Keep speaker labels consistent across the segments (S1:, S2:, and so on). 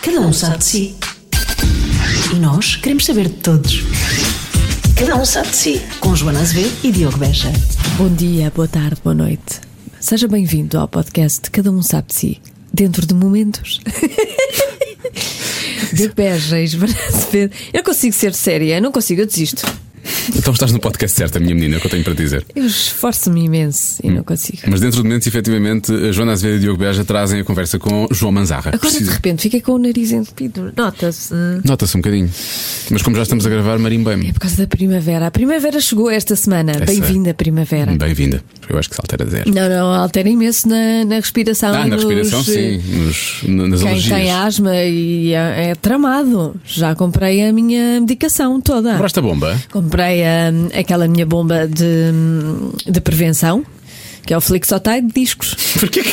S1: Cada um sabe de si. E nós queremos saber de todos. Cada um sabe de si. Com Joana Azevedo e Diogo Beja.
S2: Bom dia, boa tarde, boa noite. Seja bem-vindo ao podcast Cada Um Sabe de Si, dentro de momentos. De beija, esbraço, Pedro. Eu não consigo ser séria, eu não consigo, eu desisto.
S3: Então estás no podcast certo, a minha menina, é o que eu tenho para te dizer.
S2: Eu esforço-me imenso e não
S3: Hum.
S2: consigo.
S3: Mas dentro de momentos, efetivamente, a Joana Azevedo e o Diogo Beja trazem a conversa com João Manzarra.
S2: Agora de
S3: Precisa-
S2: repente fiquei com o nariz entupido. Nota-se. hum.
S3: É Nota-se um bocadinho. Mas como já estamos a gravar,
S2: É
S3: marimbei-me.
S2: por causa da primavera. A primavera chegou esta semana.
S3: sei.
S2: Bem-vinda, primavera.
S3: Bem-vinda. porque Eu acho que se altera zero.
S2: Não, não, altera imenso na, na respiração.
S3: Ah, na
S2: nos-
S3: respiração, sim. Nos, na- nas
S2: Quem tem
S3: alergias.
S2: asma e é, é tramado. Já comprei a minha medicação toda.
S3: Compraste a bomba?
S2: Comprei hum, aquela minha bomba de, hum, de prevenção, que é o Flixotide de discos.
S3: Porquê que.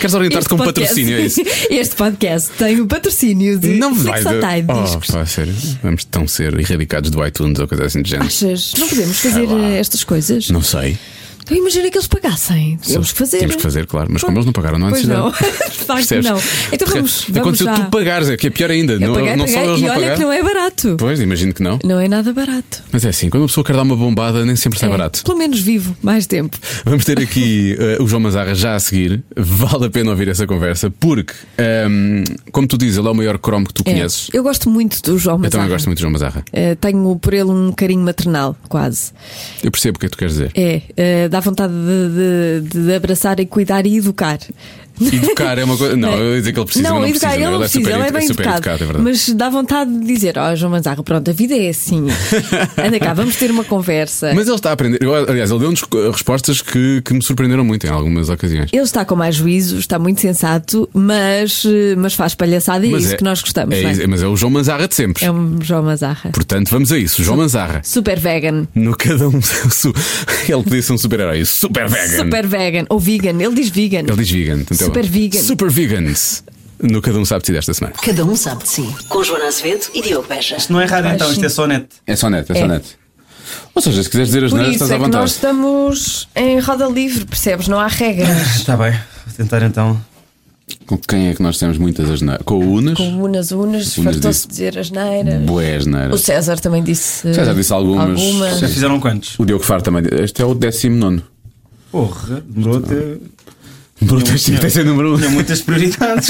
S3: Queres orientar-te
S2: Este
S3: com
S2: podcast-
S3: patrocínio? É isso?
S2: Este podcast tem o patrocínio de
S3: Não vai. de-
S2: Flixotide de
S3: Oh,
S2: discos.
S3: pá, sério. Vamos tão ser erradicados do iTunes ou coisa assim de género.
S2: Achas? Não podemos fazer
S3: Sei lá.
S2: eh, estas coisas?
S3: Não sei.
S2: Então imagina que eles pagassem. Temos que fazer.
S3: Temos que fazer, claro. Mas como eles não pagaram, não há
S2: Pois não.
S3: necessidade.
S2: De facto,
S3: Percebes?
S2: não. Então vamos,
S3: Porque
S2: vamos
S3: Aconteceu
S2: já.
S3: tu pagares, é que é pior ainda.
S2: Eu
S3: não
S2: paguei,
S3: não só
S2: paguei,
S3: eles
S2: e
S3: não
S2: olha
S3: pagaram.
S2: que não é barato.
S3: Pois, imagino que não.
S2: Não é nada barato.
S3: Mas é assim, quando uma pessoa quer dar uma bombada, nem sempre sai
S2: É,
S3: barato.
S2: Pelo menos vivo mais tempo.
S3: Vamos ter aqui eh, o João Mazarra já a seguir. Vale a pena ouvir essa conversa, porque, ehm, como tu dizes, ele é o maior cromo que tu
S2: É.
S3: conheces.
S2: Eu gosto muito do João
S3: Eu também
S2: Mazarra.
S3: gosto muito do João Mazarra.
S2: Eh, tenho por ele um carinho maternal, quase.
S3: Eu percebo o que é que tu queres dizer.
S2: É, eh, dá vontade de, de- de abraçar e cuidar e educar.
S3: Educar é uma coisa. Não, eu ia dizer que ele precisa,
S2: não,
S3: mas não
S2: educar,
S3: precisa.
S2: ele não precisa,
S3: é super,
S2: ele é bem
S3: super
S2: educado.
S3: é verdade.
S2: Mas dá vontade de dizer: Ó, João Manzarro, pronto, a vida é assim. Anda cá, vamos ter uma conversa.
S3: Mas ele está a aprender. Eu, aliás, ele deu-nos eh, respostas que, que me surpreenderam muito em algumas ocasiões.
S2: Ele está com mais juízo, está muito sensato, mas, eh, mas faz palhaçada e é
S3: Mas
S2: isso que nós gostamos.
S3: é
S2: não é?
S3: isso- mas é o João Manzarra de sempre.
S2: É um João Mazarra.
S3: Portanto, vamos a isso. João Manzarra.
S2: Super vegan.
S3: No cada um. su- Ele podia ser um super-herói. Super vegan.
S2: Super vegan. Ou vegan. Ele diz vegan.
S3: Ele diz vegan.
S4: então
S3: portanto,
S4: tá
S2: Super
S3: ele-
S2: vegan.
S3: Super vegans. No Cada Um Sabe-se desta semana.
S1: Cada um sabe de si. Com Joana Azevedo e Diogo Beja.
S4: Isto não é rádio então, isto é só net.
S3: É só net, é, só
S2: É.
S3: net. Ou seja, se quiseres dizer as
S2: Por
S3: neiras,
S2: isso
S3: estás
S2: é
S3: à
S2: que
S3: vontade.
S2: nós estamos em roda livre, percebes? Não há regras.
S4: Está bem, vou tentar então.
S3: Com quem é que nós temos muitas as neiras? Com o Unas?
S2: Com unas unas,
S3: Unas
S2: fartou-se
S3: disse-
S2: de dizer as neiras.
S3: Boé as
S2: O
S3: neiras.
S2: César também disse.
S3: César disse algumas.
S2: algumas.
S3: Sim.
S4: Vocês fizeram quantos?
S3: O Diogo Faro também. Este é o 19.
S4: Porra, demorou até.
S3: Bruto, este tem ser número 1.
S4: Tinha muitas prioridades.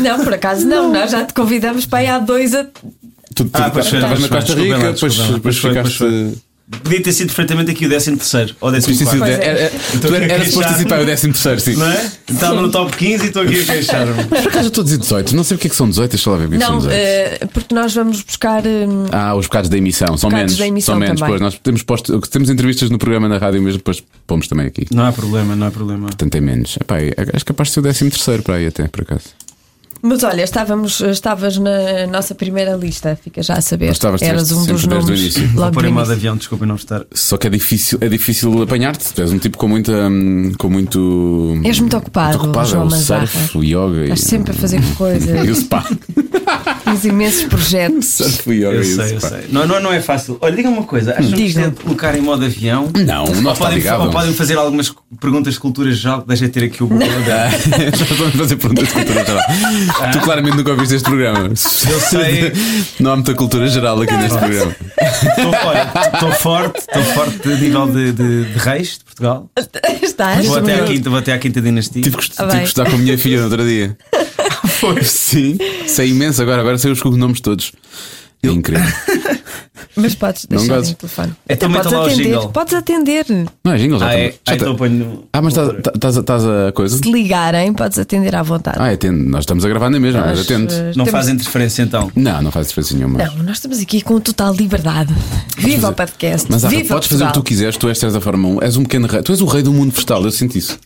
S2: Não, por acaso não. Nós já te convidamos para ir há dois a.
S3: Tu tu-
S4: Ah, pois foi,
S3: estavas na
S4: pois
S3: Costa
S4: foi, desculpa
S3: Rica,
S4: lá,
S3: depois
S4: desculpa lá,
S3: depois
S4: pois foi, pois
S3: ficaste.
S4: Podia ter sido perfeitamente aqui o 13 terceiro ou 14
S3: Preciso de-
S2: Pois é.
S3: era- era-
S4: Então,
S3: Tu
S4: o que é que
S3: eras suposto
S4: achaste?
S3: antecipar o 13, sim.
S4: Não é? Estava no top 15 e estou aqui a queixar-me.
S3: Por acaso eu estou a dizer 18, não sei porque é que são 18, deixa lá ver porque é que são
S2: Não,
S3: 18.
S2: eh, porque nós vamos buscar. hum,
S3: Ah, os bocados da emissão, são
S2: Bocados
S3: menos.
S2: da emissão
S3: são menos,
S2: também.
S3: pois. Nós temos, posto, temos entrevistas no programa na rádio mesmo, depois pomos também aqui.
S4: Não há problema, não há problema.
S3: Portanto, é menos. Epá, é- és capaz de ser o 13 para aí até, por acaso.
S2: Mas olha, estávamos, estavas na nossa primeira lista, fica já a saber.
S3: Mas estavas,
S2: Eras
S3: disseste,
S2: um dos
S3: sempre desde o
S2: nomes.
S3: início.
S4: Vou
S2: Logo
S4: pôr
S2: no
S4: em modo
S2: início.
S4: avião, desculpem não estar.
S3: Só que é difícil, é difícil apanhar-te. Tu és um tipo com muita. hum, com muito.
S2: És muito ocupado,
S3: Muito ocupado. é
S2: João
S3: o
S2: Manzarra.
S3: surf, o yoga.
S2: Estás
S3: e-
S2: sempre a fazer coisas.
S3: E o spa.
S2: Tens imensos projetos.
S3: surf, o yoga
S4: Eu
S3: e o
S4: sei, eu
S3: spa.
S4: sei. Não, não, não é fácil. Olha, diga uma coisa. Acham que isto é de colocar em modo avião?
S2: Hum.
S3: Não, o
S4: Ou
S3: nosso está
S4: podem,
S3: ligado.
S4: ou podem fazer algumas perguntas de cultura geral? Deixa eu ter aqui o Google aberto.
S3: Já estão a fazer perguntas de cultura geral. Tu claramente nunca ouviste este programa. Eu
S4: sei.
S3: Não há muita cultura geral aqui neste programa.
S4: Estou forte, estou forte, estou forte a nível de, de, de reis de Portugal.
S2: Estás?
S4: Vou até, à
S2: Meu
S4: quinta, vou até à quinta dinastia.
S3: Tive que, est-
S2: Ah,
S3: tive
S2: bem.
S3: que estudar com a minha filha no outro dia. Foi? Sim. Sei imenso agora, agora sei os cognomes todos. É incrível.
S2: Mas podes
S3: Não
S2: deixar
S3: gosto.
S2: o telefone. Então
S4: É, também
S2: podes
S4: está lá o
S2: atender,
S4: jingle.
S2: podes atender.
S3: Não é jingle, já
S4: Ah,
S3: tá-
S4: é?
S3: já
S4: Ah,
S3: tá-
S4: então eu ponho.
S3: Ah, mas estás a coisa?
S2: Se ligarem, podes atender à vontade.
S3: Ah, atende. Nós estamos a gravar na mesma, mas
S2: Nós,
S3: atende.
S2: eh,
S4: Não
S2: temos-
S4: faz interferência então.
S3: Não, não faz diferença nenhuma.
S2: Não, nós estamos aqui com total liberdade. Viva o podcast.
S3: Mas ah,
S2: Viva
S3: podes fazer o que tu
S2: Portugal.
S3: quiseres, tu és César Forma 1, és um pequeno rei, tu és o rei do mundo vegetal, eu sinto isso.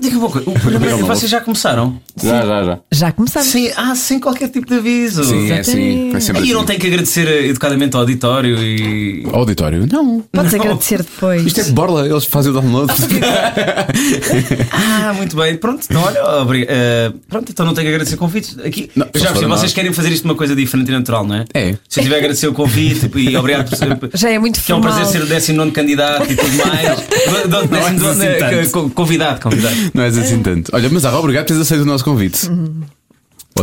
S4: Diga uma coisa, o
S3: Diga
S4: programa,
S3: uma
S4: vocês já começaram?
S3: Já, já, já.
S2: Já começámos.
S4: Sim, ah, sem qualquer tipo de aviso.
S3: Sim, é assim. É sempre
S4: E eu não
S3: assim.
S4: tenho que agradecer eh, educadamente ao auditório e.
S3: Auditório? Não.
S2: Podes
S4: Não.
S2: agradecer depois.
S3: Isto é de borla, eles fazem o download.
S4: Ah, muito bem, pronto, então olha, obri- eh, pronto, então não tenho que agradecer convites. Aqui,
S3: Não,
S4: já
S3: só se for
S4: percebi, vocês
S3: nós.
S4: querem fazer isto uma coisa diferente e natural, não é?
S3: É.
S4: Se eu tiver a agradecer o convite e obrigado por
S2: Já é muito
S4: Que é um
S2: formal.
S4: prazer ser o 19 candidato e tudo mais. Do- do-
S3: Não é
S4: décimo nono,
S3: assim
S4: eh,
S3: tanto.
S4: co- Convidado, convidado.
S3: Não és assim tanto. Olha, mas ah, obrigado por teres aceito o nosso convite. Ou teres
S2: Uhum.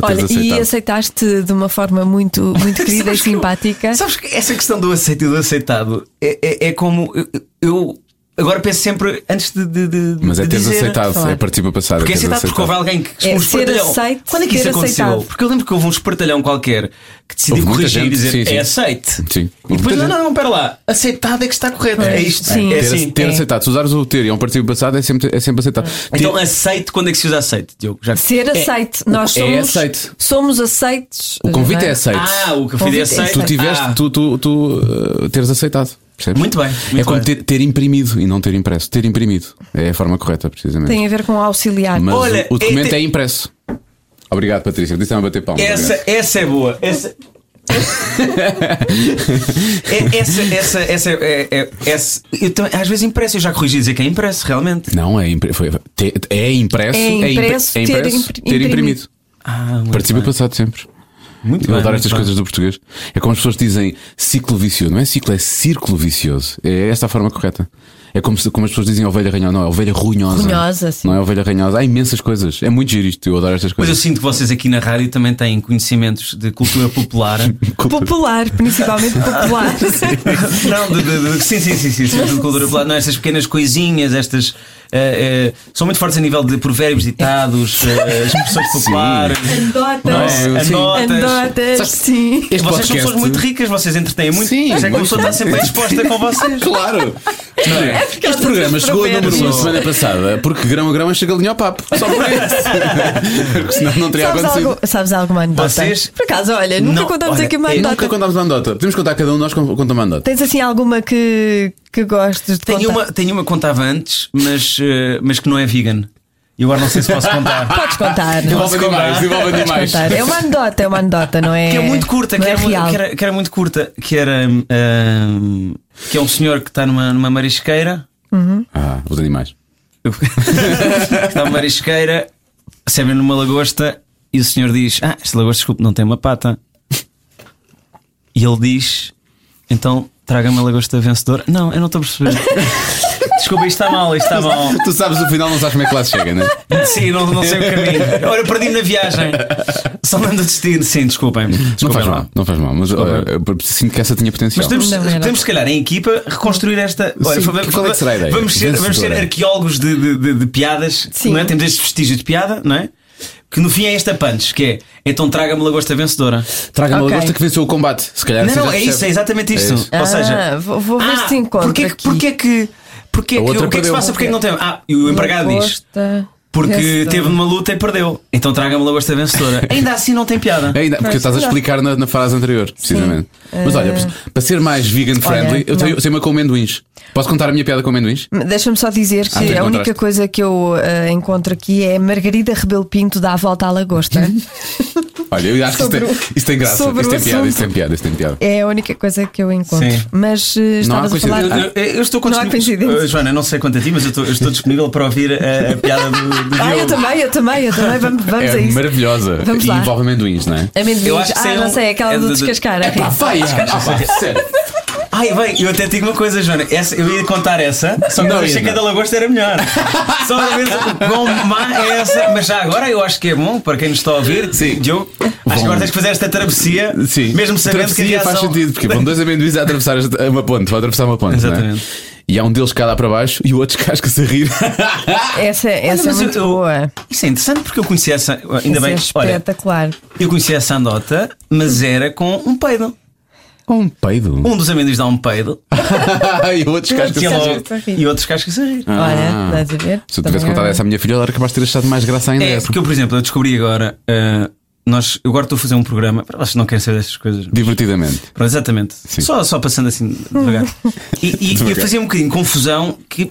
S2: Olha, e
S3: aceitado?
S2: aceitaste de uma forma muito, muito querida e
S4: Sabes que eu-
S2: simpática.
S4: Sabes que essa questão do aceito e do aceitado é, é, é como eu, eu agora penso sempre antes de. de, de
S3: Mas é
S4: de
S3: teres
S4: dizer-
S3: aceitado,
S2: claro.
S3: é partir para passar.
S4: Porque é
S3: é teres
S4: aceitado porque houve alguém que
S2: É,
S4: um
S2: ser
S4: espertalhão.
S2: aceito,
S4: Quando é que isso
S2: ter
S4: aconteceu?
S2: aceitado.
S4: Porque eu lembro que houve um espertalhão qualquer que decidiu
S3: Houve muita
S4: corrigir
S3: gente,
S4: e dizer
S3: sim, sim.
S4: é aceite.
S3: Sim.
S4: E depois,
S3: Muita
S4: não,
S3: gente.
S4: não, não, pera lá. Aceitado é que está correto. É, isto.
S2: Sim.
S4: É
S3: Ter,
S4: assim.
S3: ter
S2: é.
S3: aceitado. Se usares o ter e é um partido passado, é sempre, é sempre aceitado.
S4: Então aceite quando é que se usa aceite, Diogo? Já...
S2: Ser aceite. Nós
S3: é
S2: somos,
S3: aceite.
S2: somos aceites.
S3: o convite
S2: não
S3: é aceite.
S4: Ah, o café de
S2: Convite
S4: aceite.
S3: tu tiveste,
S4: Ah,
S3: tu, tu, tu, uh, teres aceitado. percebes?
S4: Muito bem,
S3: é
S4: muito
S3: como
S4: bem.
S3: ter, ter imprimido e não ter impresso. Ter imprimido é a forma correta, precisamente.
S2: Tem a ver com auxiliar.
S3: Mas
S4: Olha,
S3: o, o documento
S4: é te-
S3: é impresso. Obrigado, Patrícia. Disse-me a um bater palmas.
S4: Essa,
S3: obrigado.
S4: essa é boa. Essa. É- essa, essa, essa, é, é- essa- eu tam- às vezes impresso, eu já corrigi dizer que é impresso, realmente.
S3: Não, é, impre... foi... te- é impresso.
S2: É
S3: impre-
S2: impresso,
S3: é
S2: ter
S3: impresso,
S2: impre-
S3: ter imprimido.
S2: imprimido.
S4: Ah, muito
S3: Participa
S4: bem.
S3: passado sempre.
S4: Muito
S3: Eu
S4: bem,
S3: adoro
S4: muito
S3: estas
S4: bem.
S3: coisas do português. É como as pessoas dizem ciclo vicioso. Não é ciclo, é círculo vicioso. É esta a forma correta. É como, se- como as pessoas dizem ovelha ranhosa. Não, é ovelha runhosa.
S2: Runhosa, sim.
S3: Não é ovelha ranhosa. Há imensas coisas. É muito giro isto. Eu adoro estas
S4: Mas eu
S3: coisas.
S4: sinto que vocês aqui na rádio também têm conhecimentos de cultura popular.
S2: Popular, principalmente popular.
S4: não, de, de- de- sim, sim, sim, sim, sim, de cultura popular. Não, estas pequenas coisinhas, estas. eh, eh, são muito fortes a nível de provérbios, ditados, eh, expressões populares. é?
S3: Não,
S2: Andotas.
S3: eu- sim.
S4: Andotas.
S2: Andotas, sim.
S3: Este
S4: Vocês são
S3: podcast-
S4: pessoas muito ricas, vocês entretêm muito.
S3: Sim,
S4: mas é que a
S3: mas-
S4: pessoa está sempre disposta com vocês.
S3: Claro! Não é?
S2: porque
S3: Este
S2: elas
S3: programa
S2: não
S3: chegou a número 1
S4: provérbios.
S3: semana passada porque grão a grão enche a galinha ao papo. Só por isso. Porque senão não teria
S2: Sabes,
S3: acontecido.
S2: algo, sabes alguma anedota?
S4: Vocês-
S2: Por acaso, olha, nunca
S4: Não,
S2: contamos
S4: olha,
S2: aqui uma
S4: eu
S2: anedota.
S3: Nunca contámos uma anedota. Podemos contar cada um de nós con- conta uma anedota.
S2: Tens assim alguma que, que gostes de
S4: Tenho
S2: contar?
S4: uma, tenho uma que contava antes, mas, eh, mas que não é vegan. E agora não sei se posso contar.
S2: Podes
S4: ah,
S2: contar.
S3: Desenvolvem
S4: Posso
S3: demais,
S4: contar?
S3: desenvolvem demais.
S2: Contar. É uma anedota, é uma anedota, não é?
S4: Que é muito curta,
S2: não
S4: que,
S2: é
S4: era, mu-
S2: real.
S4: que era- que era muito curta, que era hum, que é um senhor que está numa, numa marisqueira,
S3: Ah, os animais.
S4: que está numa marisqueira, recebe numa lagosta e o senhor diz: Ah, esta lagosta, desculpe, não tem uma pata. E ele diz: Então traga-me a lagosta vencedora. Não, eu não estou a perceber. Desculpa, isto está mal, isto está mal.
S3: Tu sabes o final, não sabes como é que lá se chega, né?
S4: Sim, não, não sei o caminho. Olha, perdi-me na viagem. Só não do destino. Sim, desculpem.
S3: Não
S4: desculpem
S3: faz
S4: lá.
S3: mal, não faz mal, mas olha, eu sinto que essa tinha
S4: Mas
S3: potencial.
S4: temos,
S2: Não era.
S4: temos, se calhar, em equipa, reconstruir esta. Olha,
S3: Sim,
S4: vamos-
S3: qual é que será a ideia?
S4: Vamos ser, vamos ser
S3: Vencedora.
S4: arqueólogos de, de- de- de piadas.
S2: Sim.
S4: Não é? Temos este vestígio de piada, não é? Que no fim é esta punch, que é então traga-me lagosta vencedora.
S3: Traga-me
S2: Ok.
S3: a lagosta que venceu o combate. Se calhar
S4: Não,
S3: assim
S4: não,
S3: já
S4: é
S3: percebe.
S4: isso, é exatamente isto.
S3: isso.
S2: Ah,
S4: Ou seja,
S2: vou, vou ver se te encontro.
S4: Ah, Porquê, que-
S2: aqui.
S4: porquê que. Porquê,
S3: A
S4: que
S3: outra
S4: o que é que se
S3: perdeu.
S4: passa? Porquê que não tem? Ah, e o empregado diz.
S2: Lagosta
S4: Porque
S2: vencedora.
S4: teve numa luta e perdeu. Então traga-me lagosta vencedora. Ainda assim não tem piada.
S3: Ainda, porque
S2: Pois,
S3: estás a
S2: não.
S3: explicar na, na frase anterior, precisamente. Mas olha, para ser mais vegan friendly, eu tenho,
S2: não.
S3: eu tenho uma com amendoins. Posso contar a minha piada com amendoins?
S2: Deixa-me só dizer que a
S3: Ah, tu
S2: única
S3: encontraste.
S2: coisa que eu eh, encontro aqui é Margarida Rebelo Pinto dá a volta à lagosta.
S3: Olha, eu acho
S2: Sobre
S3: que
S2: o-
S3: isto tem, isto tem graça.
S2: sobre
S3: Isto tem
S2: o
S3: piada, isto
S2: assunto.
S3: tem piada, isto tem piada.
S2: é a única coisa que eu encontro.
S4: Sim.
S2: Mas eh,
S3: Não há
S2: estavas a falar.
S4: Eu,
S3: coincidência.
S4: eu- eu estou
S2: Não há
S4: disponível.
S2: coincidência.
S4: Uh, Joana, não sei quanto a ti, mas eu estou, eu estou disponível para ouvir a, a piada do, do
S2: Ah, eu
S4: Diogo.
S2: também, eu também, eu também. Vamos, vamos a
S3: é
S2: isso.
S3: maravilhosa.
S2: Vamos
S3: e
S2: lá.
S3: envolve amendoins, não é?
S4: Eu
S2: Amendoins.
S4: acho que
S2: Ah,
S4: sei
S2: não
S4: um-
S2: sei, aquela
S4: é
S2: do
S4: de-
S2: descascar.
S3: É pá, vai! Ah, pá, sério.
S4: Ai, bem, eu até digo uma coisa, Joana. Essa, eu ia contar essa, só que
S3: Não,
S4: eu achei
S3: ia
S4: que a
S3: não.
S4: da lagosta era melhor. só uma vez, quão má é essa. Mas já agora eu acho que é bom para quem nos está a ouvir.
S3: Sim.
S4: Diogo, acho
S3: Bom.
S4: que agora tens que fazer esta travessia,
S3: Sim.
S4: mesmo sabendo
S3: travessia
S4: que a
S3: faz
S4: reação-
S3: sentido, porque é vão dois amendoins a atravessar esta- uma ponte, vão atravessar uma ponte. não é?
S4: Exatamente.
S3: E há um deles que cai lá para baixo e o outro casca-se a rir.
S2: Essa, essa é
S4: Ah, mas eu-
S2: muito
S4: eu-
S2: boa.
S4: Isso é interessante porque eu conheci essa. Ainda
S2: Essa
S4: bem,
S2: é
S4: olha,
S2: espetacular.
S4: eu conheci essa andota, mas era com um peido.
S3: um peido.
S4: Um dos amendoins dá um peido
S2: Ah,
S3: e o outro casca-se
S4: e,
S3: a
S2: Sim,
S4: ela-
S3: rir.
S2: sim,
S3: Ah.
S2: sim, sim.
S4: é e outros cascas a rir.
S2: Olha, estás a ver?
S3: Se
S2: Também
S3: eu tivesse contado
S2: é-
S3: essa à minha filha, ela era capaz de ter achado mais graça ainda.
S4: É,
S3: essa.
S4: porque eu, por exemplo, eu descobri agora. ah, nós, eu agora estou a fazer um programa. Para vocês não querem saber destas coisas.
S3: Divertidamente.
S4: Pronto, exatamente.
S3: Sim.
S4: Só, só passando assim devagar. E, e eu
S3: Devagar.
S4: fazia um bocadinho de confusão que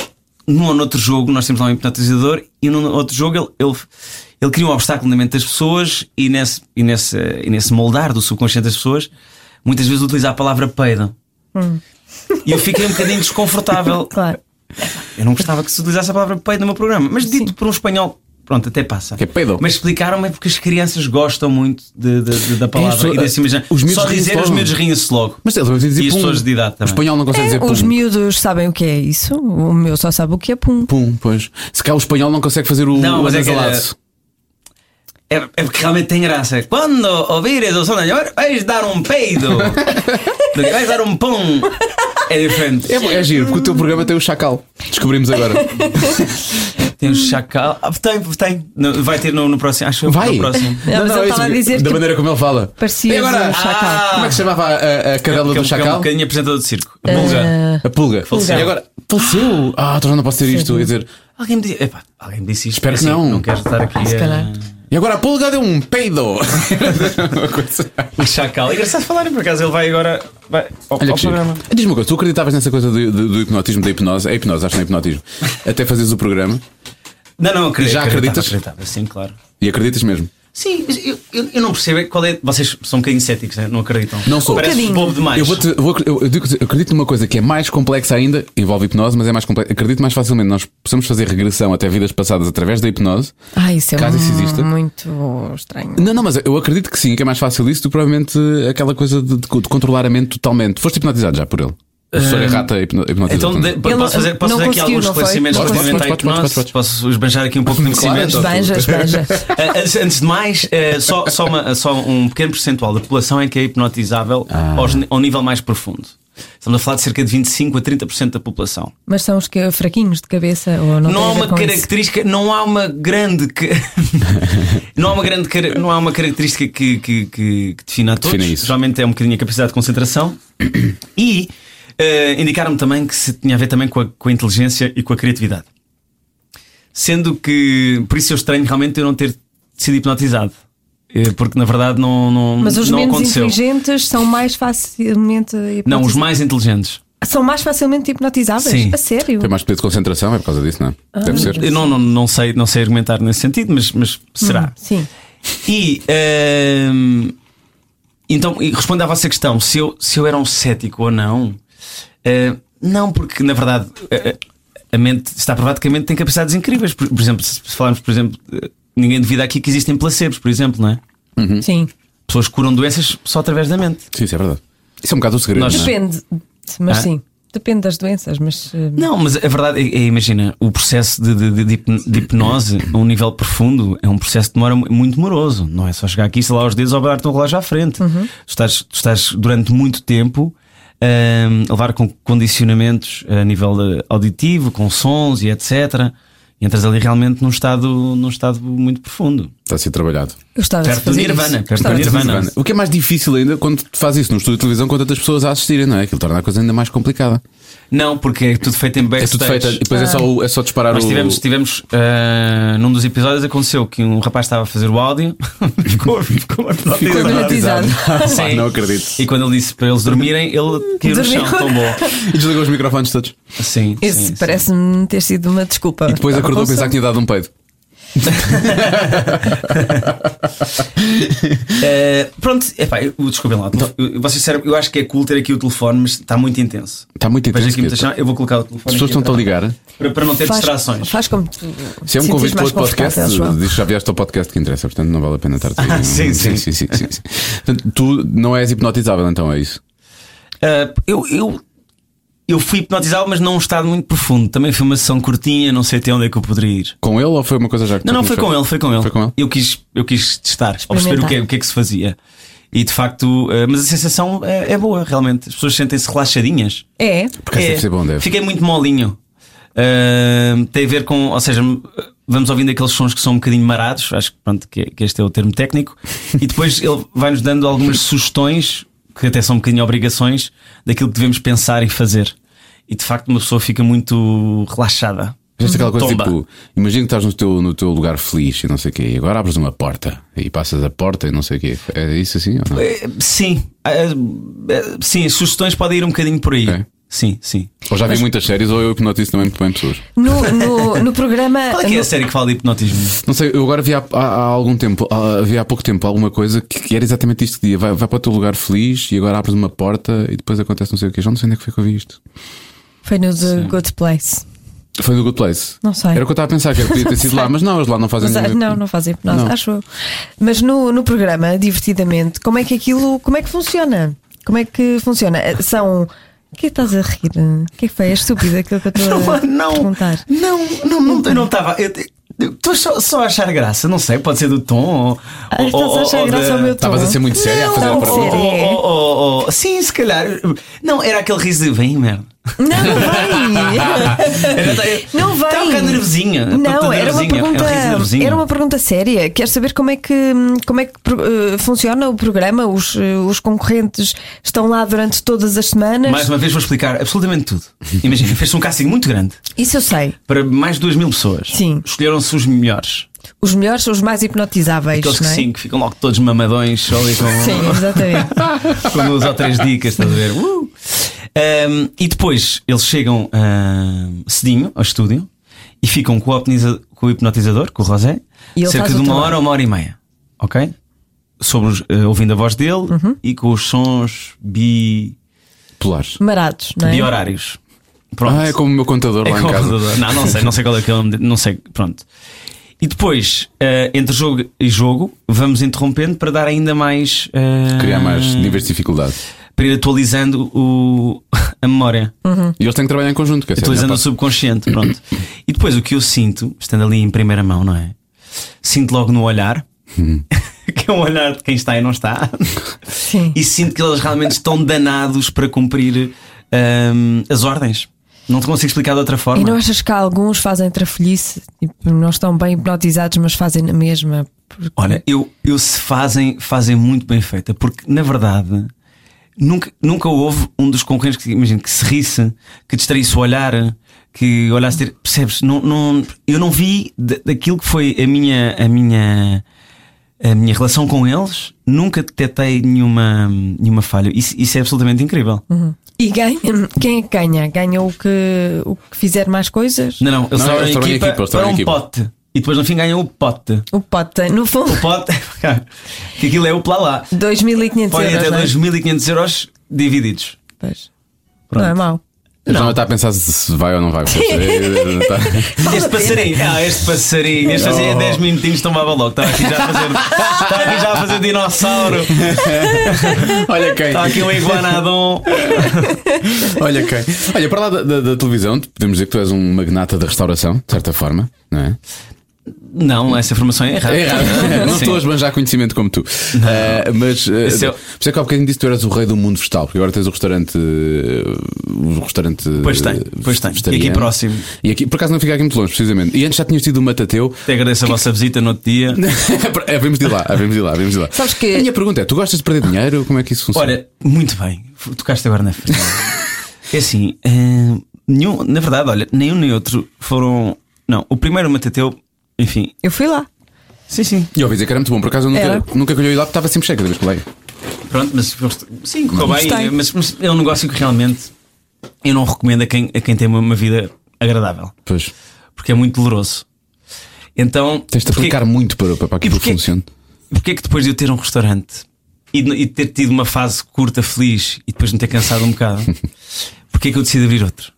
S4: num ou noutro jogo nós temos lá um hipnotizador e num outro jogo ele, ele, ele cria um obstáculo na mente das pessoas e nesse, e, nesse, e nesse moldar do subconsciente das pessoas muitas vezes utiliza a palavra peido. E eu fiquei um bocadinho desconfortável.
S2: Claro.
S4: Eu não gostava que se utilizasse a palavra peido no meu programa, mas dito por um espanhol, pronto, até passa.
S3: Que é peido.
S4: Mas explicaram-me é porque as crianças gostam muito de- de- de- da palavra
S3: É isso, eh,
S4: e desse imaginar.
S3: os miúdos
S4: Só
S3: riem-se
S4: dizer os
S3: logo.
S4: meus riem-se logo.
S3: Mas eles vão dizer
S4: E as
S3: pum.
S4: pessoas de idade
S3: O
S4: também.
S3: espanhol não consegue
S2: É,
S3: dizer pum.
S2: os miúdos sabem o que é isso. O meu só sabe o que é pum.
S3: Pum, pois. Se cá o espanhol não consegue fazer o,
S4: Não,
S3: o
S4: mas é que
S3: anasalado.
S4: era- É, é porque realmente tem graça. Quando ouvires o som da York, vais dar um peido. Do que vais dar um pão. É diferente.
S3: É, bom, é giro, porque o teu programa tem o Chacal. Descobrimos agora. É.
S4: Tem o chacal. Ah, tem, tem. No- Vai ter no, no próximo. Acho que
S3: Vai!
S4: no próximo.
S3: Não,
S2: mas
S3: não,
S2: eu
S3: é
S2: estava a
S3: isso,
S2: dizer
S3: da
S2: que
S3: maneira como ele fala.
S2: Parecias
S3: E agora?
S2: um chacal.
S4: Ah,
S3: Como é que se chamava a, a cadela
S4: Que é um-
S3: do
S4: que é um
S3: chacal? Ah.
S4: bocadinho apresentador de circo. É A Bulga.
S3: A pulga.
S4: faleceu.
S3: E agora? Faleceu! Ah, então já não posso ter isto. Quer dizer,
S4: Alguém me disse. Epá, alguém me disse isto.
S3: Espero que
S4: Assim,
S3: não. Ah,
S4: Não quero estar aqui.
S2: Se
S4: a-
S2: calhar.
S3: e agora a pulga deu um peido!
S4: O chacal. É engraçado falarem, por acaso ele vai agora. Vai ao,
S3: Olha
S4: ao
S3: que giro.
S4: programa.
S3: Diz-me uma coisa, tu acreditavas nessa coisa do, do- do hipnotismo, da hipnose? É hipnose, acho que não é hipnotismo. Até fazeres o programa
S4: Não, não, acredito.
S3: Já
S4: acreditava,
S3: acreditas?
S4: acreditava, Sim, claro.
S3: e acreditas mesmo.
S4: Sim, mas eu, eu, eu não percebo é qual é. Vocês são um bocadinho céticos, né? não acreditam?
S3: Não sou. Um
S4: Parece
S2: Bocadinho.
S4: bobo demais.
S3: Eu, vou-te- vou- eu- eu digo-te, eu acredito numa coisa que é mais complexa ainda, envolve hipnose, mas é mais complexa. Acredito mais facilmente, nós possamos fazer regressão até vidas passadas através da hipnose.
S2: Ah, isso é
S3: Caso isso
S2: mu-
S3: exista.
S2: muito estranho.
S3: Não, não, mas eu acredito que sim, que é mais fácil isso do que provavelmente aquela coisa de, de co- de controlar a mente totalmente. Foste hipnotizado já por ele. O professor
S4: Ah,
S3: Errata hipno- é? hipnotizou.
S4: Então, de-
S3: também.
S4: posso
S2: não-
S4: fazer, posso
S2: não
S4: fazer aqui
S2: conseguiu,
S4: alguns
S2: não foi?
S4: esclarecimentos
S3: Podes,
S4: relativamente à
S3: podes, podes, podes,
S4: hipnose?
S3: podes.
S4: Posso esbanjar aqui um pouco de conhecimento?
S3: então.
S2: Esbanja, esbanja.
S4: Ah, antes, antes de mais, eh, só, só uma- só um pequeno percentual da população é que é hipnotizável aos ni- ao nível mais profundo. Estamos a falar de cerca de 25 a 30% da população.
S2: Mas são os que, fraquinhos de cabeça ou não,
S4: Não
S2: tem a ver
S4: há uma
S2: com isso?
S4: característica, não há uma grande que- não há uma grande cara- não há uma característica que, que, que, que defina a todos.
S3: Defina isso.
S4: Geralmente é um bocadinho a capacidade de concentração e eh, indicaram-me também que se tinha a ver também com a, com a inteligência e com a criatividade. Sendo que por isso eu estranho realmente eu não ter sido hipnotizado. Eh, Porque na verdade não, não,
S2: Mas os
S4: não
S2: menos
S4: aconteceu.
S2: inteligentes são mais facilmente
S4: Não, os
S2: hipnotiz-
S4: mais inteligentes.
S2: são mais facilmente hipnotizáveis?
S4: Sim.
S2: A sério?
S3: Tem mais poder de concentração, é por causa disso, não é? Deve ser.
S4: Eu não, não, não, sei, não sei argumentar nesse sentido, mas, mas será?
S2: Sim.
S4: E ehm, então, e respondo à vossa questão: se eu, se eu era um cético ou não, eh, não, porque na verdade eh, a mente está provado que a mente tem capacidades incríveis. Por, por exemplo, se se falarmos, por exemplo, eh, ninguém duvida aqui que existem placebos, por exemplo, não é?
S3: Uhum.
S2: Sim.
S4: Pessoas que curam doenças só através da mente.
S3: Sim, isso é verdade. Isso é um bocado o segredo.
S4: Nós-
S3: não é?
S2: Depende, mas
S4: Ah?
S2: sim. Depende das doenças, mas. eh,
S4: Não, mas a verdade é, é, imagina, o processo de, de- de- de hipno- de hipnose a um nível profundo é um processo que demora mu- muito demoroso. Não é só chegar aqui, sei lá, os dedos ou dar-te um relógio à frente. Tu, estás, tu estás durante muito tempo ahm, a levar com condicionamentos a nível eh, auditivo, com sons e etc. E entras ali realmente num estado, num estado muito profundo.
S3: Está a ser trabalhado.
S2: Eu estava a
S4: Perto do
S2: fazer
S4: Nirvana,
S2: isso.
S4: perto do
S2: Gostava de
S4: Nirvana.
S3: Nirvana. O que é mais difícil ainda quando tu fazes isso num estúdio de televisão com tantas pessoas a assistirem, não é? Aquilo torna a coisa ainda mais complicada.
S4: Não, porque é tudo feito em
S3: É
S4: backstage.
S3: tudo feito, e depois é, só, o- é só disparar
S4: Nós
S3: o.
S4: tivemos, tivemos ah, num dos episódios aconteceu que um rapaz estava a fazer o áudio, ficou, ficou
S3: Ficou
S2: hipnotizado.
S3: hipnotizado. Ah, Pá,
S4: Sim.
S3: não acredito.
S4: E quando ele disse para eles dormirem, ele caiu no chão,
S2: Dormiu.
S4: tão bom.
S3: E desligou os microfones todos.
S4: Sim,
S2: Esse
S4: sim,
S2: parece-me ter sido uma desculpa.
S3: E depois acordou a pensar que tinha dado um peido.
S4: sim. Ah, pronto, epá, eu, desculpem lá. Eu, eu, vocês disseram, eu acho que é cool ter aqui o telefone, mas está muito intenso.
S3: Está muito
S4: Vejo
S3: intenso.
S4: aqui muita
S3: Pedro.
S4: chama- Eu vou colocar o telefone.
S3: é. As pessoas
S4: aqui
S3: estão-te a
S4: atrás,
S3: ligar.
S4: Para, para não ter
S2: faz,
S4: distrações.
S2: Faz como tu.
S3: Se é um
S2: te
S3: convite
S2: sentires mais
S3: para outro podcast,
S2: confortável, João.
S3: diz que já vieste ao podcast que interessa, portanto não vale a pena estar
S4: Ah, sim, sim.
S3: sim, sim, sim, sim. Portanto, tu não és hipnotizável, então é isso.
S4: Ah, eu, eu, eu fui hipnotizado, mas num estado muito profundo. Também foi uma sessão curtinha, não sei até onde é que eu poderia ir.
S3: Com ele ou foi uma coisa já que
S4: Não,
S3: tu
S4: não, foi
S3: tinhas
S4: com
S3: feito?
S4: ele, foi com ele.
S3: Foi com ele?
S4: Eu quis, eu quis testar, ao perceber o que, é, o que é que se fazia. E de facto, eh, mas a sensação é, é boa, realmente. As pessoas sentem-se relaxadinhas.
S2: É.
S3: Porque
S4: É,
S3: deve ser bom, deve.
S4: Fiquei muito molinho. Ahm, tem a ver com, ou seja, vamos ouvindo aqueles sons que são um bocadinho marados, acho que, pronto, que, que este é o termo técnico, e depois ele vai-nos dando algumas sugestões, que até são um bocadinho obrigações, daquilo que devemos pensar e fazer. E de facto, uma pessoa fica muito relaxada.
S3: Fizeste aquela coisa
S4: Tomba.
S3: tipo, imagina que estás no teu, no teu lugar feliz e não sei o quê, e agora abres uma porta e passas a porta e não sei o quê. É isso assim ou não?
S4: Sim, Ah, ah, sim, as sugestões podem ir um bocadinho por aí.
S3: É.
S4: Sim, sim.
S3: Ou já vi muitas séries ou eu hipnotizo também muito bem pessoas.
S2: No, no, no programa.
S4: Qual é que é
S2: no-
S4: a série que fala de hipnotismo?
S3: Não sei, eu agora vi há, há- há algum tempo, há, vi há pouco tempo alguma coisa que, que era exatamente isto que dizia: vai, vai para o teu lugar feliz e agora abres uma porta e depois acontece não sei o quê. Já não sei onde é que foi que eu vi isto.
S2: Foi no The Good Place.
S3: Foi do Good Place.
S2: Não sei.
S3: Era o que eu estava a pensar, que era, podia ter sido lá, mas não, eles lá não fazem
S2: Mas, ah,
S3: nenhum-
S2: não, não fazem hipnose,
S3: Não.
S2: acho eu. Mas no, no programa, divertidamente, como é que aquilo. Como é que funciona? Como é que funciona? Eh, São. O que é que estás a rir? O que é que foi? É estúpido aquilo que eu estou a perguntar.
S4: não, não, não, não, eu não estava. Eu, te- Estou só, só a achar graça, não sei, pode ser do tom ou.
S2: Ah, estás
S3: Oh,
S2: a achar graça ao meu tom.
S3: Estavas a ser muito séria a fazer
S2: não,
S3: a pergunta. Oh,
S2: sério.
S4: ou- ou- ou- ou- Sim, se calhar. Não, era aquele riso de vem, merda.
S2: Não, não vem!
S4: Era-
S3: tá,
S4: eu-
S2: Não vem.
S4: Estava um bocado nervosinha.
S2: Não,
S4: toda
S2: era uma
S4: nervosinha,
S2: pergunta.
S4: Era um riso nervosinho.
S2: Era uma pergunta séria. Quero saber como é que, como é que eh, funciona o programa. Os, eh, os concorrentes estão lá durante todas as semanas.
S4: Mais uma vez vou explicar absolutamente tudo. Imagina, fez-se um casting muito grande
S2: Isso eu sei.
S4: para mais de 2 mil pessoas.
S2: Sim.
S4: Escolheram-se os melhores.
S2: Os melhores são os mais hipnotizáveis,
S4: Aqueles que
S2: não é?
S4: sim, que ficam logo todos mamadões, só ali com,
S2: Sim, exatamente.
S4: com duas ou três dicas, estás a ver? Uh! Um, e depois eles chegam um, cedinho ao estúdio e ficam com o, hipnotiza- com o hipnotizador, com o Rosé,
S2: E ele
S4: cerca
S2: faz
S4: de
S2: o
S4: uma
S2: trabalho.
S4: hora ou uma hora e meia. Ok? Sobre os- eh, ouvindo a voz dele
S2: Uhum.
S4: e com os sons bi,
S3: Polares.
S2: Marados, não é?
S4: bi-horários. Pronto.
S3: Ah, é como o meu contador
S4: É
S3: lá em
S4: como
S3: casa.
S4: computador. Não, não sei, não sei qual é que é o nome, de- não sei, pronto. E depois, eh, entre jogo e jogo, vamos interrompendo para dar ainda mais. eh,
S3: Criar mais níveis de dificuldade.
S4: Para ir atualizando o, a memória,
S2: Uhum.
S3: E eles têm que trabalhar em conjunto. Quer dizer,
S4: atualizando
S3: não
S4: o
S3: é
S4: subconsciente, pronto. E depois o que eu sinto, estando ali em primeira mão, não é? Sinto logo no olhar,
S2: Hum.
S4: que é um olhar de quem está e não está,
S2: Sim.
S4: e sinto que eles realmente estão danados para cumprir ehm, as ordens. Não te consigo explicar de outra forma.
S2: E não achas que alguns fazem trafolhice? Tipo, não estão bem hipnotizados, mas fazem na mesma. Porque-
S4: Olha, eu, eu se fazem, fazem muito bem feita, porque na verdade nunca, nunca houve um dos concorrentes que imagina que se risse, que distraísse o olhar, que olhasse ter, percebes? Não, não, eu não vi da- daquilo que foi a minha, a minha, a minha relação com eles, nunca detectei nenhuma, nenhuma falha. Isso, isso é absolutamente incrível.
S2: E ganha. Quem é que ganha? Ganha o que, o que fizer mais coisas?
S4: Não, não, eles
S3: Não,
S4: trabalham
S3: eles
S4: em
S3: trabalham em
S4: equipa,
S3: equipa, eles
S4: para
S3: trabalham
S4: um
S3: em equipa.
S4: pote e depois no fim ganham o pote.
S2: O pote tem, no fundo,
S4: O pote, que aquilo é o plá lá.
S2: 2.500
S4: Podem
S2: euros.
S4: até
S2: não é?
S4: 2.500 euros divididos.
S2: Pois.
S4: Pronto.
S2: Não é mau.
S3: Não, está a pensar se vai ou não vai. percebes? Tá.
S4: Este passarinho, ah, este passarinho, este passarinho em 10 minutinhos tomava logo. Estava aqui já a fazer, estava aqui já a fazer dinossauro,
S3: Olha quem.
S4: estava aqui um iguanadon.
S3: Olha quem. Olha, para lá da, da- da televisão, podemos dizer que tu és um magnata da restauração, de certa forma, não é?
S4: Não, essa informação é errada.
S3: É errado. não
S4: Sim.
S3: estou a esbanjar conhecimento como tu. Eh, mas eh,
S4: Esse é o-
S3: por isso é que há bocadinho disse que tu eras o rei do mundo vegetal, porque agora tens o restaurante. eh, O restaurante.
S4: Pois tem,
S3: eh,
S4: pois tem. E aqui
S3: vegetariano.
S4: próximo.
S3: E aqui, por acaso não fica aqui muito longe, precisamente. E antes já tinhas tido o Matateu.
S4: Até agradeço a vossa visita no outro dia.
S3: é, vemos de lá, é, vemos de lá, vemos de lá.
S2: Sabes que-
S3: A minha pergunta é: tu gostas de perder dinheiro? Como é que isso funciona?
S4: Olha, muito bem, F- tocaste agora na frente. É assim, eh, nenhum, na verdade, olha, nenhum nem outro foram. Não, o primeiro Matateu, enfim.
S2: Eu fui lá.
S4: Sim, sim.
S3: E eu ouvi dizer que era muito bom, por acaso eu
S2: Era.
S3: nunca, nunca colhei lá porque estava sempre cheio cada vez que lá ia.
S4: Pronto, mas foste- sim, correu
S2: Gostei.
S4: bem, mas, mas é um negócio que realmente eu não recomendo a quem, a quem tem uma, uma vida agradável,
S3: Pois.
S4: porque é muito doloroso. Então,
S3: Tens de
S4: porquê-
S3: aplicar muito para, para, para que
S4: E
S3: aquilo
S4: porquê-
S3: funcione.
S4: Porquê é que depois de eu ter um restaurante e de, e de ter tido uma fase curta, feliz e depois de me ter cansado um bocado, porquê é que eu decidi abrir outro?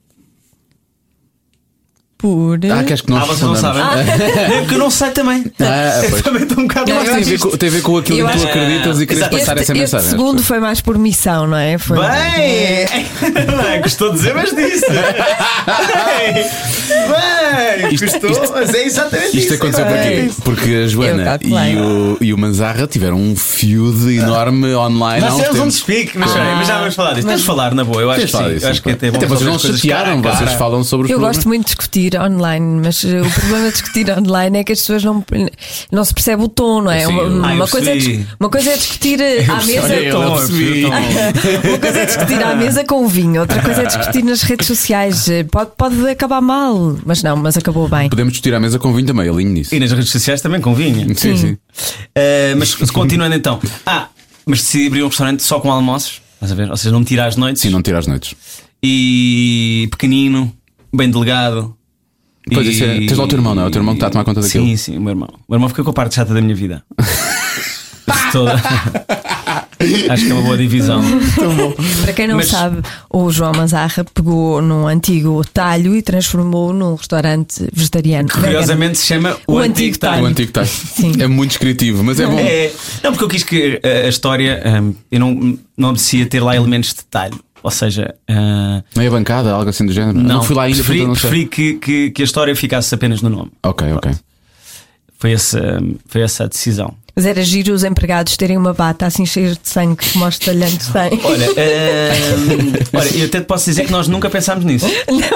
S2: Por.
S3: Ah, queres que nós
S4: ah, vocês não
S3: respondamos?
S4: sabem? É porque eu não sei também.
S3: Ah,
S4: eu
S3: pois.
S4: também estou um bocado
S3: Eu acho que tem a ver
S4: nervoso.
S3: com, tem a ver com aquilo
S2: Eu
S3: que tu
S2: acho-
S3: acreditas e queres
S4: Exato.
S3: passar essa
S2: este, este
S3: mensagem.
S2: segundo foi mais por missão, não é? Foi
S4: Bem, gostou de dizer, mas disse. Bem, bem, gostou, mas é exatamente
S3: Isto aconteceu porquê? Porque a Joana
S2: calculei.
S3: e o, e o Manzarra tiveram um feud enorme online há
S4: Nós
S3: uns
S4: temos um
S3: tempos.
S4: despique, mas, espera aí, mas já vamos falar disso. Temos de falar na boa, eu acho
S3: Tens
S4: que
S3: falado
S4: sim.
S3: disso,
S4: Eu acho que
S3: claro.
S4: até é bom
S3: Até
S4: fazer
S3: vocês não
S4: as coisas
S3: chatearam,
S4: cara a
S3: vocês
S4: cara.
S3: falam sobre os
S2: Eu
S3: problemas.
S2: gosto muito de discutir online, mas eh, o problema de discutir online é que as pessoas não, não se percebe o tom, não é?
S3: Sim,
S2: uma,
S3: eu-
S2: uma
S4: Ah, eu
S2: coisa é,
S4: percebi.
S2: dis- uma coisa é discutir eh, à mesa.
S3: percebi.
S4: Tom,
S3: Eu
S4: eu percebi o tom.
S2: Uma coisa é discutir à mesa com o vinho, outra coisa é discutir nas redes sociais. Eh, Pode, pode acabar mal, mas não, mas acabou bem.
S3: Podemos discutir à mesa com vinho também, alinho nisso.
S4: E nas redes sociais também convinha.
S3: Sim, sim.
S4: Eh, mas continuando então. Ah, mas decidi abrir um restaurante só com almoços. Estás a ver? Ou seja, não me tirar as noites.
S3: Sim, não tirar as noites.
S4: E pequenino, bem delegado.
S3: Pois, isso é- tens lá o teu irmão, não é? O teu irmão que está a tomar conta daquilo.
S4: Sim, sim, o meu irmão. O meu irmão ficou com a parte chata da minha vida. Isso toda. Acho que é uma boa divisão.
S2: Para quem não
S4: Mas-
S2: sabe, o João Manzarra pegou num antigo talho e transformou num restaurante vegetariano.
S4: Curiosamente se chama O,
S2: O
S4: Antigo,
S2: Antigo
S4: Time.
S2: Time.
S3: O antigo está. É muito descritivo, mas é bom.
S4: É, não, porque eu quis que eh, a história. eh, eu não, não merecia ter lá elementos de detalhe. Ou seja, eh,
S3: Não é bancada, algo assim do género.
S4: não,
S3: fui lá ainda,
S4: preferi,
S3: portanto não sei.
S4: preferi que, que, que a história ficasse apenas no nome.
S3: Ok, ok.
S4: Foi essa, foi essa a decisão.
S2: Mas era giro os empregados terem uma bata assim cheia de sangue que mostra lhe de sangue.
S4: Olha, ehm, olha, eu até te posso dizer que nós nunca pensámos nisso.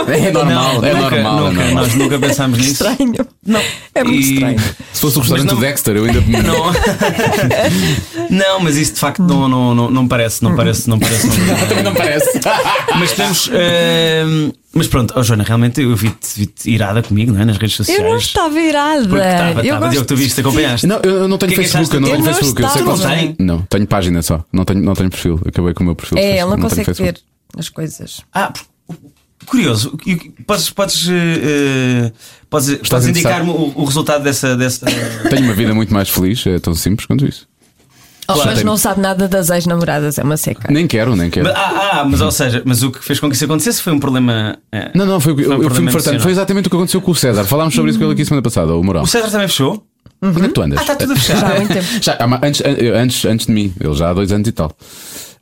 S3: É normal,
S4: Não,
S3: é normal.
S4: nunca, nunca,
S3: é normal.
S4: Nós nunca pensámos nisso.
S2: Estranho. Não. É muito
S4: E-
S2: estranho.
S3: Se fosse o restaurante
S4: Mas não-
S3: Dexter, eu ainda.
S4: Não. não, mas isso de facto não, não, não, não parece, não parece, não parece. não parece.
S3: Também não parece.
S4: Mas temos. ehm, mas pronto, oh, Joana, realmente eu vi-te vi-te irada comigo, não é? Nas redes sociais.
S2: Eu não estava irada.
S4: Porque tá, estava,
S2: eu
S4: estava.
S2: gosto
S4: Diogo, é tu viste, acompanhaste.
S3: Não, eu eu não tenho
S4: O que é que
S3: Facebook, eu não tenho
S4: achaste?
S2: Eu não
S3: Facebook. Eu sei que
S2: estava.
S3: vocês-
S4: Não é?
S3: Não, tenho página só. Não tenho, não tenho perfil. Acabei com o meu perfil. de
S2: É,
S3: Facebook.
S2: ela não consegue
S3: tenho Facebook.
S2: ver as coisas.
S4: Ah, curioso. E o que- Podes, podes, eh, eh, podes, podes
S3: interessado?
S4: indicar-me o, o resultado dessa. dessa...
S3: Tenho uma vida muito mais feliz, é tão simples quanto isso.
S2: Oh,
S3: Claro.
S2: mas não sabe nada das ex-namoradas, é uma seca.
S3: Nem quero, nem quero.
S4: Mas- ah, ah, mas ou seja, mas o que fez com que isso acontecesse foi um problema. eh,
S3: Não, não, foi, o que-
S4: um
S3: eu, eu fui-me
S4: problema
S3: fartando.
S4: emocional.
S3: Foi exatamente o que aconteceu com o César. Falámos sobre isso com ele aqui semana passada, o Moral.
S4: O César também fechou?
S3: Onde é que tu andas?
S4: Ah,
S2: tá
S4: está tudo a fechar.
S2: Já há muito tempo.
S3: Já, há ma- antes, an- antes, antes de mim, ele já há dois anos e tal.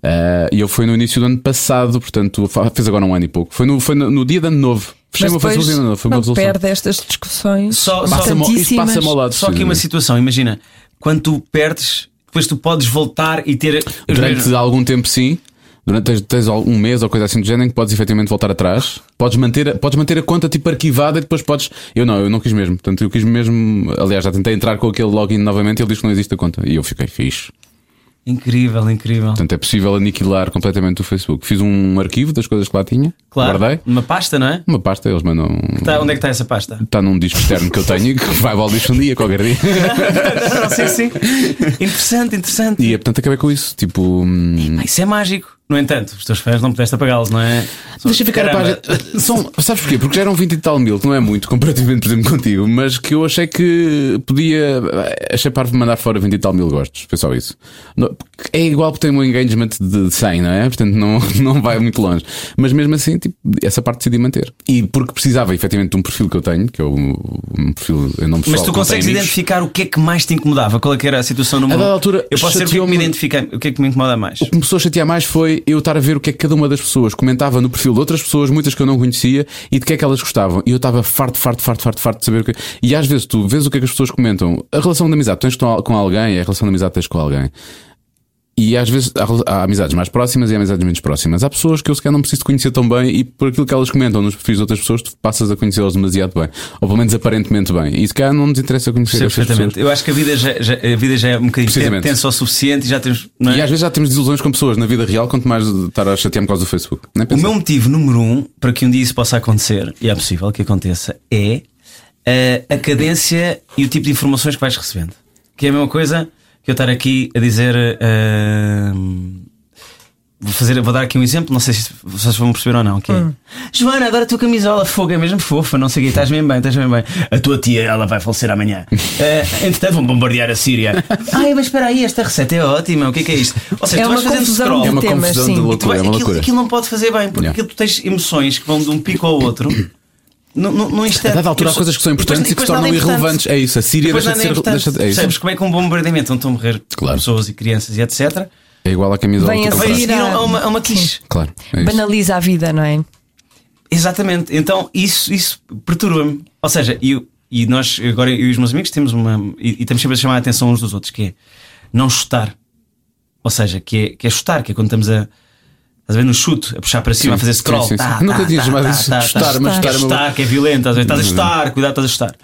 S3: Ah, E eu fui no início do ano passado, portanto, fa- fez agora um ano e pouco. Foi no, foi no, no dia de ano novo. Fechei
S2: Mas
S3: uma
S2: depois
S3: Facebook de ano novo. Foi uma
S2: não
S3: resolução.
S2: perde estas discussões.
S4: Só-
S3: Passa-me
S4: só-
S3: ao- isso
S2: importantíssimas.
S3: passa-me ao lado.
S4: Só aqui uma situação, imagina, quando tu perdes, depois tu podes voltar e ter.
S3: Durante algum tempo, sim. Durante, tens, tens algum mês ou coisa assim do género em que podes efetivamente voltar atrás. Podes manter, a- podes manter a conta tipo arquivada e depois podes. Eu não, eu não quis mesmo. Portanto, eu quis mesmo. Aliás, já tentei entrar com aquele login novamente e ele diz que não existe a conta. E eu fiquei fixe.
S4: Incrível, incrível.
S3: Portanto, é possível aniquilar completamente o Facebook. Fiz um arquivo das coisas que lá tinha.
S4: Claro.
S3: Guardei.
S4: Uma pasta, não é?
S3: Uma pasta, eles mandam.
S4: Tá, onde é que está essa pasta?
S3: Está num disco externo que eu tenho que vai ao lixo um dia, qualquer dia.
S4: não, não, sim, sim. Interessante, interessante.
S3: E portanto acabei com isso. Tipo. hum,
S4: Ah, isso é mágico. No entanto, os teus fãs não pudeste apagá-los, não é?
S3: Deixa ficar
S4: Caramba.
S3: a página. São, sabes porquê? Porque já eram 20 e tal mil, que não é muito, comparativamente, por exemplo, contigo, mas que eu achei que podia. Achei parvo mandar fora 20 e tal mil gostos. Foi só isso. Não- porque É igual que tem um engagement de 100, não é? Portanto, não, não vai muito longe. Mas mesmo assim, tipo, essa parte decidi manter. E porque precisava, efetivamente, de um perfil que eu tenho, que é um, um perfil em nome pessoal.
S4: Mas
S3: que
S4: tu
S3: não
S4: consegues
S3: tem amigos.
S4: identificar o que é que mais te incomodava? Qual é que era a situação número
S3: A dada
S4: um?
S3: altura,
S4: Eu posso dizer o que é que me
S3: chateou-me-
S4: identifica, o que é que me incomoda mais.
S3: O que começou a chatear mais foi eu estar a ver o que é que cada uma das pessoas comentava no perfil de outras pessoas, muitas que eu não conhecia, e de que é que elas gostavam. E eu estava farto, farto, farto, farto, farto de saber o que. E às vezes tu vês o que é que as pessoas comentam. A relação de amizade tens com al- com alguém, a relação de amizade tens com alguém. E às vezes há, rela- há amizades mais próximas e amizades menos próximas. Há pessoas que eu sequer não preciso de conhecer tão bem e por aquilo que elas comentam nos perfis de outras pessoas, tu passas a conhecê-las demasiado bem. Ou pelo menos aparentemente bem. E se calhar não nos interessa conhecer
S4: Percebo
S3: essas pessoas.
S4: perfeitamente. Eu acho que a vida já, já- a vida já é um bocadinho
S3: Precisamente.
S4: tensa o suficiente e já temos. não é?
S3: E às vezes já temos desilusões com pessoas na vida real, quanto mais estar a chatear por causa do Facebook. Nem
S4: O
S3: pensar.
S4: meu motivo número um para que um dia isso possa acontecer, e é possível que aconteça, é eh, a cadência e o tipo de informações que vais recebendo. Que é a mesma coisa que eu estar aqui a dizer. eh, vou, fazer, vou dar aqui um exemplo, não sei se vocês vão perceber ou não. Que é,
S2: Hum.
S4: Joana, agora a tua camisola fogo é mesmo fofa, não sei o que, estás mesmo bem, estás mesmo bem. A tua tia, ela vai falecer amanhã. Eh, entretanto, vão bombardear a Síria. Ai, mas espera aí, esta receita é ótima, o que é que é isto? Ou seja,
S2: É
S4: tu
S2: uma
S4: vais fazendo
S2: confusão
S4: scroll.
S2: de
S3: É uma
S2: temas,
S3: confusão
S2: sim.
S3: de
S4: E tu
S3: loucura,
S4: vais-
S3: é uma
S4: aquilo,
S3: loucura.
S4: aquilo não pode fazer bem, porque
S3: Yeah.
S4: aquilo tu tens emoções que vão de um pico ao outro. No, no, no instante.
S3: A dada altura há coisas que são importantes e, que se tornam irrelevantes. É isso, a Síria deixa de ser. Deixa de, é, isso.
S4: Sabes como é que um bombardeamento onde estão a morrer
S3: Claro.
S4: pessoas e crianças e etc.
S3: é igual à camisola.
S2: Vem
S3: que tu
S2: a
S4: Vai
S3: compraste.
S2: seguir.
S4: seguir a uma, a uma quiche.
S3: Claro, é isso.
S2: Banaliza a vida, não é?
S4: Exatamente. Então isso, isso perturba-me. Ou seja, eu, e nós, agora eu e os meus amigos, temos uma. E, e estamos sempre a chamar a atenção uns dos outros, que é não chutar. Ou seja, que é, que é chutar, que é quando estamos a. Estás a ver no chute, a puxar para cima,
S3: Sim,
S4: a fazer
S3: sim,
S4: scroll.
S3: sim, sim.
S4: Tá,
S3: Nunca
S4: tá,
S3: tinha
S4: tá,
S3: chamado
S4: tá,
S3: isso de
S4: tá,
S3: chutar,
S4: tá,
S3: mas chutar
S4: tá,
S3: é uma-
S4: chutar, que é violento, estás a ver? Estás a chutar, cuidado, estás a chutar.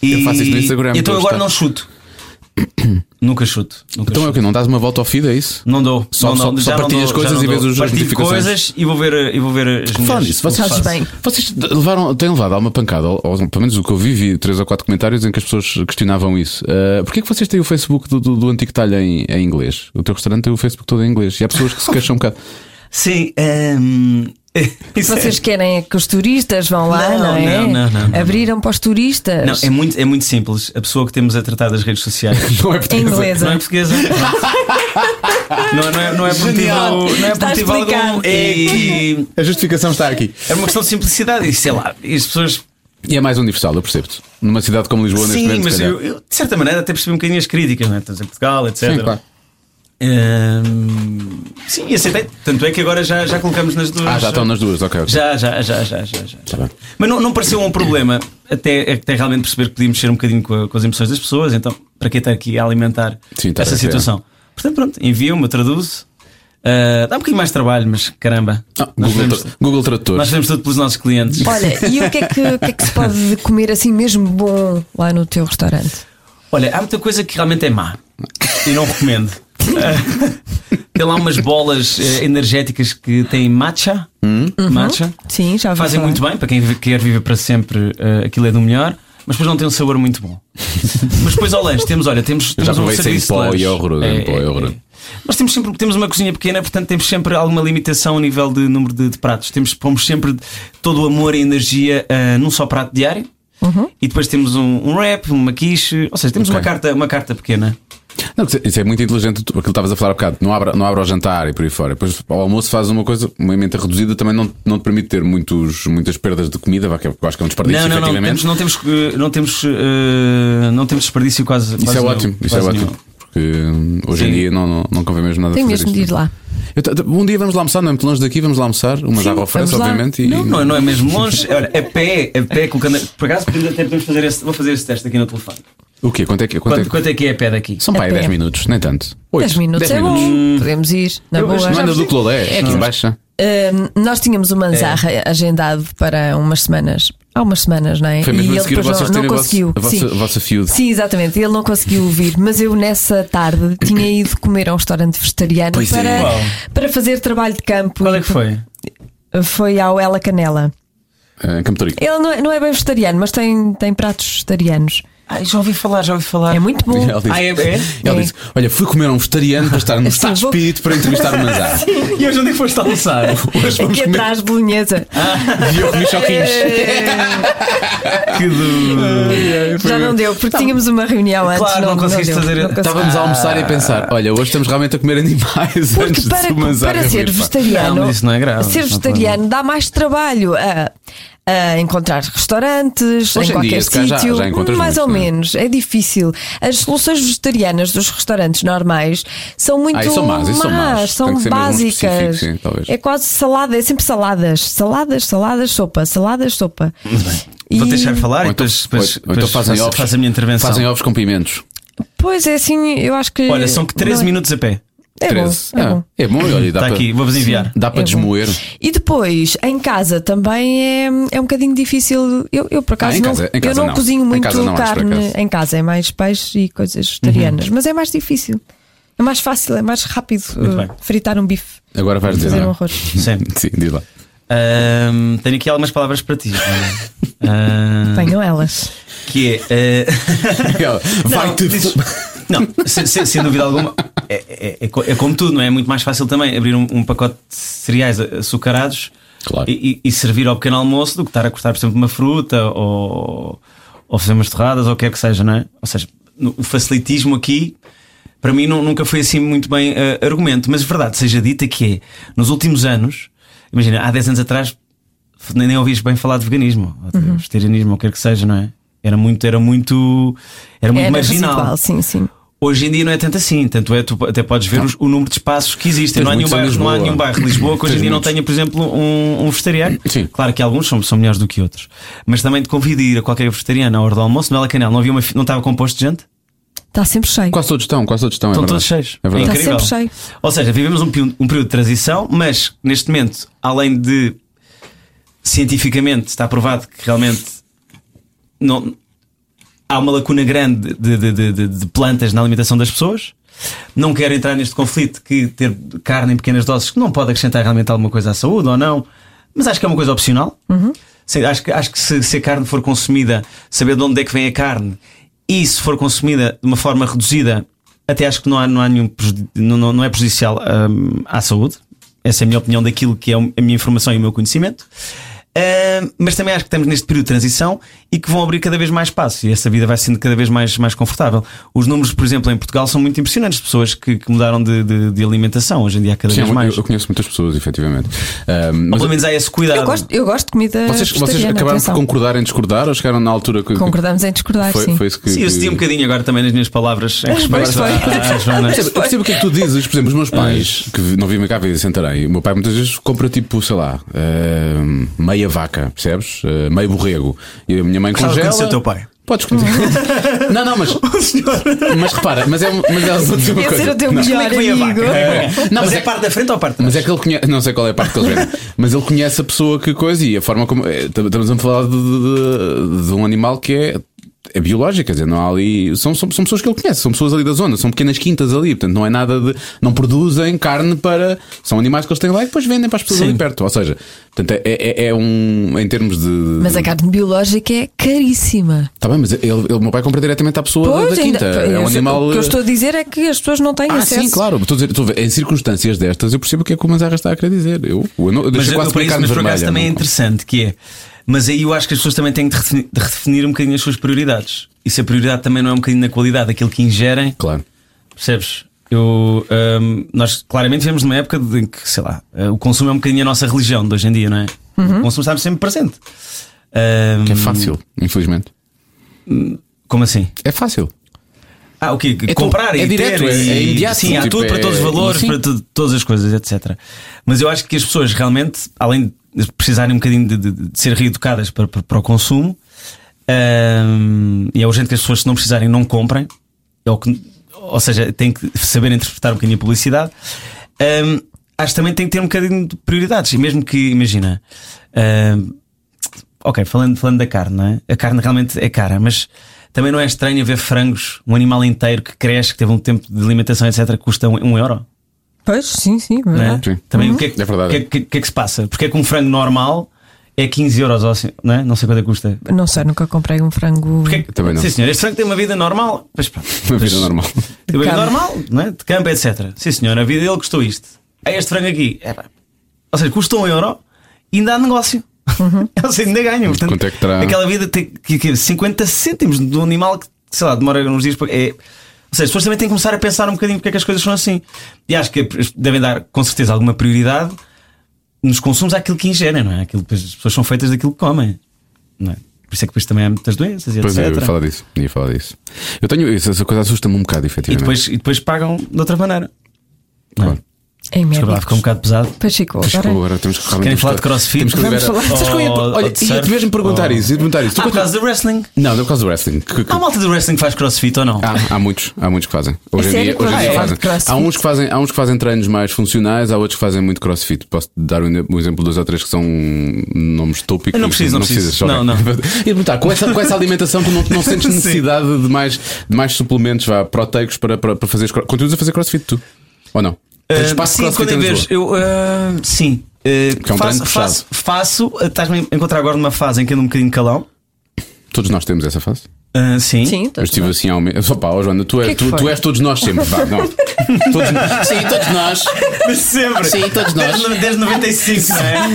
S4: E,
S3: Eu faço isso no Instagram,
S4: e
S3: estou
S4: Então
S3: a
S4: agora
S3: chutar.
S4: não chuto. nunca chuto. Nunca
S3: Então é
S4: chuto.
S3: o que? Não dás uma volta ao feed, é isso?
S4: Não dou.
S3: Só-
S4: não
S3: só-
S4: dou,
S3: só
S4: já não
S3: partilho
S4: dou,
S3: as
S4: já
S3: coisas
S4: não
S3: e vês
S4: dou.
S3: as
S4: Partilho
S3: notificações.
S4: coisas e vou ver, e vou ver as minhas.
S3: Falando nisso, vocês,
S2: Fazes bem.
S3: vocês levaram, têm levado a uma pancada, ou, ou pelo menos o que eu vi, vi três ou quatro comentários em que as pessoas questionavam isso. Uh, Porquê é que vocês têm o Facebook do, do, do antigo talho em, em inglês? O teu restaurante tem o Facebook todo em inglês. E há pessoas que se queixam um bocado.
S4: Sim, ehm, isso é-
S2: Vocês querem é que os turistas vão lá, não,
S4: Não,
S2: é?
S4: não, não, não, não.
S2: Abriram para os turistas.
S4: Não, é muito, é muito simples. A pessoa que temos a tratar das redes sociais
S3: Não é
S2: Em
S3: português.
S2: inglês.
S4: não é portuguesa. não, não é, não é por motivo,
S3: Genial.
S4: não é por
S2: Está
S4: motivo algum.
S2: explicado.
S4: E, e
S3: A justificação está aqui.
S4: é uma questão de simplicidade. E sei lá, e as pessoas.
S3: E é mais universal, eu percebo-te. Numa cidade como Lisboa, neste
S4: Sim,
S3: momento, se
S4: mas
S3: calhar.
S4: eu, eu, de certa maneira até percebi um bocadinho as críticas, não é? Estamos em Portugal, etc.
S3: Sim, claro.
S4: Ahm, sim, aceitei. Tanto é que agora já, já colocamos nas duas.
S3: Ah, já estão nas duas, ok. ok.
S4: Já, já, já, já, já. já.
S3: Tá bem.
S4: Mas não, não pareceu um problema até, até realmente perceber que podíamos ser um bocadinho com, a- com as emoções das pessoas, então para que estar aqui a alimentar
S3: Sim, tá
S4: essa
S3: a ser.
S4: situação? Portanto, pronto, envio-me, traduzo. Ah, dá um bocadinho mais de trabalho, mas caramba.
S3: Ah,
S4: nós,
S3: Google,
S4: fazemos,
S3: tra- Google Tradutor.
S4: nós fazemos tudo pelos nossos clientes.
S2: Olha, e o que, é que, o que é que se pode comer assim mesmo bom lá no teu restaurante?
S4: Olha, há muita coisa que realmente é má e não recomendo. Ah, Tem lá umas bolas eh, energéticas que têm matcha.
S3: Hum?
S4: Matcha.
S2: Sim, já ouvi
S4: Fazem
S2: falar.
S4: muito bem, para quem vive- quer viver para sempre, eh, aquilo é do melhor, mas depois não tem um sabor muito bom. mas depois ao lanche temos, olha, temos,
S3: Eu
S4: temos
S3: já
S4: um
S3: provei sem
S4: serviço de
S3: pó
S4: lanche.
S3: e é horroroso, em pó é horroroso.
S4: Nós temos sempre temos uma cozinha pequena, portanto temos sempre alguma limitação a nível de número de, de pratos. Temos, pomos sempre todo o amor e energia ah, num só prato diário. E depois temos um, um wrap, uma quiche, ou seja, temos uma,
S3: Ok.
S4: carta, uma carta pequena.
S3: Não, isso é- isso é muito inteligente, tu- aquilo que estavas a falar há bocado. Não abra, não abra ao jantar e por aí fora. Depois ao almoço fazes uma coisa, uma emenda reduzida, também não, não te permite ter muitos, muitas perdas de comida, vá, que eu acho que é um desperdício,
S4: não, não, não,
S3: efetivamente.
S4: temos, não temos, eh, não temos, eh, não temos desperdício quase.
S3: Isso
S4: quase
S3: é
S4: nenhum,
S3: ótimo, isso é
S4: quase
S3: ótimo.
S4: nenhum.
S3: Porque hum, hoje em
S4: Sim.
S3: dia não, não, não convém mesmo nada
S2: Tenho
S3: fazer
S2: mesmo de
S3: isto.
S2: ir lá.
S3: Eu ta- ta- um dia vamos lá almoçar, não é muito longe daqui, vamos lá almoçar, umas
S2: Sim,
S3: à
S2: vamos
S3: oferece,
S2: lá.
S3: obviamente. e-
S4: Não, não é, não é mesmo longe. Olha, a pé, a pé, colocando. Por acaso, podemos até podemos fazer esse, vou fazer esse teste aqui no telefone.
S3: O quê? Quanto é que quanto é?
S4: Quanto,
S3: que- um
S4: quanto é que é a pé daqui?
S3: São para aí
S2: É
S3: 10
S2: pé.
S3: minutos, nem tanto. 8,
S2: 10 minutos é bom, podemos ir, na
S4: Hum. Eu
S2: boa.
S4: gosto
S3: Não é
S4: Já
S3: na
S4: percebi.
S3: dupla Lé, é aqui em baixo.
S2: Ahm, nós tínhamos o Manzarra
S4: É.
S2: agendado para umas semanas. Há umas semanas, não é?
S3: Foi mesmo
S2: e
S3: a
S2: ele
S3: seguir
S2: depois
S3: vocês
S2: não, não
S3: terem a vossa-
S2: conseguiu.
S3: a vossa-
S2: Sim.
S3: a vossa feud.
S2: Sim, exatamente. Ele não conseguiu vir, mas eu nessa tarde tinha ido comer a um restaurante vegetariano
S3: Pois é.
S2: para,
S4: Uau.
S2: para fazer trabalho de campo.
S4: Qual é que foi?
S2: Foi ao Ela Canela.
S3: eh, Em Campo Torico.
S2: Ele não é, não é bem vegetariano, mas tem, tem pratos vegetarianos.
S4: Ah, já ouvi falar, já ouvi falar.
S2: É muito bom.
S3: Ela disse,
S4: Ah, é- é?
S3: ela
S2: É.
S3: disse: Olha, fui comer a um vegetariano para estar no
S2: Sim,
S3: estado de
S2: vou-
S3: espírito para entrevistar o Manzar.
S4: E hoje onde é que foste almoçar? Hoje
S2: Aqui
S4: comer-
S2: atrás, É, bolonhesa.
S4: Ah,
S3: E eu comi choquinhos.
S4: Que do...
S2: é, Já não deu, porque tínhamos uma reunião antes.
S4: Claro, não conseguiste
S2: deu,
S4: fazer-
S2: não consegui.
S3: Estávamos a almoçar e a pensar: Olha, hoje estamos realmente a comer animais antes
S2: Porque para,
S3: de o Manzar
S2: para ser
S3: reunir, pá."
S2: vegetariano,
S4: Não, mas isso não é grave,
S2: ser
S4: isso não é
S2: vegetariano dá mais trabalho a, a encontrar restaurantes,
S3: Hoje em
S2: em qualquer
S3: dia, se calhar, já-
S2: sítio,
S3: já encontras
S2: mais
S3: muito,
S2: ou
S3: não é?
S2: menos, é difícil. As soluções vegetarianas dos restaurantes normais são muito
S3: Ah, isso são más, isso são más. Tem
S2: são
S3: que ser mesmo específico,
S2: básicas.
S3: sim, talvez.
S2: é quase salada, é sempre saladas, saladas, saladas, sopa, saladas, sopa.
S4: Vou
S2: E-
S4: deixar falar
S3: Ou
S4: e
S3: então,
S4: depois,
S3: ou- ou
S4: depois,
S3: então
S4: depois
S3: fazem
S4: faço,
S3: ovos.
S4: faço a minha intervenção.
S3: Fazem ovos com pimentos.
S2: Pois é assim, eu acho que
S4: Olha, são que 13
S2: não é-
S4: minutos a pé.
S2: É bom,
S3: 13.
S2: é
S3: Ah,
S2: bom.
S3: é bom, e olha, e dá
S4: Está
S3: para-
S4: aqui, vou-vos enviar.
S3: Dá para
S2: É bom.
S3: desmoer.
S2: E depois, em casa também é, é um bocadinho difícil. Eu, eu por acaso,
S3: Ah, em
S2: não,
S3: casa- em
S2: eu
S3: casa
S2: não,
S3: não.
S2: cozinho
S3: Em
S2: muito
S3: casa não, acho, por
S2: carne.
S3: acaso. Uhum.
S2: Em casa é mais peixe e coisas vegetarianas, mas é mais difícil. É mais fácil, é mais rápido
S4: Muito
S2: uh,
S4: bem.
S2: fritar um bife,
S3: Agora vais dizer.
S2: fazer
S3: não
S2: um
S3: é?
S2: arroz.
S4: Sim.
S3: Sim, diz lá.
S4: Ahm, tenho aqui algumas palavras para ti. Ana.
S3: Hum.
S4: Ahm,
S2: Tenham elas.
S4: que é. ah, Não,
S3: Vai-te.
S4: isso- Não, sem, sem- sem dúvida alguma. É, é- é co- é como tudo, não é? É muito mais fácil também abrir um, um pacote de cereais a- açucarados
S3: Claro.
S4: e, e- e servir ao pequeno almoço do que estar a cortar, por exemplo, uma fruta ou, ou fazer umas torradas ou o que é que seja, não é? Ou seja, no- o facilitismo aqui. Para mim nu- nunca foi assim muito bem eh, argumento, mas a verdade seja dita que é, nos últimos anos, imagina, há 10 anos atrás f- nem, nem ouvias bem falar de veganismo, ou de
S2: Uhum.
S4: vegetarianismo, ou o que é que seja, não é? Era muito, era muito, era muito
S2: Era
S4: marginal.
S2: residual, sim, Tá. sim.
S4: Hoje em dia não é tanto assim, tanto é, tu até podes ver os- o número de espaços que existem.
S3: Tens
S4: Não há, nenhum
S3: muitos em
S4: bairro, não há
S3: Lisboa.
S4: nenhum bairro de Lisboa que hoje em
S3: Tens
S4: dia não
S3: muitos.
S4: tenha, por exemplo, um, um vegetariano.
S3: Sim.
S4: Claro que alguns são, são melhores do que outros. Mas também te convido a ir a qualquer vegetariano à hora do almoço, no Ela Canel, não, havia uma, fi- não estava composto de gente?
S2: Está sempre cheio.
S3: Quase todos estão, quase todos estão. é
S4: Estão
S3: verdade.
S4: todos cheios.
S3: É
S4: É
S2: Então
S3: verdade.
S4: incrível.
S2: Está sempre
S4: Ou seja, vivemos um, período- um período de transição, mas neste momento, além de cientificamente está provado que realmente não, há uma lacuna grande de, de- de- de- de plantas na alimentação das pessoas. Não quero entrar neste conflito que ter carne em pequenas doses que não pode acrescentar realmente alguma coisa à saúde ou não, mas acho que é uma coisa opcional. Sim, acho que, acho que se, se a carne for consumida, saber de onde é que vem a carne e se for consumida de uma forma reduzida, até acho que não, há, não, há nenhum, prejudi- não, não- não é prejudicial hum, à saúde. Essa é a minha opinião daquilo que é a minha informação e o meu conhecimento. Ahm, mas também acho que estamos neste período de transição e que vão abrir cada vez mais espaço e essa vida vai sendo cada vez mais, mais confortável. Os números, por exemplo, em Portugal são muito impressionantes de pessoas que, que mudaram de, de- de alimentação. Hoje em dia há cada
S3: Sim,
S4: vez
S3: eu,
S4: mais.
S3: eu conheço muitas pessoas, efetivamente. Ah,
S4: Ou
S3: mas
S4: pelo menos há esse cuidado.
S2: Eu gosto, eu gosto de comida.
S3: vocês, vocês
S2: vegetariana,
S3: acabaram
S2: atenção.
S3: por concordar em discordar ou chegaram na altura que. que-
S2: Concordamos em discordar,
S3: foi,
S2: sim.
S3: foi isso que.
S4: Sim, eu cedi um
S3: que-
S4: bocadinho agora também nas minhas palavras em respeito
S2: foi. um
S4: à, à Joana.
S3: Eu percebo o que é que tu dizes, por exemplo, os meus pais que vi- não vivem cá, vivem em Santarém. O meu pai muitas vezes compra tipo, sei lá, eh, meia vaca, percebes? Eh, meio borrego. E a minha mãe
S4: Gostava de
S3: congela.
S4: conhecer o teu pai.
S3: Podes conhecer. não, não, mas. mas repara, mas é, um- mas é uma
S2: Devia
S3: coisa.
S2: ser o teu
S3: Não.
S2: melhor
S4: Como é que vem a
S2: amigo.
S4: vaca?
S3: Não,
S4: mas,
S3: mas
S4: é,
S3: é-
S4: parte da frente ou parte de
S3: Mas é
S4: trás?
S3: que ele conhece, não sei qual é a parte que ele vende, mas ele conhece a pessoa que coisa e a forma como. eh, tam- Estamos a falar de, de- de- de um animal que é. É biológico, quer dizer, não há ali. São, são, são pessoas que ele conhece, são pessoas ali da zona, são pequenas quintas ali, portanto não é nada de. Não produzem carne para. São animais que eles têm lá e depois vendem para as pessoas
S4: Sim.
S3: ali perto. Ou seja, portanto, é, é, é um. Em termos de.
S2: Mas a carne biológica é caríssima.
S3: Tá bem, mas ele, ele, o meu pai compra diretamente à pessoa da- da, quinta. é um animal.
S2: O que eu estou a dizer é que as pessoas não têm
S3: Ah,
S2: acesso.
S3: sim, claro. Estou a dizer, estou a ver, em circunstâncias destas, eu percebo o que é que o Manzarra está a querer dizer. Eu, eu, não, eu
S4: Mas,
S3: deixei
S4: eu-
S3: quase
S4: por
S3: comer
S4: isso,
S3: carne
S4: mas por acaso
S3: vermelha,
S4: também é
S3: não-
S4: interessante que é. Mas aí eu acho que as pessoas também têm que redefinir, de redefinir um bocadinho as suas prioridades. E se a prioridade também não é um bocadinho na qualidade daquilo que ingerem,
S3: é? Claro.
S4: percebes? Eu, hum, nós claramente vivemos numa época de- em que, sei lá, eh, o consumo é um bocadinho a nossa religião de hoje em dia, não é? O consumo está sempre presente. Hum,
S3: Que é fácil, infelizmente.
S4: Como assim?
S3: É fácil.
S4: Ah, o quê?
S3: É tu-
S4: Comprar e
S3: é
S4: ter
S3: direto,
S4: e-
S3: é- é imediato,
S4: Sim, há
S3: tipo,
S4: tudo para
S3: é-
S4: todos os valores,
S3: sim.
S4: para tu- todas as coisas, etc. Mas eu acho que as pessoas realmente, além de precisarem um bocadinho de, de- de ser reeducadas para, para, para o consumo, hum, e é urgente que as pessoas, se não precisarem, não comprem, é o que- ou seja, têm que saber interpretar um bocadinho a publicidade. Hum, acho que também tem que ter um bocadinho de prioridades, e mesmo que, imagina. hum, Ok, falando, falando da carne, não é? A carne realmente é cara, mas também não é estranho ver frangos, um animal inteiro que cresce, que teve um tempo de alimentação, etc., que custa um, um euro.
S2: Pois, sim, sim,
S4: Não é?
S2: verdade.
S3: Sim.
S4: Também o que é, que,
S3: É verdade.
S4: o que é que- o que é que se passa? Porque é que um frango normal é 15 euros ou assim, não é? Não sei quanto é que custa.
S2: Não sei, nunca comprei um frango.
S4: Porque é que-
S3: Também não.
S4: Sim, senhor, este frango tem uma vida normal. Pois pronto.
S3: Uma
S4: Mas-
S3: vida normal.
S4: Tem uma vida
S2: campo.
S4: normal, não é? De campo, etc. Sim, senhor, a vida dele custou isto. É este frango aqui. É pá. Ou seja, custa um euro e ainda há negócio. Ou seja, ainda ganho. Portanto,
S3: quanto é que terá?
S4: Aquela vida tem que, que- 50 cêntimos de um animal que, sei lá, demora uns dias. Para, é, ou seja, as pessoas também têm que começar a pensar um bocadinho porque é que as coisas são assim. E acho que devem dar, com certeza, alguma prioridade nos consumos àquilo que ingerem, não é? Aquilo, que as pessoas são feitas daquilo que comem. Não é? Por isso é que depois também há muitas doenças e
S3: Pois é, eu
S4: etc.
S3: ia falar disso. Ia falar disso. Eu tenho. isso- Essa coisa assusta-me um bocado,
S4: e,
S3: efetivamente.
S4: depois, e depois pagam de outra maneira. não é?
S3: Claro.
S2: Em
S4: Desculpa, lá, ficou um
S2: médicos.
S4: bocado pesado.
S2: Pois ficou,
S3: Mas,
S2: agora-
S3: pô, agora temos que realmente.
S4: Querem
S3: temos
S4: falar
S3: que-
S4: de crossfit?
S3: Temos que
S2: Vamos
S3: liberar-
S2: falar.
S3: Sabes que eu ia-
S4: Ou-
S3: Olha,
S4: ou de
S3: ia-te
S4: surf?
S3: mesmo perguntar
S4: Ou-
S3: isso. Ia-te perguntar isso. Tu
S4: Ah, por
S3: quando-
S4: causa do wrestling.
S3: Não, não é por causa do wrestling. Que- que-
S2: Ah,
S4: Há malta do wrestling que faz crossfit ou não? Ah,
S3: Há, há muitos, há muitos que fazem. Hoje em
S2: sério?
S3: dia, hoje em
S2: Ah,
S3: dia
S2: é?
S3: fazem.
S2: Crossfit?
S3: Há uns que fazem, há uns que fazem treinos mais funcionais, há outros que fazem muito crossfit. Posso dar um, um exemplo de dois ou três que são nomes tópicos.
S4: Eu não preciso, não preciso.
S3: precisas, ok.
S4: Não, não.
S3: E perguntar, com essa, com essa alimentação tu não, não sentes
S4: Sim.
S3: necessidade de mais, de mais suplementos, vá, proteicos para, para, para fazeres cro- Continuas a fazer crossfit tu? Ou não?
S4: Ah,
S3: Tens espaço de
S4: sim,
S3: crossfit
S4: quando
S3: em
S4: em vez.
S3: Lisboa?
S4: Eu, ah, sim. Ah,
S3: é um
S4: faço,
S3: treino puxado.
S4: faço, faço, ah, Estás-me a encontrar agora numa fase em que ando um bocadinho calão.
S3: Todos nós temos essa fase.
S4: Ah, sim.
S2: Sim, tá
S3: Eu estive assim ao meio. Só pá, ó, Joana, tu és,
S2: Que que
S3: tu, tu
S2: foi?
S3: és todos nós sempre. Vá, não. Todos- sim, todos nós.
S4: Mas sempre.
S3: Sim, todos nós.
S4: Desde, desde 95, não é?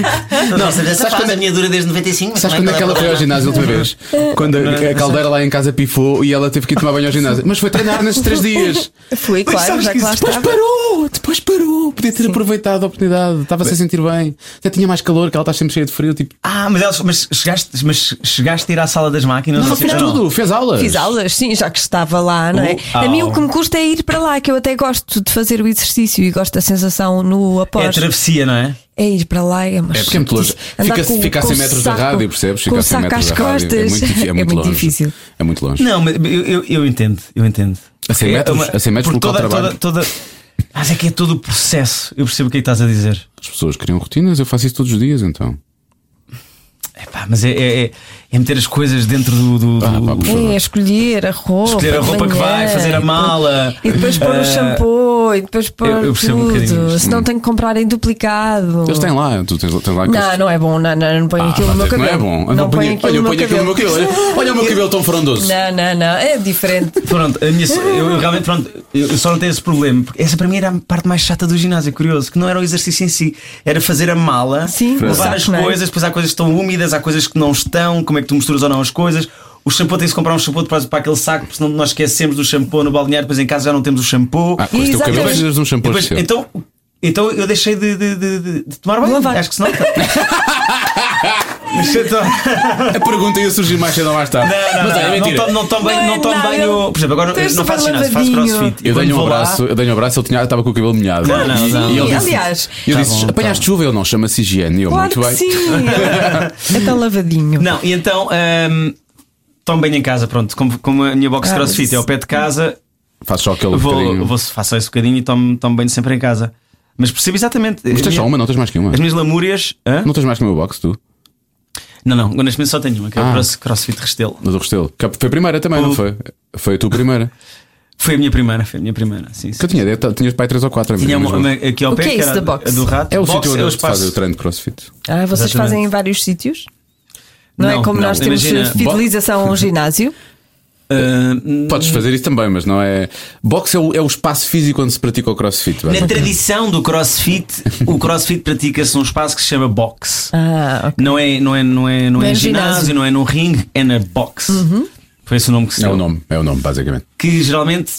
S5: Não, sabes
S3: sabes quando
S5: quando
S3: é-
S5: a minha dura desde 95? mas
S3: Sabes
S5: como é
S3: quando é que ela foi ao ginásio a última vez? Quando a, a caldeira lá em casa pifou e ela teve que ir tomar banho ao ginásio. Mas foi treinar nesses três dias.
S2: Fui,
S4: Mas
S2: claro,
S4: sabes
S2: já
S4: que
S2: que lá
S4: isso-
S3: Depois
S2: estava.
S3: parou, depois parou. Podia ter aproveitado a oportunidade. Estava-se a sentir bem. Até tinha mais calor, que ela está sempre cheia de frio. Tipo,
S4: Ah, mas, elas- mas, chegaste, mas chegaste a ir à sala das máquinas?
S3: não,
S4: sei
S3: fez
S4: se-
S3: tudo, fez aulas.
S2: Fiz aulas, sim, já que estava lá, não é?
S4: Uau.
S2: A mim o que me custa é ir para lá, que eu até gosto de fazer o exercício e gosto da sensação no
S4: É a
S2: após. É,
S4: travessia, não é?
S2: ir para lá, é uma
S3: É porque é muito longe.
S2: chatice. Andar
S3: Fica,
S2: com-
S3: fica a
S2: com
S3: 100
S2: o
S3: metros
S2: saco-
S3: da rádio, percebes?
S2: Com
S3: Fica
S2: o
S3: a 100
S2: saco
S3: metros
S2: às
S3: da rádio.
S2: costas.
S3: É muito, difi- é muito longe.
S2: difícil.
S3: É muito longe.
S4: Não, mas eu, eu, eu entendo, eu entendo.
S3: A 100 metros?
S4: É uma-
S3: A 100 metros
S4: por
S3: pelo
S4: toda,
S3: trabalho.
S4: toda, toda, Mas é que é todo o processo. Eu percebo o que é que estás a dizer.
S3: As pessoas criam rotinas, eu faço isso todos os dias então.
S4: Epá, mas é, é, é- é meter as coisas dentro do. do,
S3: Ah,
S4: do-
S3: pá, por favor.
S2: É, escolher a roupa.
S4: Escolher a roupa que vai,
S2: banheiro,
S4: fazer a mala.
S2: E depois pôr o
S4: Ah,
S2: shampoo, e depois pôr
S4: eu percebo um bocadinho
S2: tudo.
S4: isto.
S2: Se não tenho que comprar em duplicado.
S3: Eles têm lá, tu tens, tens lá aqueles-
S2: Oh. Não, não é bom, não, não, não ponho
S3: Ah,
S2: aquilo
S3: pá,
S2: no meu
S3: não
S2: cabelo.
S3: é bom. Eu
S2: Não ponho
S3: ponho-
S2: aquilo
S3: olha,
S2: no
S3: eu
S2: meu
S3: ponho aquilo no meu
S2: cabelo.
S3: cabelo. é Olha, olha o meu cabelo tão frondoso.
S2: Não, não, não, é diferente.
S4: Pronto, a minha, eu realmente pronto, eu só não tenho esse problema. Porque essa para mim era a parte mais chata do ginásio, curioso, que não era o exercício em si, era fazer a mala,
S2: Sim,
S4: levar
S2: França.
S4: as
S2: Não é?
S4: coisas, depois há coisas que estão úmidas, há coisas que não estão, como é que tu misturas ou não as coisas. O shampoo tem-se comprar um shampoo para, para aquele saco, porque senão nós esquecemos do shampoo no balneário, depois em casa já não temos o shampoo.
S3: Ah, com este teu
S2: Exatamente.
S3: cabelo precisas de um shampoo
S4: Depois-
S3: especial.
S4: então, então eu deixei de, de- de- de- de tomar banho.
S2: Lavar.
S4: Acho que senão. Deixei de tomar-
S3: A pergunta ia surgir mais cedo ou mais tarde.
S4: não,
S3: Mas
S4: não,
S3: é, é
S4: não,
S3: mentira.
S4: tomo- não tomo
S2: Não
S4: bem,
S2: é
S4: não tomo
S2: nada.
S4: bem o. Por exemplo, agora
S2: Tens
S4: eu não faço
S2: super
S4: ginásio, faço
S2: lavadinho.
S4: crossfit.
S3: Eu
S4: Quando
S3: dei-lhe um
S4: vou lá-
S3: abraço, eu dei um abraço, ele tinha, estava com o cabelo molhado.
S4: Claro que sim.
S3: E ele disse,
S2: Aliás,
S3: eu
S4: Tá
S3: disse
S4: bom,
S3: apanhaste chuva? Ele não, chama-se higiene. E Eu,
S2: claro
S3: muito
S2: que
S3: bem.
S2: sim. É tão lavadinho.
S4: Não, e então. hum, tomo bem em casa, pronto. Como, como a minha box
S2: Ah,
S4: crossfit
S2: mas-
S4: é ao pé de casa,
S3: Faz só aquele
S4: vou,
S3: Um bocadinho.
S4: vou, faço esse bocadinho e tomo, tomo bem sempre em casa. Mas percebo exatamente. eh,
S3: Mas tens
S4: A
S3: é só
S4: minha-
S3: uma, não tens mais que uma.
S4: As minhas lamúrias. hã?
S3: Não tens mais que uma box, tu?
S4: Não, não, neste momento só tenho uma, que é o
S3: Ah.
S4: cross- crossfit Restelo.
S3: No do Restelo. Que Foi a primeira também, não
S4: O-
S3: foi? Foi a tua primeira.
S4: Foi a minha primeira, foi a minha primeira. Sim, sim.
S3: Que eu tinha, ideia, tinhas pai 3 ou 4
S4: Tinha uma, uma aqui ao
S2: O
S4: pé,
S2: que é isso
S4: era
S2: da box?
S4: a do rato.
S3: É o
S4: box
S3: sítio onde
S4: é o
S3: eles fazem o
S4: espaço.
S3: treino de crossfit.
S2: Ah, vocês
S4: Exatamente.
S2: fazem em vários sítios? Não, é
S4: Não,
S2: como
S4: não,
S2: nós temos
S4: imagina,
S2: fidelização ao ginásio?
S4: Ah,
S3: Podes fazer isso também, mas não é. Box é o, é o espaço físico onde se pratica o crossfit. É
S4: Na
S3: basicamente.
S4: tradição do crossfit, o crossfit pratica-se num espaço que se chama box.
S2: Ah, ok.
S4: Não é, não é, não é, não é,
S2: é
S4: em
S2: ginásio.
S4: ginásio, não é num ringue, é na box. Foi esse o nome que se
S3: É
S4: deu.
S3: o nome, é o nome, basicamente.
S4: Que geralmente,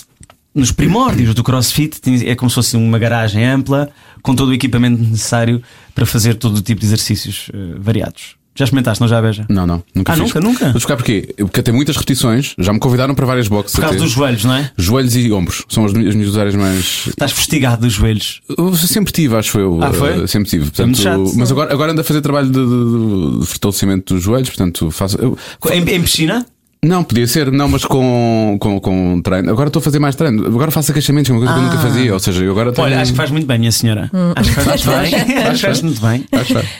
S4: nos primórdios do crossfit, tinha- é como se fosse uma garagem ampla, com todo o equipamento necessário para fazer todo o tipo de exercícios eh, variados. Já experimentaste, não já, Beja?
S3: Não, não, nunca
S4: Ah,
S3: fiz.
S4: nunca, nunca?
S3: Vou buscar porquê? Porque tem muitas repetições, já me convidaram para várias boxes.
S4: Por causa
S3: até.
S4: dos joelhos, não é?
S3: Joelhos e ombros são as, mi- as minhas áreas mais.
S4: Estás fustigado dos joelhos.
S3: Eu sempre tive, acho eu.
S4: Ah, foi?
S3: eh, Sempre tive.
S4: muito
S3: Portanto,
S4: chato.
S3: mas agora, agora ando a fazer trabalho de, de- de fortalecimento dos joelhos, portanto, faço. eu-
S4: Em, em piscina?
S3: não, podia ser, não, mas com, com, com treino. Agora estou a fazer mais treino. Agora faço aquecimentos, que é uma coisa que eu nunca fazia. Ou seja, eu agora tenho.
S4: Ah. Olha, acho que faz muito bem, minha senhora. Acho que Hum. faz muito bem. Acho que faz muito bem.
S3: Acho que faz.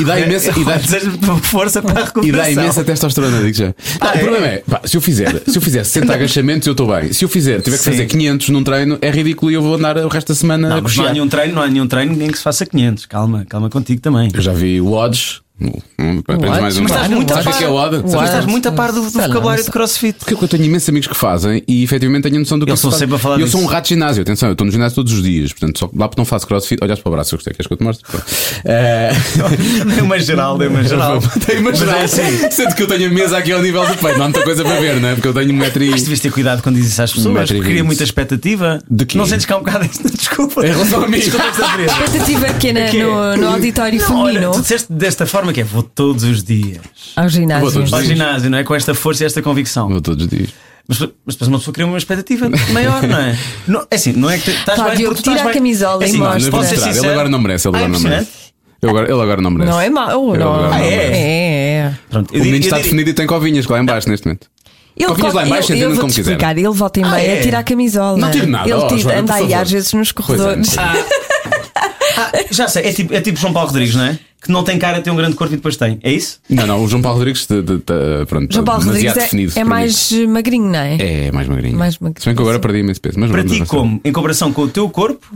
S3: E dá imensa. E dá,
S4: Desejo-me força para a recuperação.
S3: E dá imensa testosterona, digo já. Não, o problema é, pá, se eu fizer, se eu fizer 60 agachamentos, eu estou bem. Se eu fizer, tiver que
S4: Sim.
S3: fazer 500 num treino, é ridículo e eu vou andar o resto da semana
S4: Não,
S3: a
S4: mas não há
S3: coxar.
S4: nenhum treino, não há nenhum treino em que se faça 500. Calma, calma contigo também.
S3: Eu já vi o odds. Hum, Aprendes
S2: Odds?
S3: mais um.
S2: Mas
S4: estás muito a
S3: Sabes o que é que é o odd?
S2: par.
S3: Sabes o que
S4: Mas
S3: é que é
S4: estás
S3: o odd?
S4: muito a par do, do
S2: Sei lá,
S4: vocabulário
S2: não
S4: de crossfit.
S3: Porque eu tenho imensos amigos que fazem e efetivamente tenho noção do que
S4: Eu
S3: é que
S4: sou
S3: se faz.
S4: sempre a falar
S3: E Eu
S4: disso.
S3: sou um rato de ginásio, atenção, eu estou no ginásio todos os dias, portanto, só lá porque não faço crossfit, olhas para o braço, eu gostei, queres que eu te mostre? Pronto. Eh,
S4: Dei uma geral, dei uma geral.
S3: Tenho uma
S4: Mas
S3: geral.
S4: é assim.
S3: Sendo que eu tenho a mesa aqui ao nível do peito, não há muita coisa para ver, não é? Porque eu tenho um metro e.
S4: Mas devias ter cuidado quando dizes isso às
S3: Um
S4: pessoas,
S3: metro e
S4: porque cria
S3: vinte.
S4: muita expectativa.
S3: De quê?
S4: Não sentes que há um bocado esta desculpa.
S3: Em relação a mim.
S4: Desculpa esta frieza.
S2: Expectativa pequena
S4: Aqui é.
S2: no, no auditório
S4: Não,
S2: feminino
S4: Olha, tu disseste desta forma que é: vou todos os dias
S2: ao ginásio.
S3: Vou todos
S4: ao
S3: Sim.
S4: ginásio, não é? Com esta força e esta convicção.
S3: Vou todos os dias.
S4: Mas, mas depois uma pessoa cria uma expectativa maior, não é? Não, é assim, não é que te- estás
S2: Pá,
S4: bem
S2: Diogo,
S4: porque tu estás
S2: tira a
S4: bem.
S2: camisola
S4: é
S2: e
S4: assim,
S2: mostra.
S3: Não,
S4: posso
S3: Posso
S4: ser
S3: mostrar. Ele
S4: sincero?
S3: agora não merece, ele
S4: Ah,
S3: agora não
S4: impressionante.
S3: merece. Eu agora- Ele agora não merece.
S2: Não é mau,
S3: Ele
S2: não.
S3: agora não
S2: é,
S4: merece.
S2: é, é.
S4: Pronto,
S3: O
S4: eu
S3: menino está
S4: diria- eu diria-
S3: definido e tem covinhas lá em baixo neste momento.
S2: Ele
S3: Covinhas lá em baixo,
S2: eu, eu
S3: entendendo
S2: vou
S3: como
S2: te
S3: quiser.
S2: explicar, ele volta em meia
S4: Ah, é?
S2: a tirar a camisola.
S3: Não tiro nada,
S2: Ele
S4: Oh,
S3: ó,
S2: tira,
S3: Joana, por
S2: anda aí
S3: favor.
S2: às vezes nos
S3: Pois é,
S2: corredores.
S3: não
S4: Já sei, é tipo, é tipo João Paulo Rodrigues, não é? Que não tem cara, tem um grande corpo e depois tem. É isso?
S3: Não, não, o João Paulo Rodrigues de, de, de, pronto,
S2: João Paulo
S3: demasiado
S2: Rodrigues é,
S3: definido
S2: é
S3: para mim.
S2: mais eh, magrinho, não é?
S3: É, é mais magrinho.
S2: Mais magrinho,
S3: Se bem que agora
S2: sim.
S3: perdi imenso peso. Mas
S4: Para
S3: vamos
S4: ti,
S3: avançar.
S4: como? Em comparação com o teu corpo?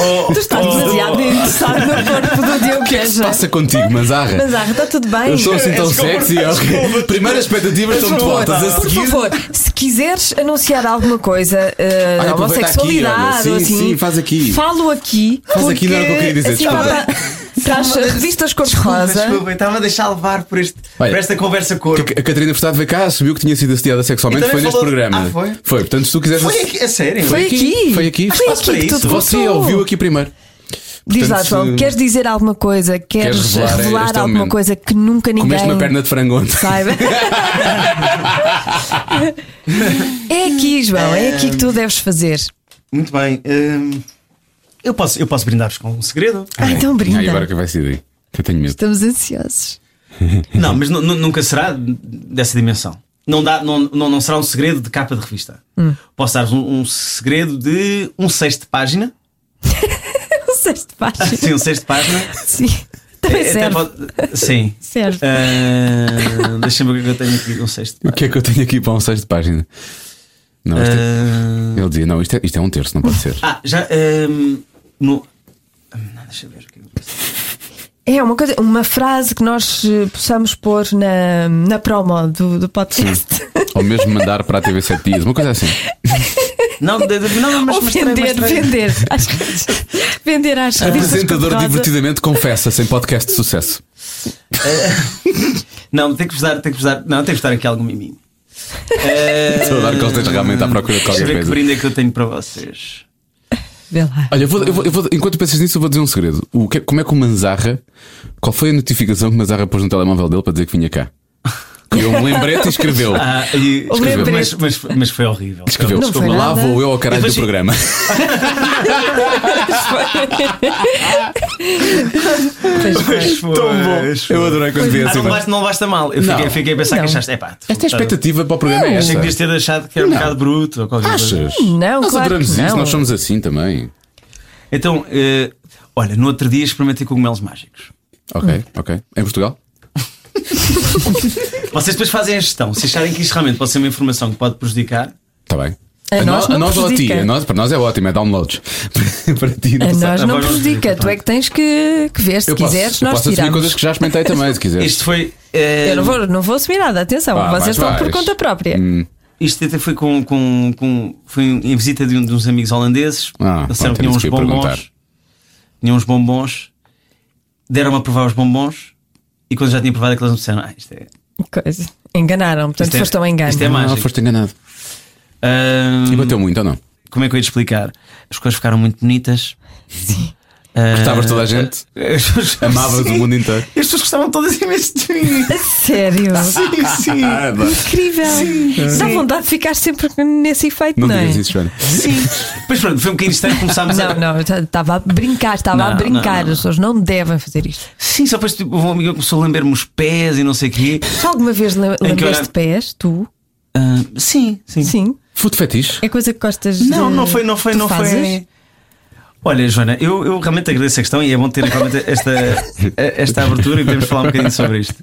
S4: ou,
S2: Tu estás
S4: ou-
S2: demasiado interessado no corpo do Diogo Beja.
S3: é Passa contigo, Manzarra.
S2: Mas ah, está tudo bem.
S3: Eu sou assim tão
S4: Desculpa,
S3: sexy. ok.
S4: desculpa.
S3: Primeiras expectativas
S2: Por
S3: estão muito
S2: favor,
S3: altas. A
S2: por
S3: seguir.
S2: favor, se quiseres anunciar alguma coisa, eh,
S3: Olha, Ah, aproveita
S2: homossexualidade,
S3: aqui, olha, sim,
S2: ou assim,
S3: sim, faz aqui.
S2: Falo aqui.
S3: Faz aqui, não era o que eu queria dizer,
S2: Assim,
S3: desculpa.
S2: pá, pá, traz revistas cor-de-rosa.
S4: Desculpa, eu estava a deixar levar por, este,
S3: Olha,
S4: por esta conversa corpo.
S3: A Catarina Furtado veio cá, assumiu que tinha sido assediada sexualmente.
S4: E
S3: Foi
S4: também
S3: neste
S4: falou-
S3: programa.
S4: Ah, foi?
S3: Portanto, se tu quiseres.
S4: Foi aqui, a sério?
S2: Foi aqui.
S3: Foi aqui.
S2: Ah, foi
S4: Espaço para
S2: aqui que
S4: isso.
S2: tudo
S3: Você
S2: começou.
S3: ouviu aqui primeiro.
S2: Diz lá,
S3: Portanto,
S2: João,
S3: se-
S2: queres dizer alguma coisa? Queres,
S3: revelar é
S2: revelar,
S3: este
S2: alguma
S3: momento?
S2: coisa que nunca ninguém
S3: Comeste uma perna de frango ontem.
S2: saiba? é aqui, João, é aqui que tu deves fazer.
S4: Muito bem. hum, eu posso, eu posso brindar-vos com um segredo?
S2: Ah, então brinda.
S3: Ai, Tá agora que vai ser daí. Que eu tenho medo.
S2: Estamos ansiosos.
S4: Não, mas nu- nu- nunca será dessa dimensão. Não, dá, não, não, não será um segredo de capa de revista. Posso dar-vos um, um segredo de um sexto de página.
S2: O sexto É, baixo.
S4: Sim, um sexto de página.
S2: Sim. Tá Também
S4: até
S2: serve.
S4: pode- Sim.
S2: Serve.
S4: Ah, Deixa-me ver o que é que eu tenho aqui. Um sexto.
S3: O que é que eu tenho aqui para um sexto de página? Não, isto é-
S4: Ah,
S3: Ele dizia: Não, isto é, isto é um terço, não pode ser.
S4: Ah, já. ehm, no... Ah, Deixa eu ver. o que é que eu pensei.
S2: É uma coisa, uma frase que nós eh, possamos pôr na, na promo do, do podcast.
S3: Ou mesmo mandar para a TV 7 dias, uma coisa assim.
S4: Não, de- de- não, mas
S2: Ou
S4: mas trem, mas
S2: vender,
S4: trem.
S2: vender. Às redes- vender às redes.
S3: Apresentador divertidamente confessa sem podcast de sucesso.
S4: Não, tem que vos dar, tem que vos dar. Não, tem que vos dar aqui algum miminho.
S3: Estou a dar que ele esteja realmente à procura de
S4: Deixa eu
S3: qualquer
S4: ver que
S3: coisa.
S4: brinde é que eu tenho para vocês.
S2: Vê lá.
S3: Olha, eu vou- eu vou- eu vou- enquanto pensas nisso, eu vou dizer um segredo. O que é- como é que o Manzarra. Qual foi a notificação que o Manzarra pôs no telemóvel dele para dizer que vinha cá? Criou um lembrete e escreveu.
S4: Ah, e-
S2: O
S4: escreveu,
S2: lembrete.
S4: mas, mas, mas foi horrível.
S3: Escreveu,
S2: Não foi
S3: lá
S2: nada.
S3: vou eu ao caralho do
S4: Imagina-
S3: programa.
S2: Pois bem.
S4: Mas foi- mas foi-
S3: Eu adorei quando vi
S4: Ah,
S3: assim.
S4: não, basta, não basta mal. Eu
S3: Não.
S4: fiquei, fiquei a pensar
S2: Não.
S4: que achaste. Epá, tu-
S3: Esta é a expectativa para o programa é
S4: Achei
S3: esta.
S4: que devias ter achado que era um bocado bruto ou qualquer coisa. assim."
S3: Achas?
S2: Não,
S3: Nós
S2: claro
S3: adoramos
S2: que
S3: isso,
S2: não.
S3: nós somos assim também.
S4: Então, eh, olha, no outro dia experimentei cogumelos mágicos. Hum.
S3: Ok, ok. Em Portugal?
S4: Vocês depois fazem a gestão. Se acharem que isto realmente pode ser uma informação que pode prejudicar,
S3: Está Tá bem.
S2: A nós
S3: no-
S2: não
S3: nós ou a ti?
S2: prejudica.
S3: A nós, para nós é ótimo, é downloads. para ti, não
S2: A
S3: sei.
S2: nós
S4: a
S2: não
S4: voz
S2: prejudica.
S4: não prejudica,
S2: Tu é que tens que, que ver. Se
S3: Eu posso,
S2: quiseres,
S3: eu
S2: nós
S3: posso assumir
S2: tiramos.
S3: coisas que já experimentei também, se quiseres.
S4: isto foi. eh,
S2: Eu não vou, não vou assumir nada, atenção.
S3: Pá,
S2: Vocês
S3: vais,
S2: estão por
S3: vais.
S2: conta própria.
S4: é Hum.
S3: Hum.
S4: Isto até foi com, com, com- foi em visita de, um, de uns amigos holandeses.
S3: Ah,
S4: Disseram
S3: pronto, era
S4: que tinham
S3: isso
S4: uns
S3: que eu ia perguntar.
S4: bombons. Tinham uns bombons. Deram-me a provar os bombons. E quando já tinha provado aqueles me disseram, ah, isto é.
S2: Coisa. Enganaram, portanto,
S4: Isto é-
S2: foste um engano.
S4: isto é
S3: Ah,
S4: mágico.
S3: foste enganado.
S4: Ahm,
S3: E
S4: Hum.
S3: bateu muito ou não?
S4: como é que eu ia te explicar? As coisas ficaram muito bonitas. Ah, Sim.
S3: Gostavas toda a gente? Amavas o mundo inteiro?
S4: As pessoas gostavam todas imenso de mim.
S2: A Sério?
S4: Sim, sim.
S3: Ah, bah.
S2: Incrível! Dá vontade de ficar sempre nesse efeito, não,
S3: não
S2: é?
S3: digas isso, Joana.
S4: Sim. Pois pronto, foi um bocadinho estranho. Começámos a.
S2: Não, não, estava a brincar, estava
S4: Não,
S2: a
S4: não,
S2: brincar.
S4: não.
S2: As pessoas não devem fazer isto.
S4: Sim, só depois tipo, um amigo começou a lamber-me os pés e não sei o quê.
S2: Já alguma vez lem-
S4: Em que
S2: lambeste
S4: horário?
S2: pés? Tu?
S4: Ah, sim, sim.
S2: Sim.
S3: Food fetiche?
S2: É coisa que gostas
S4: Não,
S2: de-
S4: não foi, não foi,
S2: tu
S4: não
S2: fazes?
S4: foi. Olha, Joana, eu, eu realmente agradeço a questão e é bom ter realmente esta, esta abertura e podemos falar um bocadinho sobre isto.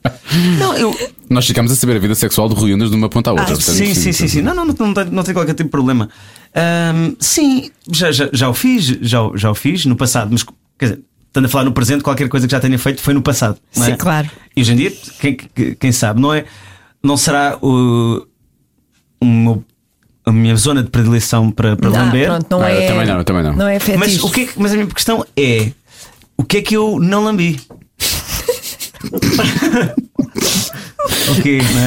S4: Não, eu.
S3: Nós ficámos a saber a vida sexual de Rui Unas de uma ponta à
S2: Ah,
S3: outra. portanto,
S4: Ah, sim, sim, sim, sim. Não, não, não, não, tem- não tem qualquer tipo de problema. Ahm, sim, já, já, já o fiz, já, o- já o fiz no passado, mas quer dizer, estando a falar no presente, qualquer coisa que já tenha feito foi no passado. Não é?
S2: Sim, claro.
S4: E hoje em dia, quem, que- quem sabe, não é? Não será o, o meu- a minha zona de predileção para, para
S2: Ah,
S4: lamber.
S2: pronto, não
S3: Ah, eu
S2: é.
S3: também não, eu também não.
S2: Não é fetiche.
S4: Mas, o que é que- mas a minha questão é: o que é que eu não lambi? o quê, não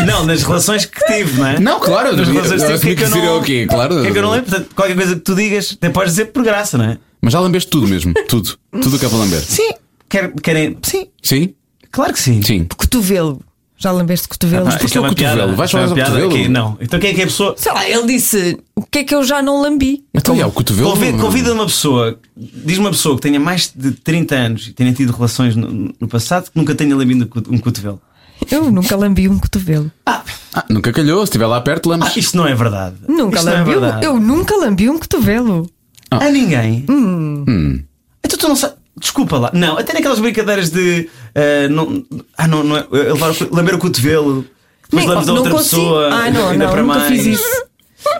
S4: é? Não, nas relações que tive, não é?
S3: Não, claro,
S4: nas
S3: eu-
S4: relações
S3: eu
S4: que tive,
S3: assumi
S4: o que é que
S3: que
S4: eu
S3: dizer
S4: não.
S3: é o quê? Claro.
S4: o que é que eu não lembro? Portanto, qualquer coisa que tu digas, até podes dizer por graça, não é?
S3: Mas já lambeste tudo mesmo. Tudo. Tudo o que é para lamber.
S4: Sim. Quer, querem. Sim,
S3: Sim?
S4: claro que sim.
S3: Sim.
S2: Cotovelo. Já lambeste cotovelo?
S4: Ah, isto
S3: o cotovelo?
S4: piada.
S3: Vais
S4: Isto é
S3: falar
S4: uma
S3: do
S4: piada
S3: cotovelo?
S4: aqui, Não. Então quem é que é a pessoa.
S2: Sei lá, ele disse: O que é que eu já não lambi?
S3: Então, é, o cotovelo.
S4: Convi- Convida, uma pessoa, diz uma pessoa que tenha mais de 30 anos e tenha tido relações no, no passado que nunca tenha lambido co- um cotovelo.
S2: Eu nunca lambi um cotovelo.
S3: Ah, nunca calhou, se estiver lá perto,
S4: Ah,
S3: lambes.
S4: isto não é verdade.
S2: Nunca
S4: isto não é
S2: lambi. um-
S4: verdade.
S2: eu nunca lambi um cotovelo.
S4: A ninguém.
S2: Hum.
S3: Hum.
S4: Então tu não sabes. Desculpa lá. Não, até naquelas brincadeiras de. ah, não, ah, não, não é. eh, levar o co- lamber o cotovelo. Depois
S2: Nem-
S4: lambes a
S2: oh, não
S4: outra
S2: consigo.
S4: pessoa.
S2: Ah, não,
S4: ainda
S2: não,
S4: para
S2: nunca
S4: mais.
S2: fiz isso.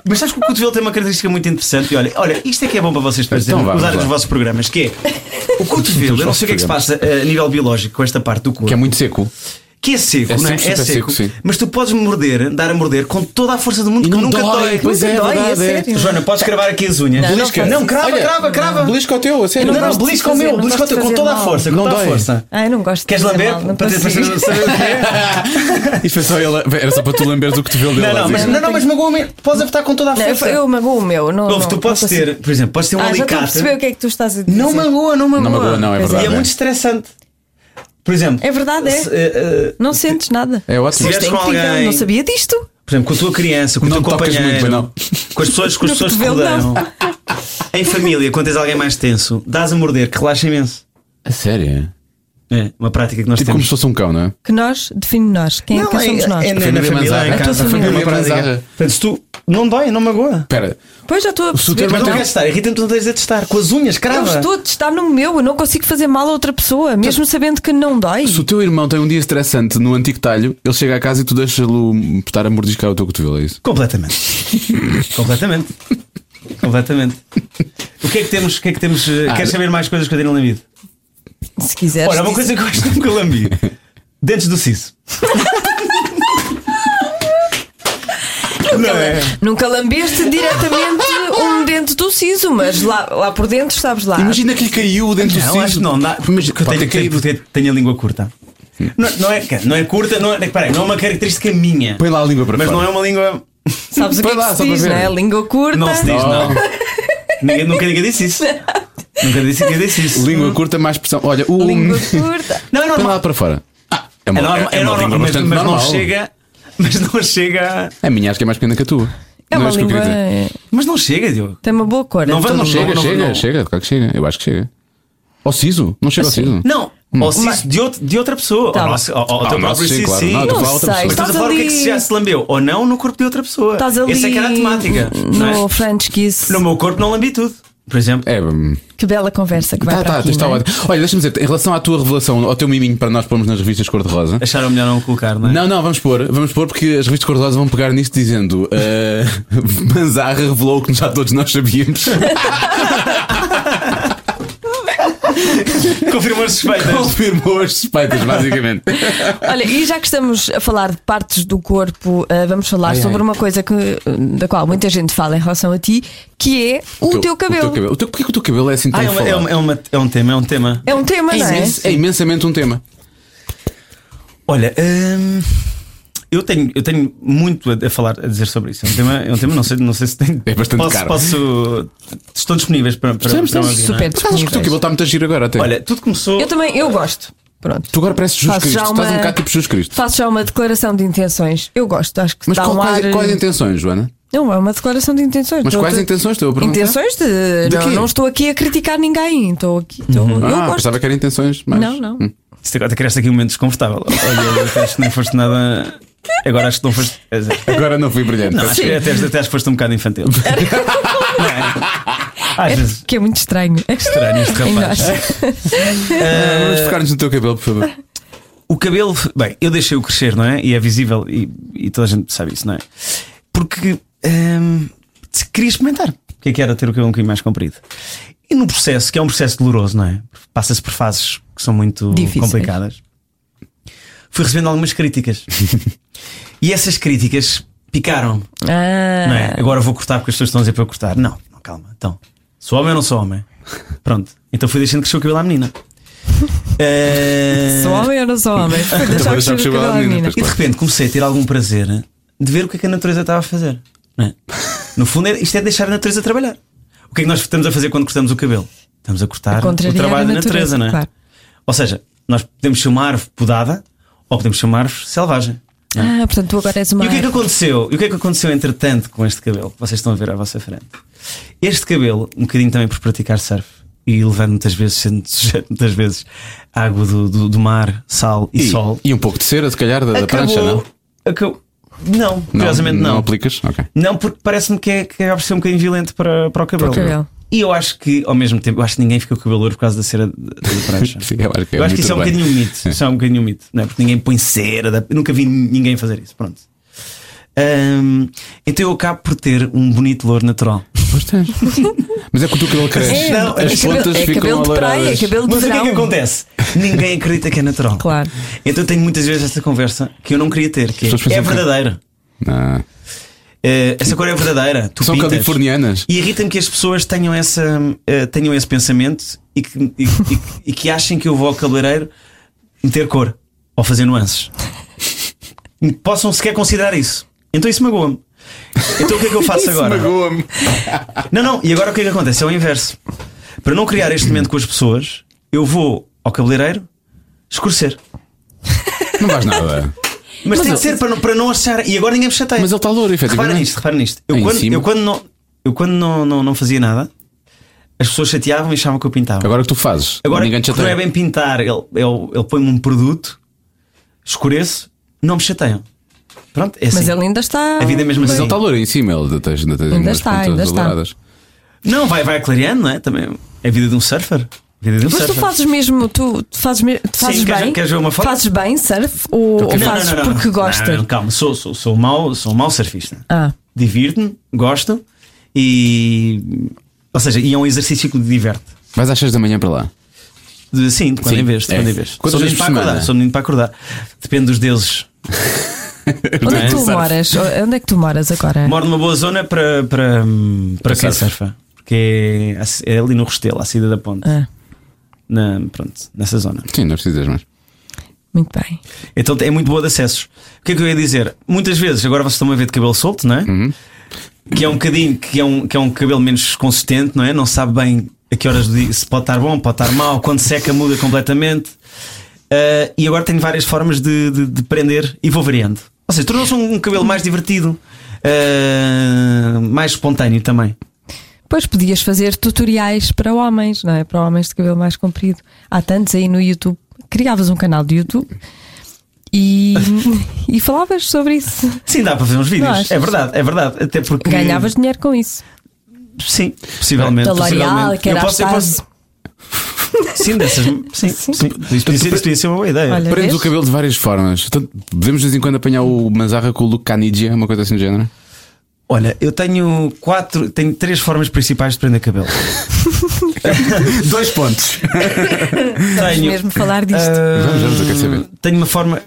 S4: Mas sabes que o cotovelo tem uma característica muito interessante. E olha, olha isto é que é bom para vocês depois
S3: Então
S4: dizerem,
S3: vá,
S4: usarem
S3: vá.
S4: os vossos programas. Que é o cotovelo. Eu não sei o que é que se passa eh, a nível biológico com esta parte do corpo.
S3: Que é muito seco.
S4: Que é seco,
S3: É
S4: não é?
S3: seco,
S4: é
S3: super
S4: seco.
S3: seco, sim.
S4: mas tu podes morder, dar a morder com toda a força do mundo
S3: E
S4: que
S3: não
S4: nunca
S3: dói,
S4: dói.
S3: pois é,
S2: Nunca dói,
S3: verdade,
S2: é
S3: é.
S2: sério.
S4: Joana, podes cravar aqui as unhas.
S2: Não,
S4: Belisca.
S2: não faço.
S4: não, crava,
S3: Olha,
S4: crava, crava.
S3: Belisca o teu, a sério.
S4: Não,
S2: não
S4: não,
S2: gosto de
S4: belisca o
S2: fazer,
S4: meu,
S2: não
S4: belisca o
S2: gosto
S4: teu,
S2: de
S4: com
S2: fazer
S4: toda a
S2: mal.
S4: força, com
S3: Não
S4: toda a
S3: dói.
S4: força.
S2: Ai, Ah, não gosto. de
S4: Queres
S2: fazer
S4: lamber?
S2: mal, não
S4: Para ter- para
S2: consigo.
S4: saber o que é?
S3: Isto foi só ele. Era só para tu lamberes o cotovelo dele.
S4: Não, não, mas,
S3: basicamente.
S4: não, não, mas magoa mesmo. Podes apertar com toda a
S2: Não, eu,
S4: força.
S2: eu magoo o meu. Não,
S4: Ouve,
S2: não,
S4: tu
S2: não
S4: podes
S2: consigo.
S4: ter, por exemplo, podes ter um
S2: Ah, já estou a
S4: alicate.
S2: perceber o que é que tu estás a dizer.
S4: Não magoa, não
S3: Não
S4: magoa.
S3: magoa, não, é
S2: Pois é.
S3: verdade.
S4: E é
S3: é.
S4: muito estressante. Por exemplo,
S2: É verdade, é.
S4: se, eh, eh,
S2: Não sentes nada.
S3: É ótimo.
S4: Se
S2: Isto é
S4: vieres com
S2: incrível,
S4: alguém-
S2: Não sabia disto.
S4: por exemplo, com a tua criança, com o
S3: Não
S4: teu
S3: tocas
S4: companheiro,
S3: muito, não.
S4: com as pessoas, com as
S2: No
S4: pessoas que te
S2: cotovelo,
S4: rodeiam.
S2: não.
S4: Em família, quando tens alguém mais tenso, dás a morder, que relaxa imenso.
S3: A sério?
S4: É, uma prática que nós
S3: Tipo como
S4: temos.
S3: se fosse um cão, não é?
S2: Que nós define nós. Quem é
S4: Não,
S2: que somos nós?
S4: é na- na
S3: Família
S4: família,
S3: Manzarra.
S4: em
S2: A tua
S4: casa, a
S2: família.
S4: família
S3: Manzarra.
S4: Manzarra. Portanto, se tu não dói, não magoa.
S3: Espera,
S2: Pois já estou a
S3: Se o teu
S2: perceber.
S4: Mas tu
S3: Então-
S2: não.
S4: queres estar irritante, tu não tens de estar com as unhas,
S2: Eu
S4: crava.
S2: estou a testar no meu, eu não consigo fazer mal a outra pessoa, mesmo sabendo que não dói.
S3: se o teu irmão tem um dia estressante no antigo talho, ele chega a casa e tu deixas-lo estar a mordiscar o teu cotovelo, é isso?
S4: Completamente. Completamente. Completamente. O que é que temos? O que é que temos? eh,
S3: Ah,
S4: Queres
S3: de-
S4: saber mais coisas que eu tenho lambido?
S2: Se quiseres.
S4: Olha, uma coisa que eu acho que nunca lambi. Dentes do siso. Não é?
S2: Nunca lambeste diretamente um dente do siso, mas lá, lá por dentro sabes lá.
S3: Imagina que lhe caiu dentro do
S4: Ah, Não,
S3: siso.
S4: acho que não dá.
S3: Mas
S4: que eu
S3: pode
S4: tenho,
S3: ter caído.
S4: tenho, tenho, tenho a língua curta. Não, não é, não é curta, não é, peraí, não é uma característica minha.
S3: Põe lá a língua para
S4: mas
S3: fora.
S4: não é uma língua.
S2: Sabes o que,
S3: Põe
S2: é que
S3: lá,
S2: se
S3: só para
S2: diz,
S3: ver.
S2: não é? Língua curta.
S4: Não se diz, não. Ninguém, nunca ninguém disse isso. Nunca disse, ninguém disse isso.
S3: Língua curta, mais pressão. Olha, o.
S2: Língua
S3: Hum.
S2: curta.
S4: Não, é
S3: Põe
S4: normal.
S3: lá para fora. Ah, é uma,
S4: É normal,
S3: é
S4: é
S3: uma
S4: normal,
S3: língua
S4: mas,
S3: bastante
S4: mas
S3: normal.
S4: não chega. Mas não chega.
S3: A minha acho que é mais pequena que a tua.
S2: É
S3: Não
S2: uma
S3: isso que eu
S2: língua. eh,
S3: queria dizer.
S4: Mas não chega, Diogo.
S2: Tem uma boa cor.
S4: Não
S2: é
S4: vai-
S2: todo
S4: não
S2: bom.
S3: Chega,
S4: não,
S3: chega,
S4: não.
S3: chega. Claro que chega. Eu acho que chega. Assim. Ao siso? Não chega ao siso?
S4: Não, ou se isso de, outro- de outra pessoa.
S2: Tá
S4: ou
S2: bem.
S4: nosso, ou, ou
S3: Ah,
S4: teu
S3: o nosso
S4: próprio
S3: sim,
S4: sim,
S3: claro.
S4: sim.
S3: Não, estou a
S2: Não
S3: falar
S2: sei.
S3: outra pessoa.
S4: Mas estás a
S2: Estás
S4: falar o que é que
S2: ali-
S4: se já se lambeu ou não no corpo de outra pessoa.
S2: Estás ali.
S4: Essa é que era a temática. não é?
S2: No French Kiss.
S4: No meu corpo não lambi tudo, por exemplo.
S3: É. hum,
S2: Que bela conversa que vai
S3: Tá,
S2: para
S3: tá,
S2: aqui,
S3: está
S2: não é?
S3: ótimo. Olha, deixa-me dizer, em relação à tua revelação, ao teu miminho para nós pormos nas revistas cor-de-rosa.
S4: Acharam melhor não colocar, não é?
S3: Não, não, vamos pôr, vamos pôr porque as revistas cor-de-rosa vão pegar nisto dizendo eh, Manzarra revelou o que já todos nós sabíamos.
S4: Confirmou as suspeitas.
S3: Confirmou as suspeitas, basicamente.
S2: Olha, e já que estamos a falar de partes do corpo, eh, vamos falar
S3: Ai,
S2: sobre
S3: ai.
S2: uma coisa que, eh, da qual muita gente fala em relação a ti, que é o, teu, cabelo.
S3: O teu cabelo. O teu- porquê que o teu cabelo é assim tão
S4: Ah, é, uma-
S3: falado?
S4: é uma- é uma- é um tema, é um tema.
S2: É um tema,
S3: É
S2: não é?
S3: imenso- é imensamente um tema.
S4: Olha, hum, eu, tenho, eu tenho muito a, a falar, a dizer sobre isso. É um tema, é um tema não, sei, não sei se tem.
S3: É bastante
S4: posso,
S3: caro.
S4: posso- Estão disponíveis para, para,
S3: Estamos,
S4: para
S3: estamos
S4: ouvir, não é?
S2: Super
S3: Por acaso acho que o teu
S2: disponíveis.
S3: cabelo está muito giro agora até.
S4: Olha, tudo começou.
S2: Eu também, eu gosto. Pronto.
S3: tu agora pareces Jesus
S2: Faço
S3: Cristo.
S2: já uma-
S3: Estás um bocado tipo Jesus Cristo.
S2: Faço já uma declaração de intenções. Eu gosto, acho que
S3: Mas
S2: dá
S3: qual-
S2: um
S3: quais,
S2: ar.
S3: quais intenções, Joana?
S2: Não, é uma declaração de intenções.
S3: Mas
S2: Estou-
S3: quais
S2: estou-
S3: intenções estou a perguntar?
S2: Intenções de.
S3: De
S2: não,
S3: quê?
S2: não estou aqui a criticar ninguém. Estou aqui. estou- eu
S3: ah,
S2: gosto.
S3: pensava que eram intenções. Mas... Hum.
S2: Não, não.
S4: Isto agora criaste aqui um momento desconfortável. Olha, eu acho que nem foste nada. Agora acho que não foste. quer dizer,
S3: Agora não fui brilhante.
S4: Não, acho que
S2: Sim.
S4: até, até acho que foste um bocado infantil. Não é? Às vezes.
S2: Que é muito estranho. É
S4: Estranho este
S2: Em
S4: rapaz.
S2: nós.
S3: Ah, Vamos focar-nos no teu cabelo, por favor.
S4: O cabelo. Bem, eu deixei-o crescer, não é? E é visível e, e toda a gente sabe isso, não é? Porque. hum, se queria experimentar. O que é que era ter o cabelo um bocadinho mais comprido? E no processo, que é um processo doloroso, não é? Passa-se por fases que são muito
S2: Difíceis.
S4: complicadas. Fui recebendo algumas críticas. e essas críticas picaram-me.
S2: Ah,
S4: Não é? Agora vou cortar porque as pessoas estão a dizer para eu cortar. Não, não, calma. Então, sou homem ou não sou homem? Pronto. Então fui deixando crescer o cabelo à menina. Eh,
S2: Sou homem ou não sou homem? Foi
S3: Então
S2: deixar
S3: vou deixar
S2: crescer o
S3: crescer a
S2: cabelo à
S3: menina,
S2: menina.
S4: E de repente comecei a ter algum prazer de ver o que é que a natureza estava a fazer. não é? No fundo, é- isto é deixar a natureza trabalhar. O que é que nós estamos a fazer quando cortamos o cabelo? Estamos a cortar o
S2: contrariar
S4: Ah, trabalho
S2: a
S4: da
S2: natureza,
S4: natureza, não é?
S2: claro.
S4: Ou seja, nós podemos ser uma árvore podada ou podemos ser uma árvore selvagem. não é?
S2: Ah, portanto, tu agora és uma.
S4: E o que é que aconteceu? E o que é que aconteceu entretanto com este cabelo que vocês estão a ver à vossa frente? Este cabelo, um bocadinho também por praticar surf e levando muitas vezes, sendo sujeito muitas vezes à água do, do, do mar, sal e,
S3: E,
S4: sol.
S3: e um pouco de cera, se calhar, da, da prancha, não?
S4: acabou- Não, curiosamente
S3: não.
S4: não.
S3: aplicas? Ok.
S4: Não, porque parece-me que, é, que acaba por ser um bocadinho violento para, para o cabelo.
S2: Para o cabelo.
S4: E eu acho que, ao mesmo tempo, eu acho que ninguém fica com o cabelo louro por causa da cera de- da prancha.
S3: Sim, eu acho que é
S4: eu acho
S3: muito
S4: que isso é um
S3: bem.
S4: bocadinho um mito. Isso é um bocadinho um mito, não é? Porque ninguém põe cera. da- eu Nunca vi ninguém fazer isso. Pronto. Ahm, então eu acabo por ter um bonito louro natural.
S3: Pois tens. Mas é que o teu cabelo cresce.
S2: É,
S4: Não,
S3: As
S4: é
S2: cabelo-
S3: pontas
S2: é
S3: ficam
S2: cabelo de praia,
S3: alouradas.
S2: é cabelo de
S4: Mas o que é que
S2: verão.
S4: acontece? Ninguém acredita que é natural.
S2: Claro.
S4: Então eu tenho muitas vezes esta conversa que eu não queria ter, que é,
S3: pessoas pensam
S4: é
S3: que-
S4: verdadeira.
S3: Ah,
S4: Eh, essa cor é verdadeira. Tu
S3: São
S4: pintas.
S3: californianas.
S4: E irrita-me que as pessoas tenham, essa, eh, tenham esse pensamento e que, e, e- e que achem que eu vou ao cabeleireiro meter cor ou fazer nuances. Possam sequer considerar isso. Então isso magoa-me. Então o que é que eu faço agora?
S3: Magoa-me.
S4: Não, não, e agora o que é que acontece? É o inverso. Para não criar este momento com as pessoas, eu vou ao cabeleireiro escurecer.
S3: Não vais nada.
S4: Mas, tem
S2: eu-
S4: de ser para não, para não achar. E agora ninguém me chateia.
S3: Mas ele está louro,
S4: Repara
S3: efetivamente.
S4: nisto, repara nisto. Eu
S3: Em
S4: quando,
S3: cima.
S4: eu quando não, eu quando não, não, não fazia nada, As pessoas chateavam e achavam que eu pintava.
S3: Agora que tu fazes.
S4: Agora,
S3: ninguém te
S4: que não é
S3: chateia.
S4: bem pintar, ele, ele, ele põe-me um produto, escureço, não me chateiam. Pronto, é assim.
S2: Mas ele ainda está.
S4: A vida é mesmo
S3: Mas
S4: assim.
S3: ele está louro em cima, ele ainda tens, ainda tens umas
S2: está,
S3: pontas
S2: ainda está.
S3: douradas.
S4: Não, vai, vai clareando, não é? Também é a vida de um surfer. A vida de um
S2: Mas tu
S4: surfer.
S2: fazes mesmo, tu, tu fazes, me- tu fazes
S4: queres-
S2: bem.
S4: queres ver uma foto?
S2: Fazes bem surf ou, ou
S4: Não, não,
S2: fazes
S4: não, não, não.
S2: porque gostas?
S4: Não, não, calma, sou, sou, sou, um mau, sou um mau surfista.
S2: Ah.
S4: Divirto-me, gosto e. Ou seja, e é um exercício que me diverte.
S3: Vais às 6 da manhã para lá.
S4: De- Sim, de quando
S3: Sim,
S4: em vez. De
S3: é.
S4: quando em vez.
S3: Quantas
S4: Sou
S3: vezes
S4: menino para
S3: por semana?
S4: acordar. Sou menino para acordar. Depende dos deuses.
S2: Onde é que tu
S4: Surf.
S2: moras? Onde é que tu moras agora?
S4: Moro numa boa zona para, para, hum, para, quem
S3: surf.
S4: surfa. Porque é, é ali no Restelo, à saída da ponte.
S2: Ah,
S4: Na, pronto, nessa zona.
S3: Sim, não precisas mais.
S2: muito bem.
S4: Então é muito boa de acessos. O que é que eu ia dizer? Muitas vezes, agora vocês estão a ver de cabelo solto, não é? Que é um bocadinho, que é um, que é um cabelo menos consistente, não é? Não sabe bem a que horas do dia, se pode estar bom, pode estar mau, quando seca muda completamente. Ah, e agora tenho várias formas de, de- de prender e vou variando. Ou seja, tornou-se um, um cabelo mais divertido, ah, mais espontâneo também.
S2: Pois podias fazer tutoriais para homens, não é? Para homens de cabelo mais comprido. Há tantos aí no YouTube. Criavas um canal de YouTube e, e falavas sobre isso.
S4: Sim, dá para fazer uns
S2: Não
S4: vídeos.
S2: achas?
S4: É verdade, é verdade. Até porque.
S2: Ganhavas dinheiro com isso.
S4: Sim, possivelmente.
S2: Da L'Oreal,
S4: possivelmente.
S2: que era
S4: Eu posso- eu posso- Sim, dessas. Sim, sim. Isso podia ser- isso podia ser uma boa ideia.
S2: Olha,
S3: Prendes
S2: vês?
S3: o cabelo de várias formas. Tanto- podemos de vez em quando apanhar o Manzarra com o Luke Canidia, uma coisa assim do género.
S4: Olha, eu tenho quatro, tenho três formas principais de prender cabelo.
S3: Dois pontos.
S2: Vamos
S4: tenho,
S2: mesmo falar disto.
S4: ah,
S3: Vamos, vamos, eu quero saber.
S4: tenho uma forma.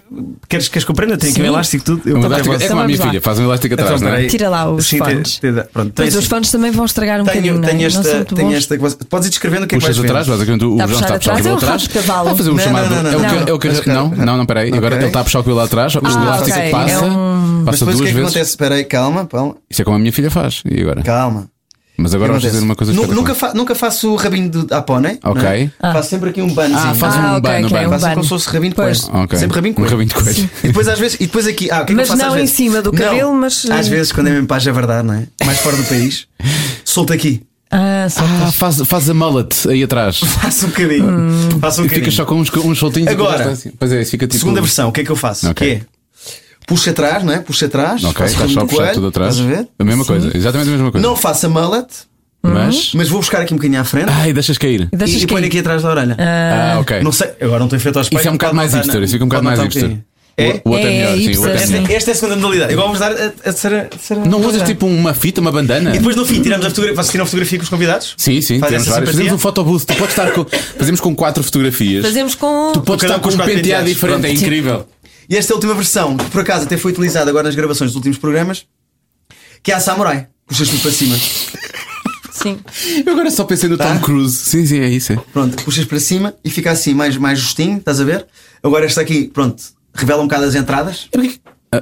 S4: Queres, queres que eu prenda? Tenho
S2: Sim.
S4: cabelo elástico e tudo. Eu
S3: Um
S4: também
S3: elástico-
S4: posso.
S3: é como a minha
S2: Então vamos lá.
S3: filha, faz um elástico
S4: Então,
S3: atrás, não é?
S4: peraí.
S2: Tira lá os
S4: Sim, te-
S2: fones.
S4: te- pronto, tenho
S2: Mas os
S4: assim-
S2: fones também vão estragar um
S4: tenho,
S2: bocadinho, não é?
S4: tenho
S2: Não são
S4: esta,
S2: muito
S4: tenho
S2: bons.
S4: esta. que você- Podes ir descrevendo o que é que vais
S3: Puxas
S4: vendo.
S3: atrás, basicamente o
S2: Está a
S3: João está a puxar o
S2: puxar
S3: cabelo
S2: atrás,
S3: atrás.
S2: é um rascavalo.
S3: Vai fazer um
S4: Não,
S3: chamado.
S4: não, não,
S3: é o
S4: não.
S3: que- é o que-
S4: Mas espera.
S3: Não, não, não, peraí. Agora
S4: Ok.
S3: ele está a puxar o cabelo atrás, o elástico
S2: ok,
S3: passa,
S2: é um-
S3: passa
S4: Mas depois o
S3: duas
S4: que é que
S3: vezes.
S4: acontece? Espera aí, calma, Paulo.
S3: Isso é como a minha filha faz. E agora?
S4: Calma.
S3: Mas agora vamos
S4: acontece?
S3: fazer uma coisa
S4: Nu-
S3: espetacular.
S4: nunca, fa- nunca faço o rabinho do apone.
S3: Ok.
S4: Faço sempre aqui um banzinho.
S3: Ah, faz
S2: Ah,
S3: um
S2: ok, ok,
S3: banho, um banho.
S2: um
S4: Faço
S2: ban.
S4: como se fosse rabinho de
S2: Pois.
S4: coelho.
S3: Ok.
S4: Sempre rabinho de
S3: Um rabinho
S4: coelho.
S3: de coelho.
S4: E depois às vezes, e depois aqui, ah, o que é que
S2: Mas
S4: eu faço
S2: não
S4: às
S2: em
S4: vezes?
S2: cima do
S4: Não.
S2: cabelo, mas,
S4: Às
S2: eh,
S4: vezes, quando é mesmo para já verdade, não é? Mais fora do país, solta aqui.
S2: Ah, só
S3: Ah, faz, faz a mullet aí atrás.
S4: Faço um
S2: Hum.
S4: bocadinho. Faço um
S3: E fica
S4: bocadinho.
S3: só com uns, uns soltinhos e
S4: Agora.
S3: depois está assim. Pois é, isso fica tipo.
S4: Segunda versão, o que é que eu faço?
S3: Ok.
S4: Que é, puxo atrás, não é? Puxo atrás.
S3: Ok,
S4: faço
S3: estás só a
S4: rabinho de
S3: puxar
S4: coelho,
S3: tudo atrás.
S4: Estás a ver?
S3: A mesma coisa, exatamente a mesma coisa.
S4: Não faço a mullet,
S3: Mas.
S4: mas vou buscar aqui um bocadinho à frente
S3: Ai, deixas cair.
S2: E
S4: e,
S2: Ah, deixas
S4: e ponho
S2: cair.
S4: aqui atrás da orelha.
S3: Ah, ok.
S4: Não sei, agora não tenho feito aos espelho.
S3: Isso é um bocado
S4: pode
S3: mais
S4: notar,
S3: hipster,
S4: não-
S3: isso fica um bocado mais
S4: pode notar um
S3: hipster.
S4: bocadinho.
S3: O o outro
S2: É,
S3: é melhor, sim, o outro é
S2: hipster,
S3: melhor.
S4: Esta, esta é a segunda modalidade. Igual vamos dar a, a terceira. a terceira
S3: Não usas
S4: modalidade.
S3: tipo uma fita, uma bandana?
S4: E depois no fim tiramos a fotografia. Vocês tiram a fotografia com os convidados?
S3: Sim, sim,
S4: Faz
S3: temos
S4: essa
S3: várias. Fazemos
S4: simpatia?
S3: um photobooth. Tu podes estar com. Fazemos com quatro fotografias.
S2: Fazemos com.
S3: Tu podes
S4: Cada
S3: estar
S4: um
S3: com
S4: com
S3: um
S4: os quatro
S3: penteado
S4: penteados,
S3: diferente, é
S4: pronto.
S3: incrível.
S4: E esta última versão, que por acaso até foi utilizada agora nas gravações dos últimos programas, que é a Samurai. Puxas-me para cima.
S2: Sim.
S3: Eu agora só pensei no
S4: Tá?
S3: Tom Cruise. Sim, sim, é isso. é.
S4: Pronto, puxas para cima e fica assim, mais, mais justinho, estás a ver? Agora esta aqui, pronto, revela um bocado as entradas.
S3: Ah,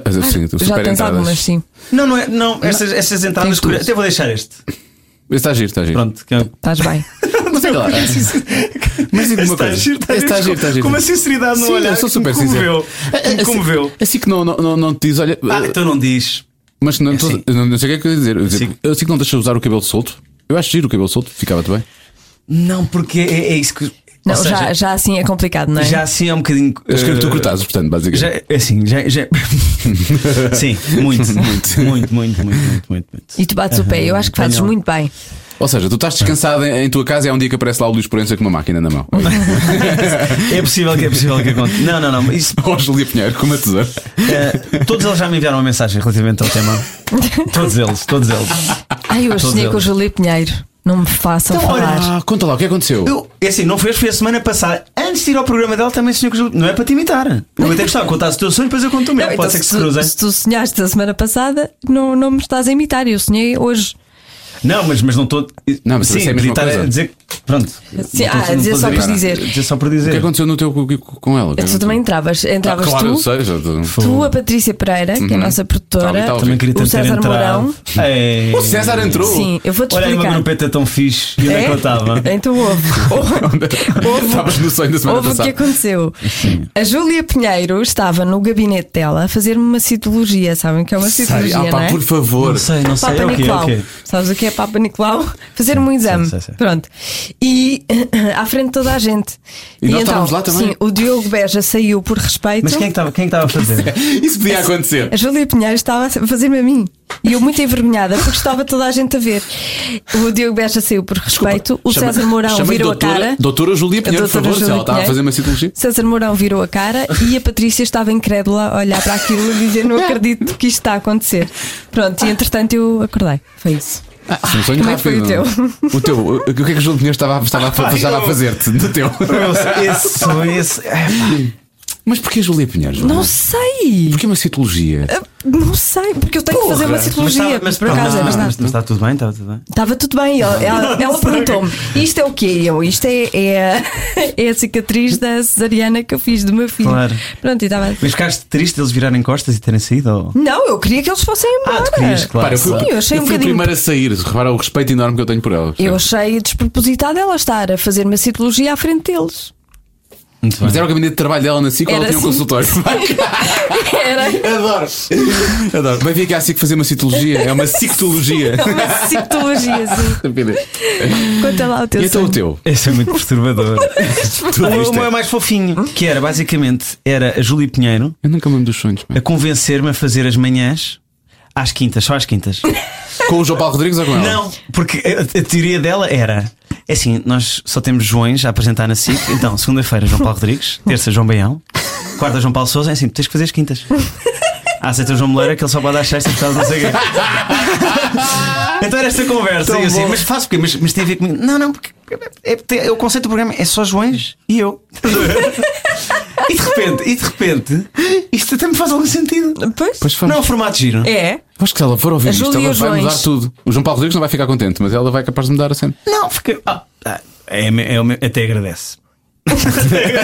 S3: ah, sim, tu
S2: Já
S3: super
S2: tens algumas,
S3: entradas.
S2: sim.
S4: Não, não é, não, estas, estas entradas.
S2: Tens tudo.
S4: Até vou deixar este.
S3: Está giro, está giro.
S4: Pronto, que é-
S2: Estás bem.
S3: Mas sei lá. Mas digo uma
S4: Está
S3: coisa.
S4: giro, está
S3: Esse está
S4: giro,
S3: giro, está giro.
S4: com uma sinceridade no
S3: Sim,
S4: olhar
S3: eu sou
S4: que
S3: super
S4: me
S3: sincero.
S4: comoveu, que me
S3: Assim-
S4: comoveu.
S3: Assim que não, não, não, não te diz, olha.
S4: Eh,
S3: eh,
S4: Ah, então não diz.
S3: Mas não, tô-
S4: assim.
S3: não, não sei o que é que eu ia dizer. Eu, ia dizer,
S4: Sim.
S3: eu sei que não deixas usar o cabelo solto. Eu acho giro o cabelo solto, ficava-te bem.
S4: Não, porque é, é isso que.
S2: Não,
S4: ou seja,
S2: já, já assim é complicado, não é?
S4: já assim é um bocadinho.
S3: Acho Então, que
S4: eh,
S3: tu cortases, portanto, basicamente.
S4: Já, é assim, já. já... Sim, muito, muito, muito, muito, muito, muito, muito, muito.
S2: E tu bates o pé, eu acho que fazes
S4: Tenho-
S2: muito bem.
S3: Ou seja, tu estás descansado em, em tua casa e há um dia que aparece lá o Luís Proença com uma máquina na mão.
S4: É possível que é possível que aconteça. Não, não, não. Isso,
S3: Ou a Julia Pinheiro com uma tesoura.
S4: eh, todos eles já me enviaram uma mensagem relativamente ao tema. Todos eles, todos eles.
S2: Ai, eu hoje
S4: Todos
S2: sonhei com o
S4: eles.
S2: Júlio Pinheiro. Não me façam
S4: Então,
S2: falar.
S3: Ah, conta lá, o que aconteceu?
S4: Eu, é assim, não foi, foi a semana passada. Antes de ir ao programa dela, também sonhei com o Júlio. Não é para te imitar. Eu até gostava de contar o teu sonho, depois eu conto o meu.
S2: Não,
S4: Pode
S2: então,
S4: ser que se
S2: tu-
S4: cruzem.
S2: se tu sonhaste a semana passada, não, não me estás a imitar. Eu sonhei hoje.
S4: Não, mas, mas não estou.
S3: Não, mas
S4: Sim,
S3: isso é a mesma
S4: acreditar
S3: coisa.
S4: dizer que Pronto.
S2: Sim,
S4: Não tô-
S2: ah,
S4: não tô a
S2: dizer só por
S4: isto.
S2: dizer.
S4: Dizer só por
S3: O que
S4: dizer.
S3: aconteceu no teu cu- cu- com ela?
S2: Tu também entravas,
S3: Ah,
S2: entravas
S3: claro,
S2: tu,
S3: eu sei, Uhum. Tá já tô-
S2: tu, a Patrícia Pereira, que é a nossa
S3: Tal e
S2: produtora,
S3: tal.
S4: Também queria
S2: o
S4: tanto ter
S2: César
S4: entrado. É.
S2: Mourão.
S4: Ei.
S3: O César entrou.
S2: Sim, eu vou-te
S4: Olha, aí uma
S2: explicar.
S4: grupeta tão fixe. E onde é que eu estava?
S2: Então houve.
S3: Estavas no sonho da semana
S2: Houve o que
S3: passada.
S2: aconteceu. A Júlia Pinheiro estava no gabinete dela a fazer-me uma citologia, sabem o que é uma
S3: Sério?
S2: citologia,
S3: Ah,
S2: não
S3: pá,
S2: é?
S3: por favor.
S4: Não sei, não sei.
S2: Papa
S4: É o quê? É o
S2: Nicolau.
S4: quê?
S2: Sabes o que é Papa Nicolau? Fazer-me um exame.
S4: sei, sei.
S2: Pronto. E à frente de toda a gente. então,
S3: E nós estávamos lá também?
S2: Sim, o Diogo Beja saiu por respeito.
S4: Mas quem é que estava- quem é que estava a fazer?
S3: Isso podia acontecer.
S2: A Júlia Pinheiro estava a fazer-me a mim. E eu muito envergonhada porque estava toda a gente a ver. O Diogo Beja saiu por respeito, o
S3: Chama-
S2: César Mourão
S3: chama-lhe
S2: virou
S3: doutora,
S2: a cara.
S3: Doutora Julia Pinheiro, por
S2: doutora
S3: favor, se
S2: Júlia
S3: ela estava a
S2: Pinheiro.
S3: fazer uma assim. citologia.
S2: César Mourão virou a cara e a Patrícia estava incrédula a olhar para aquilo e dizer: Não acredito que isto está a acontecer. Pronto, e entretanto eu acordei. Foi isso.
S3: Ah, isso é um sonho
S2: Como é que foi
S3: rápido.
S2: o teu? Ah,
S3: O teu, o- o que é que o Júlio Pinheiro estava, a- estava, a- estava a fazer-te no teu?
S4: Esse sonho, esse. É,
S3: Mas porquê Julia Pinheiro? Joana?
S2: Não sei! Ah,
S3: Porquê uma citologia?
S2: Não sei, porque eu tenho que fazer uma citologia. Mas, por acaso é
S4: tá, mas, tá.
S2: verdade.
S4: mas, mas está tudo bem, está tudo bem.
S2: Estava tudo bem, ela, ela- ela perguntou-me: isto é o quê? E Eu, isto é, é, a- é a cicatriz da cesariana que eu fiz do meu filho.
S4: Claro.
S2: Pronto, e estava assim.
S4: Mas ficaste triste eles virarem costas e terem saído? Ou...
S2: Não, eu queria que eles fossem embora.
S4: Ah, tu querias,
S3: Repara,
S4: claro.
S3: eu fui,
S2: Sim, eu achei um
S3: fui o
S2: bocadinho-
S3: primeiro a sair. Repara o respeito enorme que eu tenho por ela.
S2: Eu achei despropositado ela estar a fazer uma citologia à frente deles.
S4: Muito bem.
S3: Mas era o gabinete de trabalho dela na SIC ou ela
S2: Era
S3: tinha um
S2: assim.
S3: consultório?
S2: Era
S3: Adoro. Adoro. Vai vir aqui à SIC fazer uma citologia. É uma cictologia.
S2: uma citologia, assim. Conta lá o teu
S3: E então o
S2: sonho.
S3: teu?
S4: Esse é muito perturbador.
S3: Tu
S4: o
S3: viste?
S4: meu é mais fofinho. Que era, basicamente, era a Júlia Pinheiro
S3: Eu nunca me lembro dos sonhos. pá.
S4: a convencer-me a fazer as manhãs às quintas, só às quintas.
S3: Com o João Paulo Rodrigues ou com ela?
S4: Não, porque a, a teoria dela era. É assim, nós só temos Joões a apresentar na SIC. Então, segunda-feira, João Paulo Rodrigues. Terça, João Baião. Quarta, João Paulo Souza. É assim, tens que fazer as quintas. Ah, aceita o João Moleira que ele só pode às sextas por causa não sei o quê. Então era esta conversa. e eu assim, mas faço porque Mas, mas tem a ver comigo. Não, não, porque é, é- é o conceito do programa é só Joões e eu. e de repente, e de repente, isto até me faz algum sentido.
S2: Pois?
S3: Pois faz.
S4: Não, é um formato giro.
S2: É.
S3: Eu Acho que se ela for ouvir
S2: A
S3: isto,
S2: Júlia
S3: ela vai
S2: Joões.
S3: mudar tudo. O João Paulo Rodrigues não vai ficar contente, mas ela vai capaz de mudar a cena.
S4: Não, fica. Ah, ah, é, é o meu- até agradece.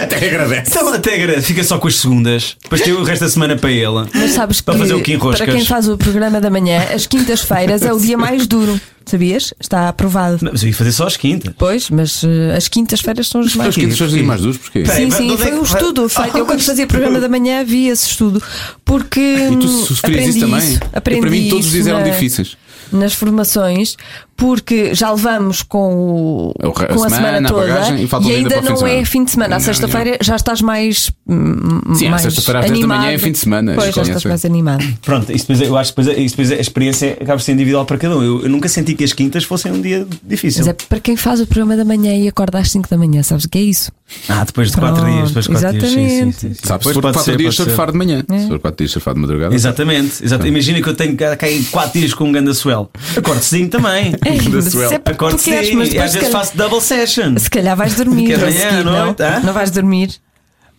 S3: Até agradece.
S4: Então até agradece, fica só com as segundas. Depois tem o resto da semana para ela.
S2: Mas sabes que
S4: para fazer o que em roscas.
S2: para quem faz o programa da manhã, as quintas-feiras é o dia mais duro. Sabias? Está aprovado.
S4: Não, Mas eu ia fazer só as quintas.
S2: Pois, mas eh, as quintas-feiras são as mais
S3: Mas que deixas de ir mais duas, porquê?
S4: Peraí,
S2: Sim,
S4: mas
S2: sim,
S4: onde é
S2: foi
S4: que
S2: um
S4: vai-
S2: estudo feito. Eu quando fazia programa da manhã vi esse estudo. Porque.
S3: E tu
S2: hum,
S3: sofrias isso
S2: aprendi
S3: também?
S2: isso, aprendi
S3: E para mim todos os
S2: isso
S3: dias eram
S2: na-
S3: difíceis.
S2: Nas formações, porque já levamos com, o,
S3: É o re- a
S2: com a
S3: semana,
S2: semana
S3: a
S2: toda
S3: bagagem, e falta um dia ainda
S2: ainda
S3: para o fim de
S2: não é
S3: semana.
S2: fim de semana. À
S3: Não,
S2: sexta-feira já estás mais. hum,
S3: Sim, à
S2: mais
S3: sexta-feira às dez da
S2: animado.
S3: manhã é fim de semana,
S2: Pois, já
S3: conheço.
S2: estás mais animado.
S4: Pronto, isso depois, é- eu acho que depois, é- isso depois é- a experiência acaba por ser individual para cada um. Eu, eu nunca senti que as quintas fossem um dia difícil.
S2: Mas é para quem faz o programa da manhã e acorda às 5 da manhã, sabes o que é isso?
S4: Ah, depois de quatro
S2: Pronto,
S4: dias, depois de quatro dias. Sim, sim,
S2: exatamente.
S4: sim, sim.
S3: Sabe, se
S4: Pois
S3: for
S4: pode
S3: quatro
S4: ser,
S3: dias
S4: pode ser.
S3: surfar de manhã.
S2: É.
S3: Se for quatro dias surfar de madrugada.
S4: Exatamente, exatamente. Imagina que eu tenho cá cá aí quatro dias com um ganda swell. Acordo sim também.
S2: Mas
S3: swell.
S2: isso é porque
S4: Acordo
S2: tu queres,
S4: sim.
S2: mas
S4: E
S2: depois
S4: às
S2: se
S4: vezes
S2: calhar-
S4: faço double session.
S2: se calhar vais dormir.
S4: Quer
S2: a
S4: amanhã,
S2: seguir,
S4: à noite,
S2: não?
S4: hã?
S2: não vais dormir.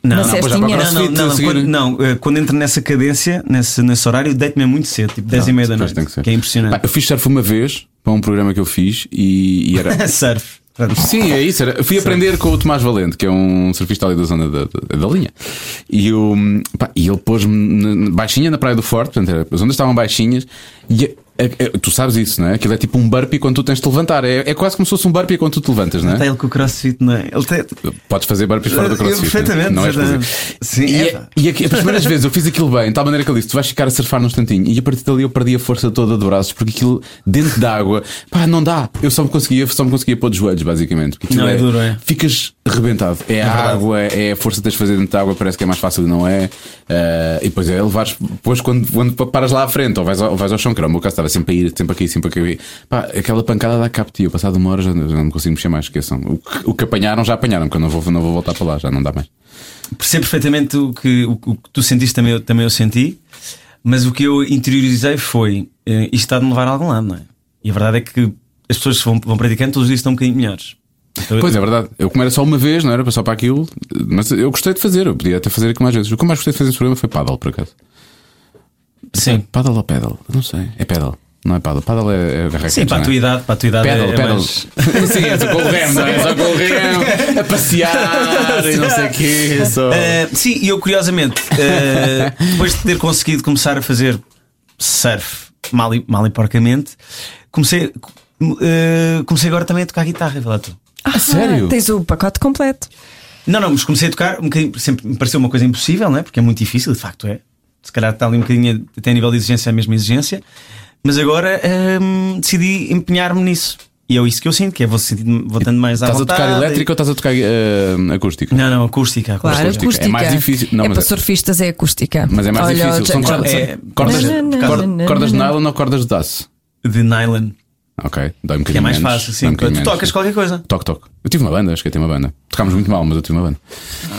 S4: Não,
S2: Uma
S4: não,
S3: pois já
S2: cestinha.
S3: para
S4: Não, não,
S3: Crossfit, a
S4: não,
S3: seguir.
S4: quando, não, eh, quando entro nessa cadência, nesse, nesse horário, deito-me muito cedo, tipo 10 e meia da
S3: Depois
S4: noite.
S3: tem que ser.
S4: Que é impressionante.
S3: Pá, eu fiz surf uma vez para um programa que eu fiz e, e era.
S4: Surf.
S3: Sim, é isso. Era. Eu fui aprender com o Tomás Valente, que é um surfista ali da zona da, da, da linha. E, eu, pá, e ele pôs-me na- baixinha na Praia do Forte, portanto, era- as ondas estavam baixinhas. E a- a- tu sabes isso, não é? Aquilo é tipo um burpee quando tu tens de te levantar. É, é quase como se fosse um burpee quando tu te levantas, não é?
S4: Está ele com o crossfit, não é? Ele tem.
S3: Podes fazer burpees fora do
S4: Eu
S3: crossfit.
S4: perfeitamente,
S3: não é? Não é
S4: perfeitamente.
S3: exclusivo.
S4: Sim,
S3: e,
S4: é,
S3: a-
S4: pá.
S3: e aqui- as primeiras vezes eu fiz aquilo bem, de tal maneira que ele disse: tu vais ficar a surfar num instantinho. E a partir dali eu perdi a força toda de braços, porque aquilo dentro da água, pá, não dá. Eu só me conseguia, só me conseguia pôr de joelhos, basicamente. Porque aquilo
S4: Não, é duro, é.
S3: Ficas rebentado. É, a água, é a força que tens de fazer dentro da água, parece que é mais fácil e não é. Ah, e depois é levares, depois quando, quando paras lá à frente, ou vais, ao- ou vais ao chão, que era o meu caso, estava sempre a ir, sempre aqui, sempre aqui. Pá, aquela pancada dá capti. Eu passado uma hora já, já não consigo mexer mais, esqueçam. O, que- o que apanharam já apanharam, porque eu não vou, não vou voltar para lá, já não dá mais.
S4: Percebo perfeitamente o que, o, o que tu sentiste, também eu, também eu senti, mas o que eu interiorizei foi: eh, isto está de me levar a algum lado, não é? E a verdade é que as pessoas que vão, vão praticando todos os dias estão um bocadinho melhores. Então,
S3: Pois é verdade. Eu como era só uma vez, não era só para aquilo, mas eu gostei de fazer, eu podia até fazer aquilo mais vezes. O que eu mais gostei de fazer nesse programa foi paddle, por acaso.
S4: Sim.
S3: Paddle ou pedal? Não sei. É pedal. Não é paddle. Paddle é, é raquete.
S4: Sim, para a
S3: não é?
S4: tua idade, para a tua idade.
S3: Pedal,
S4: é
S3: pedal.
S4: mais-
S3: Sim, é só com o remo, não é? Só com o remo, a passear e não sei o quê. é Só...
S4: Eh, sim, e eu curiosamente, eh, depois de ter conseguido começar a fazer surf mal e, mal e porcamente, comecei, eh, comecei agora também a tocar guitarra, é vê lá tu.
S2: Ah,
S3: sério?
S2: Tens o pacote completo.
S4: Não, não, mas comecei a tocar um bocadinho, sempre me pareceu uma coisa impossível, não é? Porque é muito difícil, de facto é. Se calhar está ali um bocadinho, até a nível de exigência, é a mesma exigência. Mas agora ehm, decidi empenhar-me nisso. E é isso que eu sinto, que é vou, sentindo, vou estando mais à
S3: Estás a
S4: vontade.
S3: tocar elétrico ou estás a tocar eh, acústico?
S4: Não, não, acústica. acústica. Tipo
S2: Claro,
S3: acústica.
S2: acústica.
S3: É mais difícil. Não,
S2: é
S3: mas
S2: para
S3: é-
S2: surfistas é acústica.
S3: Mas é mais
S2: Olha,
S3: difícil.
S2: o
S3: São
S2: Jack
S3: cordas,
S2: Johnson.
S4: É-
S3: cordas,
S2: Não, não, não,
S3: cor-
S2: não, não,
S3: cordas de
S2: não.
S3: nylon ou cordas de aço?
S4: De nylon,
S3: Ok, dá um bocadinho
S4: que é mais
S3: menos,
S4: fácil,
S3: dá
S4: sim.
S3: um bocadinho
S4: tu
S3: menos.
S4: tocas qualquer coisa.
S3: Toco, toco. Eu tive uma banda, acho que eu tive uma banda. Tocámos muito mal, mas eu tive uma banda.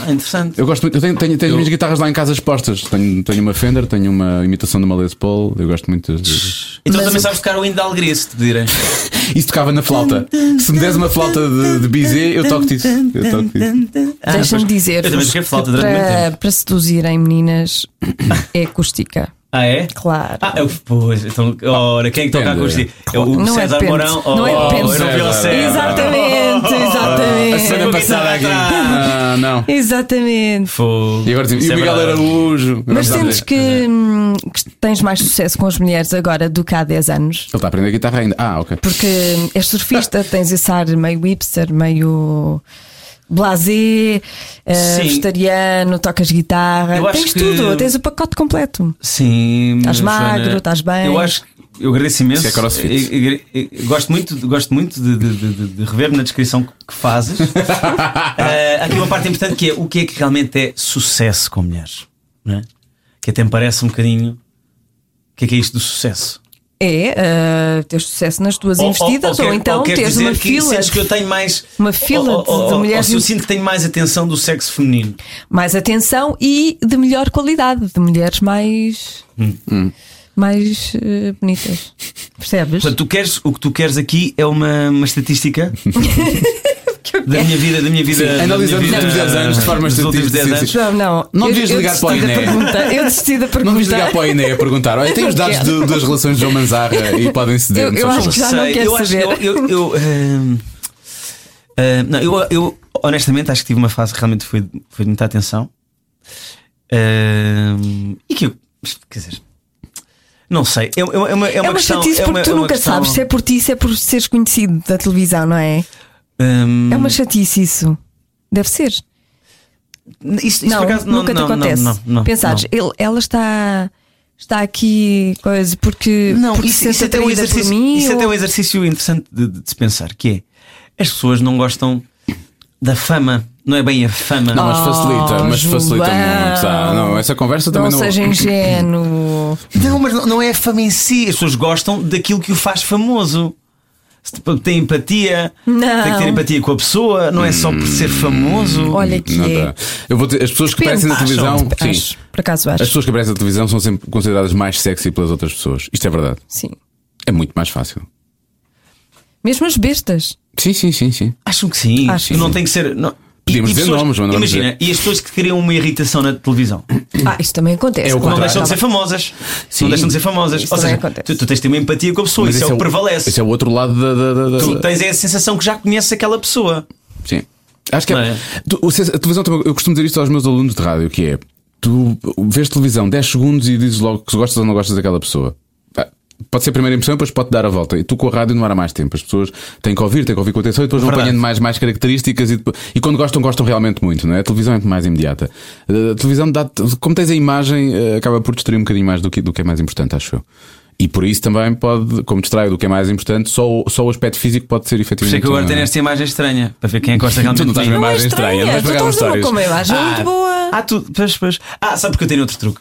S4: Ah, interessante.
S3: Eu gosto muito, eu tenho, tenho, tenho as minhas guitarras lá em casa expostas. Tenho, tenho uma Fender, tenho uma imitação de uma Les Paul. Eu gosto muito. de-
S4: Então
S2: Mas
S4: também
S2: o-
S4: sabes tocar o hino da alegria, se te pedirem.
S3: Isso tocava na flauta. Se me des uma flauta de, de Bizet, eu toco-te isso. Eu toco isso.
S2: é,
S4: Ah,
S2: Deixa-me
S4: pois.
S2: dizer.
S4: Eu também toquei flauta durante muito
S2: para,
S4: tempo.
S2: para seduzirem meninas é acústica.
S4: Ah, é?
S2: Claro.
S4: Ah, eu, pois, então, ora, quem é que toca a
S3: Depende.
S4: acústica? É o
S2: Não é
S4: César
S2: depende.
S4: Mourão Oh, ou
S2: Não é
S4: ou
S2: depende.
S4: Era o Violcel?
S2: Exatamente,
S3: Ah, A
S2: exatamente.
S4: é
S3: semana passada aqui. Ah, não.
S2: Exatamente.
S4: Fogo.
S3: E agora dizem, e
S4: Isso
S3: o
S4: é
S3: Miguel
S4: verdade.
S3: Araújo.
S2: Mas
S3: Agora
S2: sentes
S3: dizem,
S2: que, hum, que tens mais sucesso com as mulheres agora do que há 10 anos?
S3: Ele está a aprender guitarra ainda. Ah, ok.
S2: Porque hum, és surfista, tens esse ar meio hipster, meio blasé, eh,
S4: Sim.
S2: vegetariano, tocas guitarra,
S4: Eu acho
S2: tens
S4: que-
S2: tudo, tens o pacote completo.
S4: Sim.
S2: Estás
S4: Joana,
S2: magro, estás bem.
S4: Eu acho que. Eu agradeço imenso.
S3: Isso é crossfit.
S4: Eu- eu- eu- eu gosto muito, de- gosto muito de, de- de- de- de rever-me na descrição que- que fazes. Ah, aqui uma parte importante que é o que é que realmente é sucesso com mulheres. não é? Que até me parece um bocadinho. O que é que é isto do sucesso?
S2: É eh, ter sucesso nas tuas investidas, ou,
S4: quer-
S2: então
S4: quer
S2: teres
S4: dizer
S2: uma
S4: que
S2: fila
S4: sentes que eu tenho mais.
S2: uma fila de- de mulheres
S4: Ou, se eu
S2: em-
S4: sinto que tenho mais atenção do sexo feminino.
S2: mais atenção e de melhor qualidade, de mulheres mais.
S4: Hum.
S2: mais eh, bonitas. Percebes?
S4: Portanto, tu queres, o que tu queres aqui é uma, uma estatística da minha vida, da minha vida.
S3: Sim,
S4: da minha
S3: analisando os
S4: vida,
S3: últimos 10 anos de forma
S4: dos últimos
S3: estatística,
S4: 10
S3: sim,
S4: anos.
S3: sim.
S2: Não, não.
S3: Não
S2: eu,
S3: devias
S2: eu
S3: ligar
S2: desisti
S3: para a
S2: da
S3: Inés.
S2: pergunta. Eu desisti da pergunta.
S3: Não vamos ligar para a Iné a perguntar. Olha, tem os dados do- das relações de João Manzarra e podem ceder.
S2: Eu- eu acho que já não
S4: Sei,
S2: quero
S4: eu acho que
S2: saber.
S4: eu, eu, eu, ahm, ahm, não, eu, eu, honestamente acho que tive uma fase que realmente foi, foi de muita atenção. Ahm, e que eu, quer dizer, não sei. É, é, é uma, é
S2: É
S4: uma
S2: uma
S4: questão.
S2: chatice
S4: é
S2: porque
S4: uma- é
S2: tu
S4: uma
S2: nunca
S4: questão,
S2: sabes se é por ti, se é por seres conhecido da televisão, não é?
S4: ahm,
S2: É uma chatice isso. Deve ser.
S4: isto- isto
S2: não,
S4: por acaso não-
S2: nunca
S4: não,
S2: te
S4: não,
S2: acontece.
S4: não, não,
S2: Pensares, ele- ela está. Está aqui coisa porque,
S4: Não,
S2: porque
S4: isso,
S2: se
S4: isso
S2: sente
S4: até é um
S2: atraída por
S4: exercício,
S2: mim,
S4: isso
S2: ou-
S4: até é um exercício interessante de, de- de se pensar, que é as pessoas não gostam da fama, não é bem a fama.
S3: Não, mas facilita, mas
S2: Oh,
S3: facilita
S2: Ah, João.
S3: muito. Ah, não, essa conversa também não.
S2: Não seja ingênuo.
S4: Não, mas não, não é a fama em si, as pessoas gostam daquilo que o faz famoso. Se te- Tem empatia,
S2: Não.
S4: tem que ter empatia com a pessoa, não é só por
S3: Hum.
S4: ser famoso.
S2: Olha que
S3: Não
S2: é.
S3: dá. Eu vou dizer, as pessoas que aparecem na
S4: Acham?
S3: televisão. Sim.
S2: Acho, por acaso acho.
S3: As pessoas que aparecem na televisão são sempre consideradas mais sexy pelas outras pessoas. Isto é verdade.
S2: Sim.
S3: É muito mais fácil.
S2: Mesmo as bestas.
S3: Sim, sim, sim, sim.
S4: Acham que sim,
S2: Acho
S4: que
S2: que
S4: não
S2: sim.
S4: tem que ser. Não. E-
S3: Podíamos
S4: e
S3: dizer
S4: pessoas-
S3: nomes, mas não vamos
S4: Imagina, e as pessoas que criam uma irritação na televisão.
S2: Ah, isto também acontece.
S3: É o
S2: claro.
S4: Não
S3: contrário.
S4: deixam de ser famosas. Não deixam de ser famosas.
S2: Isso
S4: Ou
S2: também
S4: seja,
S2: acontece.
S4: tu, tu tens de ter uma empatia com a pessoa, isso
S3: esse
S4: é o que
S3: o-
S4: prevalece.
S3: Esse é o outro lado da. da- da- da-
S4: Tu tens é a sensação que já conheces aquela pessoa.
S3: Sim. Acho que é-
S4: Não é?
S3: Tu- o senso- a televisão também- eu costumo dizer isto aos meus alunos de rádio, que é tu vês televisão 10 segundos e dizes logo que gostas ou não gostas daquela pessoa. Ah, Pode ser a primeira impressão e depois pode dar a volta. E tu com a rádio não era mais tempo. As pessoas têm que ouvir, têm que ouvir com atenção e depois vão
S4: Verdade.
S3: apanhando mais, mais características e, depois- e quando gostam, gostam realmente muito, não é? A televisão é mais imediata. Ah, A televisão dá como tens a imagem, ah, acaba por distrair um bocadinho mais do que, do que é mais importante, acho eu. E por isso também pode, como distrai do que é mais importante, só, o- só o aspecto físico pode ser
S4: Por isso é
S3: efetivamente.
S4: que agora
S3: uma-
S4: tenho esta imagem estranha para ver quem encosta realmente.
S3: Tu não estás mesmo
S4: comigo.
S3: a-
S2: Não é
S3: imagem estranha, mas
S2: estranha. Tu
S3: por acaso
S2: estás numa
S3: histórias.
S5: é
S2: com uma imagem muito
S3: É,
S2: boa.
S4: Ah, tu, pois, pois. Ah, sabe porque eu tenho outro truque.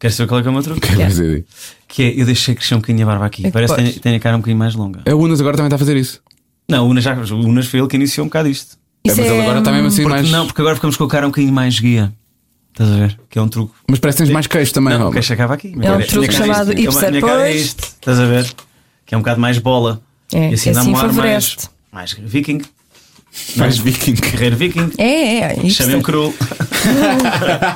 S4: Queres saber qual é que é o meu truque?
S3: Quer dizer,
S4: Que é eu deixei crescer um bocadinho a barba
S2: É
S4: aqui.
S2: que
S4: Parece que
S2: podes.
S4: tenho, tenho a cara um bocadinho mais longa.
S3: A Unas agora também está a fazer isso.
S4: Não, o Unas, já, o Unas foi ele que iniciou um bocado isto.
S3: É, mas
S2: Isso
S3: ele
S2: é,
S3: agora está
S5: hum,
S3: mesmo assim
S4: Porque,
S3: mais.
S4: Não, porque agora ficamos com a cara um bocadinho mais guia. Estás a ver? Que é um truque.
S3: Mas parece que tens mais queixo também,
S4: não,
S3: Rob.
S4: o queixo acaba aqui.
S2: É
S4: Minha
S2: um
S4: cara-
S2: truque
S4: minha cara é
S2: chamado
S4: isto. Minha-
S2: hipster,
S4: minha cara é
S2: pois.
S4: isto. Estás a ver? Que é um bocado mais bola.
S2: É,
S4: e assim
S2: assim
S4: dá-me um ar mais,
S2: favorece-te.
S4: mais viking,
S3: Mais viking.
S4: guerreiro viking,
S2: É, é, é. isto
S3: um
S4: chamem-me cru.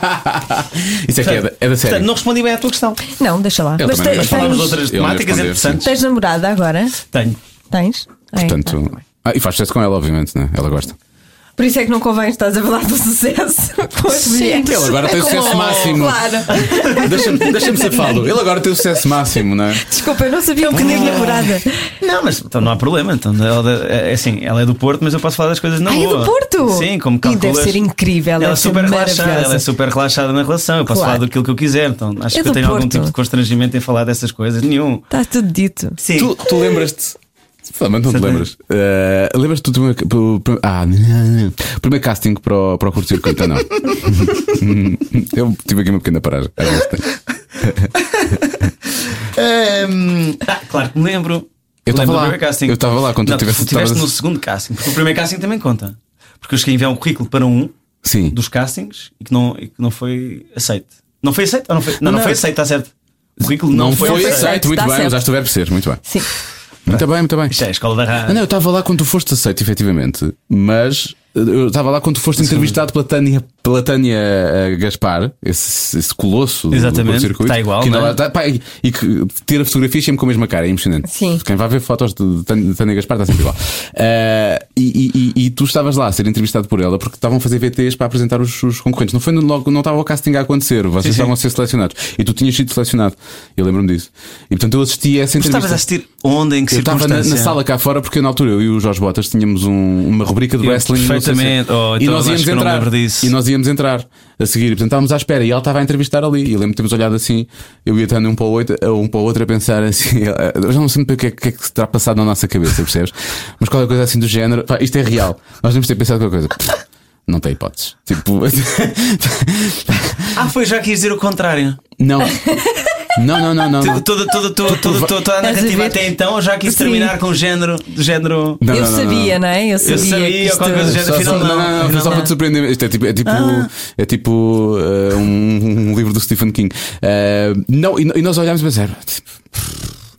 S3: Isso é que é da, é da série.
S4: Portanto, não respondi bem à tua questão.
S5: Não, deixa lá.
S3: Ele
S5: Mas
S3: também
S5: tens,
S3: não
S4: Mas falámos de
S5: tens,
S4: outras
S3: Ele ia
S4: temáticas
S3: responder,
S4: interessantes.
S5: tens namorada agora?
S4: Tenho.
S5: Tens? Ai,
S3: Portanto.
S5: tá.
S3: Ah, e faz sucesso com ela, obviamente, né? Ela gosta.
S5: Por isso é que não convém estás a falar do sucesso com as mulheres. É
S3: Ele agora tem sucesso máximo.
S5: Claro.
S3: Deixa-me deixa ser falo. Ele agora tem o sucesso máximo, não é?
S5: Desculpa, eu não sabia o que tinha namorada.
S4: Hum. Não, mas então, não há problema. Então, ela, é assim, ela é do Porto, mas eu posso falar das coisas na
S5: Ai, é
S4: boa.
S5: do Porto?
S4: Sim, como
S5: E deve
S4: calculas.
S5: ser incrível,
S4: Ela,
S5: deve
S4: é
S5: ser
S4: super relaxada,
S5: maravilhosa.
S4: ela é super relaxada na relação. Eu posso
S5: Claro.
S4: falar daquilo que eu quiser. Então, acho
S5: É
S4: que eu
S5: do
S4: tenho algum
S5: Porto.
S4: tipo de constrangimento em falar dessas coisas. Nenhum.
S5: Está Tá tudo dito.
S4: Sim.
S3: Tu, tu lembras-te. Provavelmente não te
S4: Sim.
S3: lembras. Eh, lembras-te do primeiro. do- do- Ah, primeiro casting para o, para o Curto Circuito, não? Eu tive aqui uma pequena paragem. Era esta.
S4: Ahm, ah, claro que me lembro.
S3: Eu
S4: Lembro
S3: tava
S4: do
S3: lá.
S4: primeiro casting.
S3: Eu tava lá quando tu
S4: Não,
S3: tiveste-
S4: estiveste
S3: tavas-
S4: no segundo casting. Porque o primeiro casting também conta. Porque eu cheguei a enviar um currículo para um
S3: Sim.
S4: dos castings e que não, e que não foi aceito. Não foi aceito? Ou não, foi, não, não
S3: Não.
S4: foi aceito, está certo. O currículo
S3: Não,
S4: não,
S3: foi,
S5: aceito.
S3: aceito, muito
S5: Está
S3: bem,
S5: certo.
S3: usaste o verbo ser, muito bem.
S5: Sim.
S3: Muito bem, muito bem.
S4: Isto é a escola da
S3: Ah,
S4: rádio.
S3: não, eu estava lá quando tu foste aceito, efetivamente, mas eh, eu estava lá quando tu foste entrevistado pela Tânia, pela Tânia eh, Gaspar, esse, esse colosso do-
S4: Exatamente,
S3: do circuito.
S4: está igual,
S3: que ainda
S4: não é?
S3: lá está, pá, e, e que tira fotografias sempre com a mesma cara, é impressionante.
S5: Sim.
S3: Quem vai ver fotos de, de Tânia- de Tânia Gaspar está sempre igual. Eh, e, e- e- e tu estavas lá a ser entrevistado por ela porque estavam a fazer VTs para apresentar os, os concorrentes. Não foi no- logo, não estava o casting a acontecer, vocês
S4: sim.
S3: estavam a ser selecionados. E tu tinhas sido selecionado, eu lembro-me disso. E portanto eu assisti a essa
S4: Tu
S3: entrevista.
S4: estavas a assistir onde, em que
S3: Eu estava na,
S4: circunstância?
S3: na sala cá fora porque na altura eu e o Jorge Botas tínhamos um- uma rubrica de
S4: Eu
S3: wrestling no
S4: perfeitamente.
S3: CC.
S4: Oh,
S3: e
S4: então
S3: nós
S4: acho
S3: íamos
S4: que eu não
S3: entrar
S4: lembro disso.
S3: e nós íamos entrar a seguir, portanto estávamos à espera e ela estava a entrevistar ali e lembro-me de termos olhado assim, eu ia estando um para o outro, um para o outro a pensar assim, eu já não sei muito bem o que é, o que é que se terá passado na nossa cabeça, percebes? Mas qualquer coisa assim do género, pá, isto é real. Nós devemos ter pensado qualquer coisa. Não tem hipóteses. Tipo,
S4: Ah, foi já que ias dizer o contrário.
S3: não. Não, não, não, Ah, não.
S4: Toda,
S3: não.
S4: toda, toda, toda, toda, toda, a
S5: Estás a
S4: narrativa
S5: ver?
S4: até então, eu já quis
S5: Sim.
S4: terminar com o género. Do género.
S3: Não,
S5: eu
S3: não, não, não.
S5: sabia, não é? Eu sabia.
S4: sabia,
S5: que isto...
S4: qualquer coisa do género.
S3: Só-
S4: Afinal,
S3: só- foi
S4: não.
S3: só
S4: Afinal,
S3: para
S4: não.
S3: te surpreender. Isto é tipo, é tipo, é tipo uh, um, um livro do Stephen King. Uh, não, e, e nós olhámos e pensámos. tipo,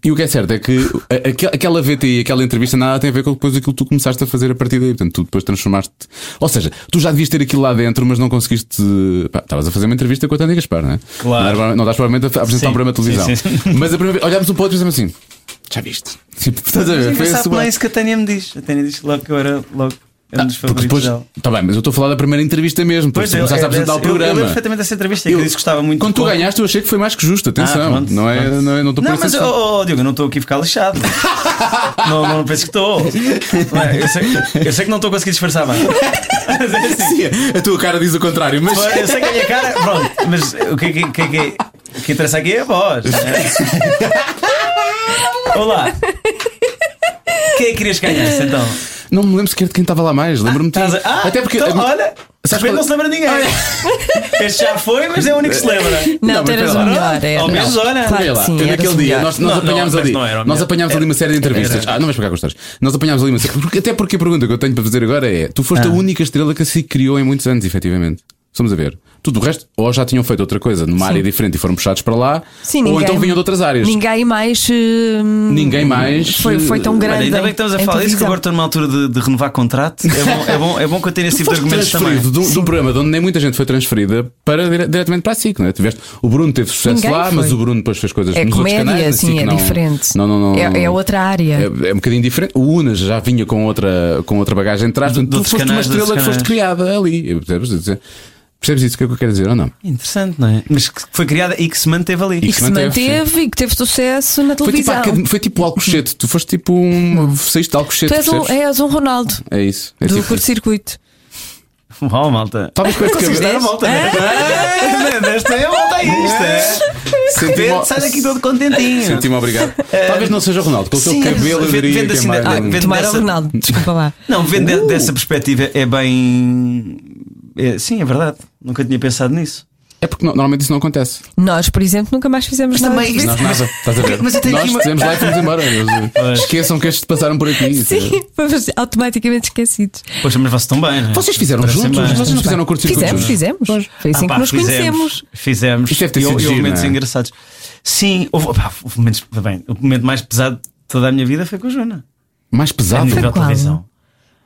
S3: E o que é certo é que a- aque- aquela VTI, aquela entrevista, nada tem a ver com depois aquilo que tu começaste a fazer a partir daí. Portanto, tu depois transformaste. Ou seja, tu já devias ter aquilo lá dentro, mas não conseguiste. pá, Estavas a fazer uma entrevista com a Tânia Gaspar, não é?
S4: Claro.
S3: Não, era, não estás provavelmente a f- a apresentar
S4: Sim,
S3: um programa de
S4: sim,
S3: televisão.
S4: sim.
S3: Mas a primeira vez, olhámos um pouco e pensámos assim: já viste? Tipo, estás a ver?
S4: Mas
S3: a
S4: sabe,
S3: sua-
S4: não é isso que a Tânia me diz. A Tânia diz logo que eu era logo um dos
S3: Ah, porque
S4: favoritos
S3: depois.
S4: dela. é,
S3: Está bem, mas eu estou a falar da primeira entrevista mesmo. Porque tu
S4: eu-
S3: começaste a
S4: eu-
S3: apresentar
S4: eu-
S3: o programa.
S4: Eu lembro perfeitamente dessa entrevista e que eu disse que gostava muito
S3: Quando
S4: de
S3: tu
S4: pôr.
S3: ganhaste, eu achei que foi mais que justo. Atenção,
S4: Ah, pronto,
S3: não é?
S4: pronto.
S3: Não é- não estou
S4: Não,
S3: por
S4: mas
S3: isso.
S4: eu, oh, oh, Diogo, eu não estou aqui a ficar lixado. não, não penso que estou. Não é? Eu sei, eu sei que não estou a conseguir disfarçar bem. Mas é assim.
S3: a tua cara diz o contrário, mas.
S4: Eu sei que a minha cara. Pronto, mas o que, que, que, que, que interessa aqui é a voz. Olá. Quem é que querias que ganhasse então?
S3: Não me lembro sequer de quem estava lá mais. Lembro-me de.
S4: Estás a- Ah,
S3: Até porque.
S4: Então,
S3: a-
S4: olha, de
S3: Sabes
S4: repente
S3: qual-
S4: não se lembra ninguém. Este já foi, mas é o único que se lembra.
S5: Não,
S3: Não,
S5: tu
S3: mas
S5: eras
S3: espera
S5: o
S3: lá.
S5: melhor. eras.
S4: Ao menos, olha.
S5: Claro
S3: Olha
S5: que
S3: lá,
S5: sim,
S3: eu
S5: eras
S3: naquele
S5: o
S3: dia,
S5: melhor.
S3: nós, nós
S4: Não, não,
S3: apanhámos
S4: mas
S3: ali.
S4: não era o
S3: nós
S4: melhor.
S3: apanhámos ali uma série de entrevistas.
S4: Era.
S3: Ah, não vais pegar com histórias. Nós apanhámos ali uma série. porque- até porque a pergunta que eu tenho para fazer agora é: tu foste a
S5: Ah.
S3: única estrela que se criou em muitos anos, efetivamente. Estamos a ver. Tudo o resto, ou já tinham feito outra coisa numa área diferente e foram puxados para lá,
S5: Sim,
S3: ou
S5: ninguém-
S3: então vinham de outras áreas.
S5: Ninguém mais. hum,
S3: Ninguém mais,
S5: Foi, foi tão
S3: Olha,
S5: grande.
S4: Olha, ainda bem que estamos a
S5: em
S4: falar disso, que
S5: televisão.
S4: agora estou numa altura de, de renovar contrato. É bom, é, bom, é bom que eu tenha esse
S3: Tu
S4: tipo de
S3: foste
S4: argumentos também.
S3: transferido de um, de um programa de onde nem muita gente foi transferida para dire- diretamente para a SIC, não é? Tiveste, o Bruno teve sucesso
S5: Ninguém
S3: lá,
S5: foi.
S3: mas o Bruno depois fez coisas
S5: É
S3: nos
S5: comédia,
S3: outros canais. a
S5: sim,
S3: SIC
S5: é
S3: não-
S5: diferente.
S3: Não, não, não.
S5: É- é outra área.
S3: É, é um bocadinho diferente. O Unas já vinha com outra, com outra bagagem atrás.
S4: De- de
S3: Tu
S4: outros
S3: foste uma
S4: canais, de
S3: estrela que
S4: outros
S3: foste criada ali. Eu- Percebes, percebes isso que é o que eu quero dizer ou não?
S4: Interessante, não é? Mas que foi criada e que se manteve ali.
S3: E
S5: E
S3: que
S5: que
S3: se
S5: se
S3: manteve,
S5: manteve e que teve sucesso na
S3: Foi tipo, a
S5: televisão.
S3: academia- foi tipo o Alcochete. Tu foste tipo um. Saíste de Alcochete.
S5: Tu és um,
S3: percebes?
S5: és um Ronaldo
S3: É isso. É
S5: do
S3: tipo isso.
S5: curto-circuito.
S4: Uau, malta.
S3: Talvez com este
S5: Vocês
S3: cabelo.
S4: Dar a volta, né? É, Desta é a volta a isto, é?
S3: Senti-me-
S4: Vente, sai daqui todo contentinho.
S3: Senti-me obrigado. Talvez não seja o Ronaldo, com o teu
S4: Sim,
S3: cabelo eu
S4: vende-
S3: diria
S4: vende
S3: que é
S4: assim
S3: mais
S4: da-
S3: um-
S4: vende-
S5: Tomara
S4: Dessa-
S5: o Ronaldo, desculpa lá.
S4: Não, vendo de- dessa perspectiva é bem. é- sim, é verdade. Nunca tinha pensado nisso.
S3: É porque no- normalmente isso não acontece.
S5: Nós, por exemplo, nunca mais fizemos
S4: Mas
S5: nada.
S4: também-
S5: disso.
S3: Nós nada. Estás a ver?
S4: Mas eu tenho
S3: Nós
S4: aqui uma-
S3: fizemos lá e fomos embora. Eles- eh, Esqueçam que estes passaram por aqui. eh.
S5: Sim, fomos automaticamente esquecidos.
S4: Poxa, mas vocês estão bem, não é?
S3: Vocês fizeram
S4: Parecem
S3: juntos?
S4: bem.
S3: Vocês não fizeram curto circuito
S5: Fizemos,
S3: juntos?
S5: fizemos. Foi assim
S4: Ah, pá,
S5: que nos
S4: fizemos,
S5: conhecemos.
S4: Fizemos.
S3: Isto deve ter
S4: E
S3: sido
S4: houve
S3: giro,
S4: momentos
S3: não é?
S4: engraçados. Sim, houve, pá, houve momentos. Bem, o momento mais pesado de toda a minha vida foi com a Joana.
S3: Mais
S4: A
S3: pesado.
S4: nível
S5: qual?
S4: televisão.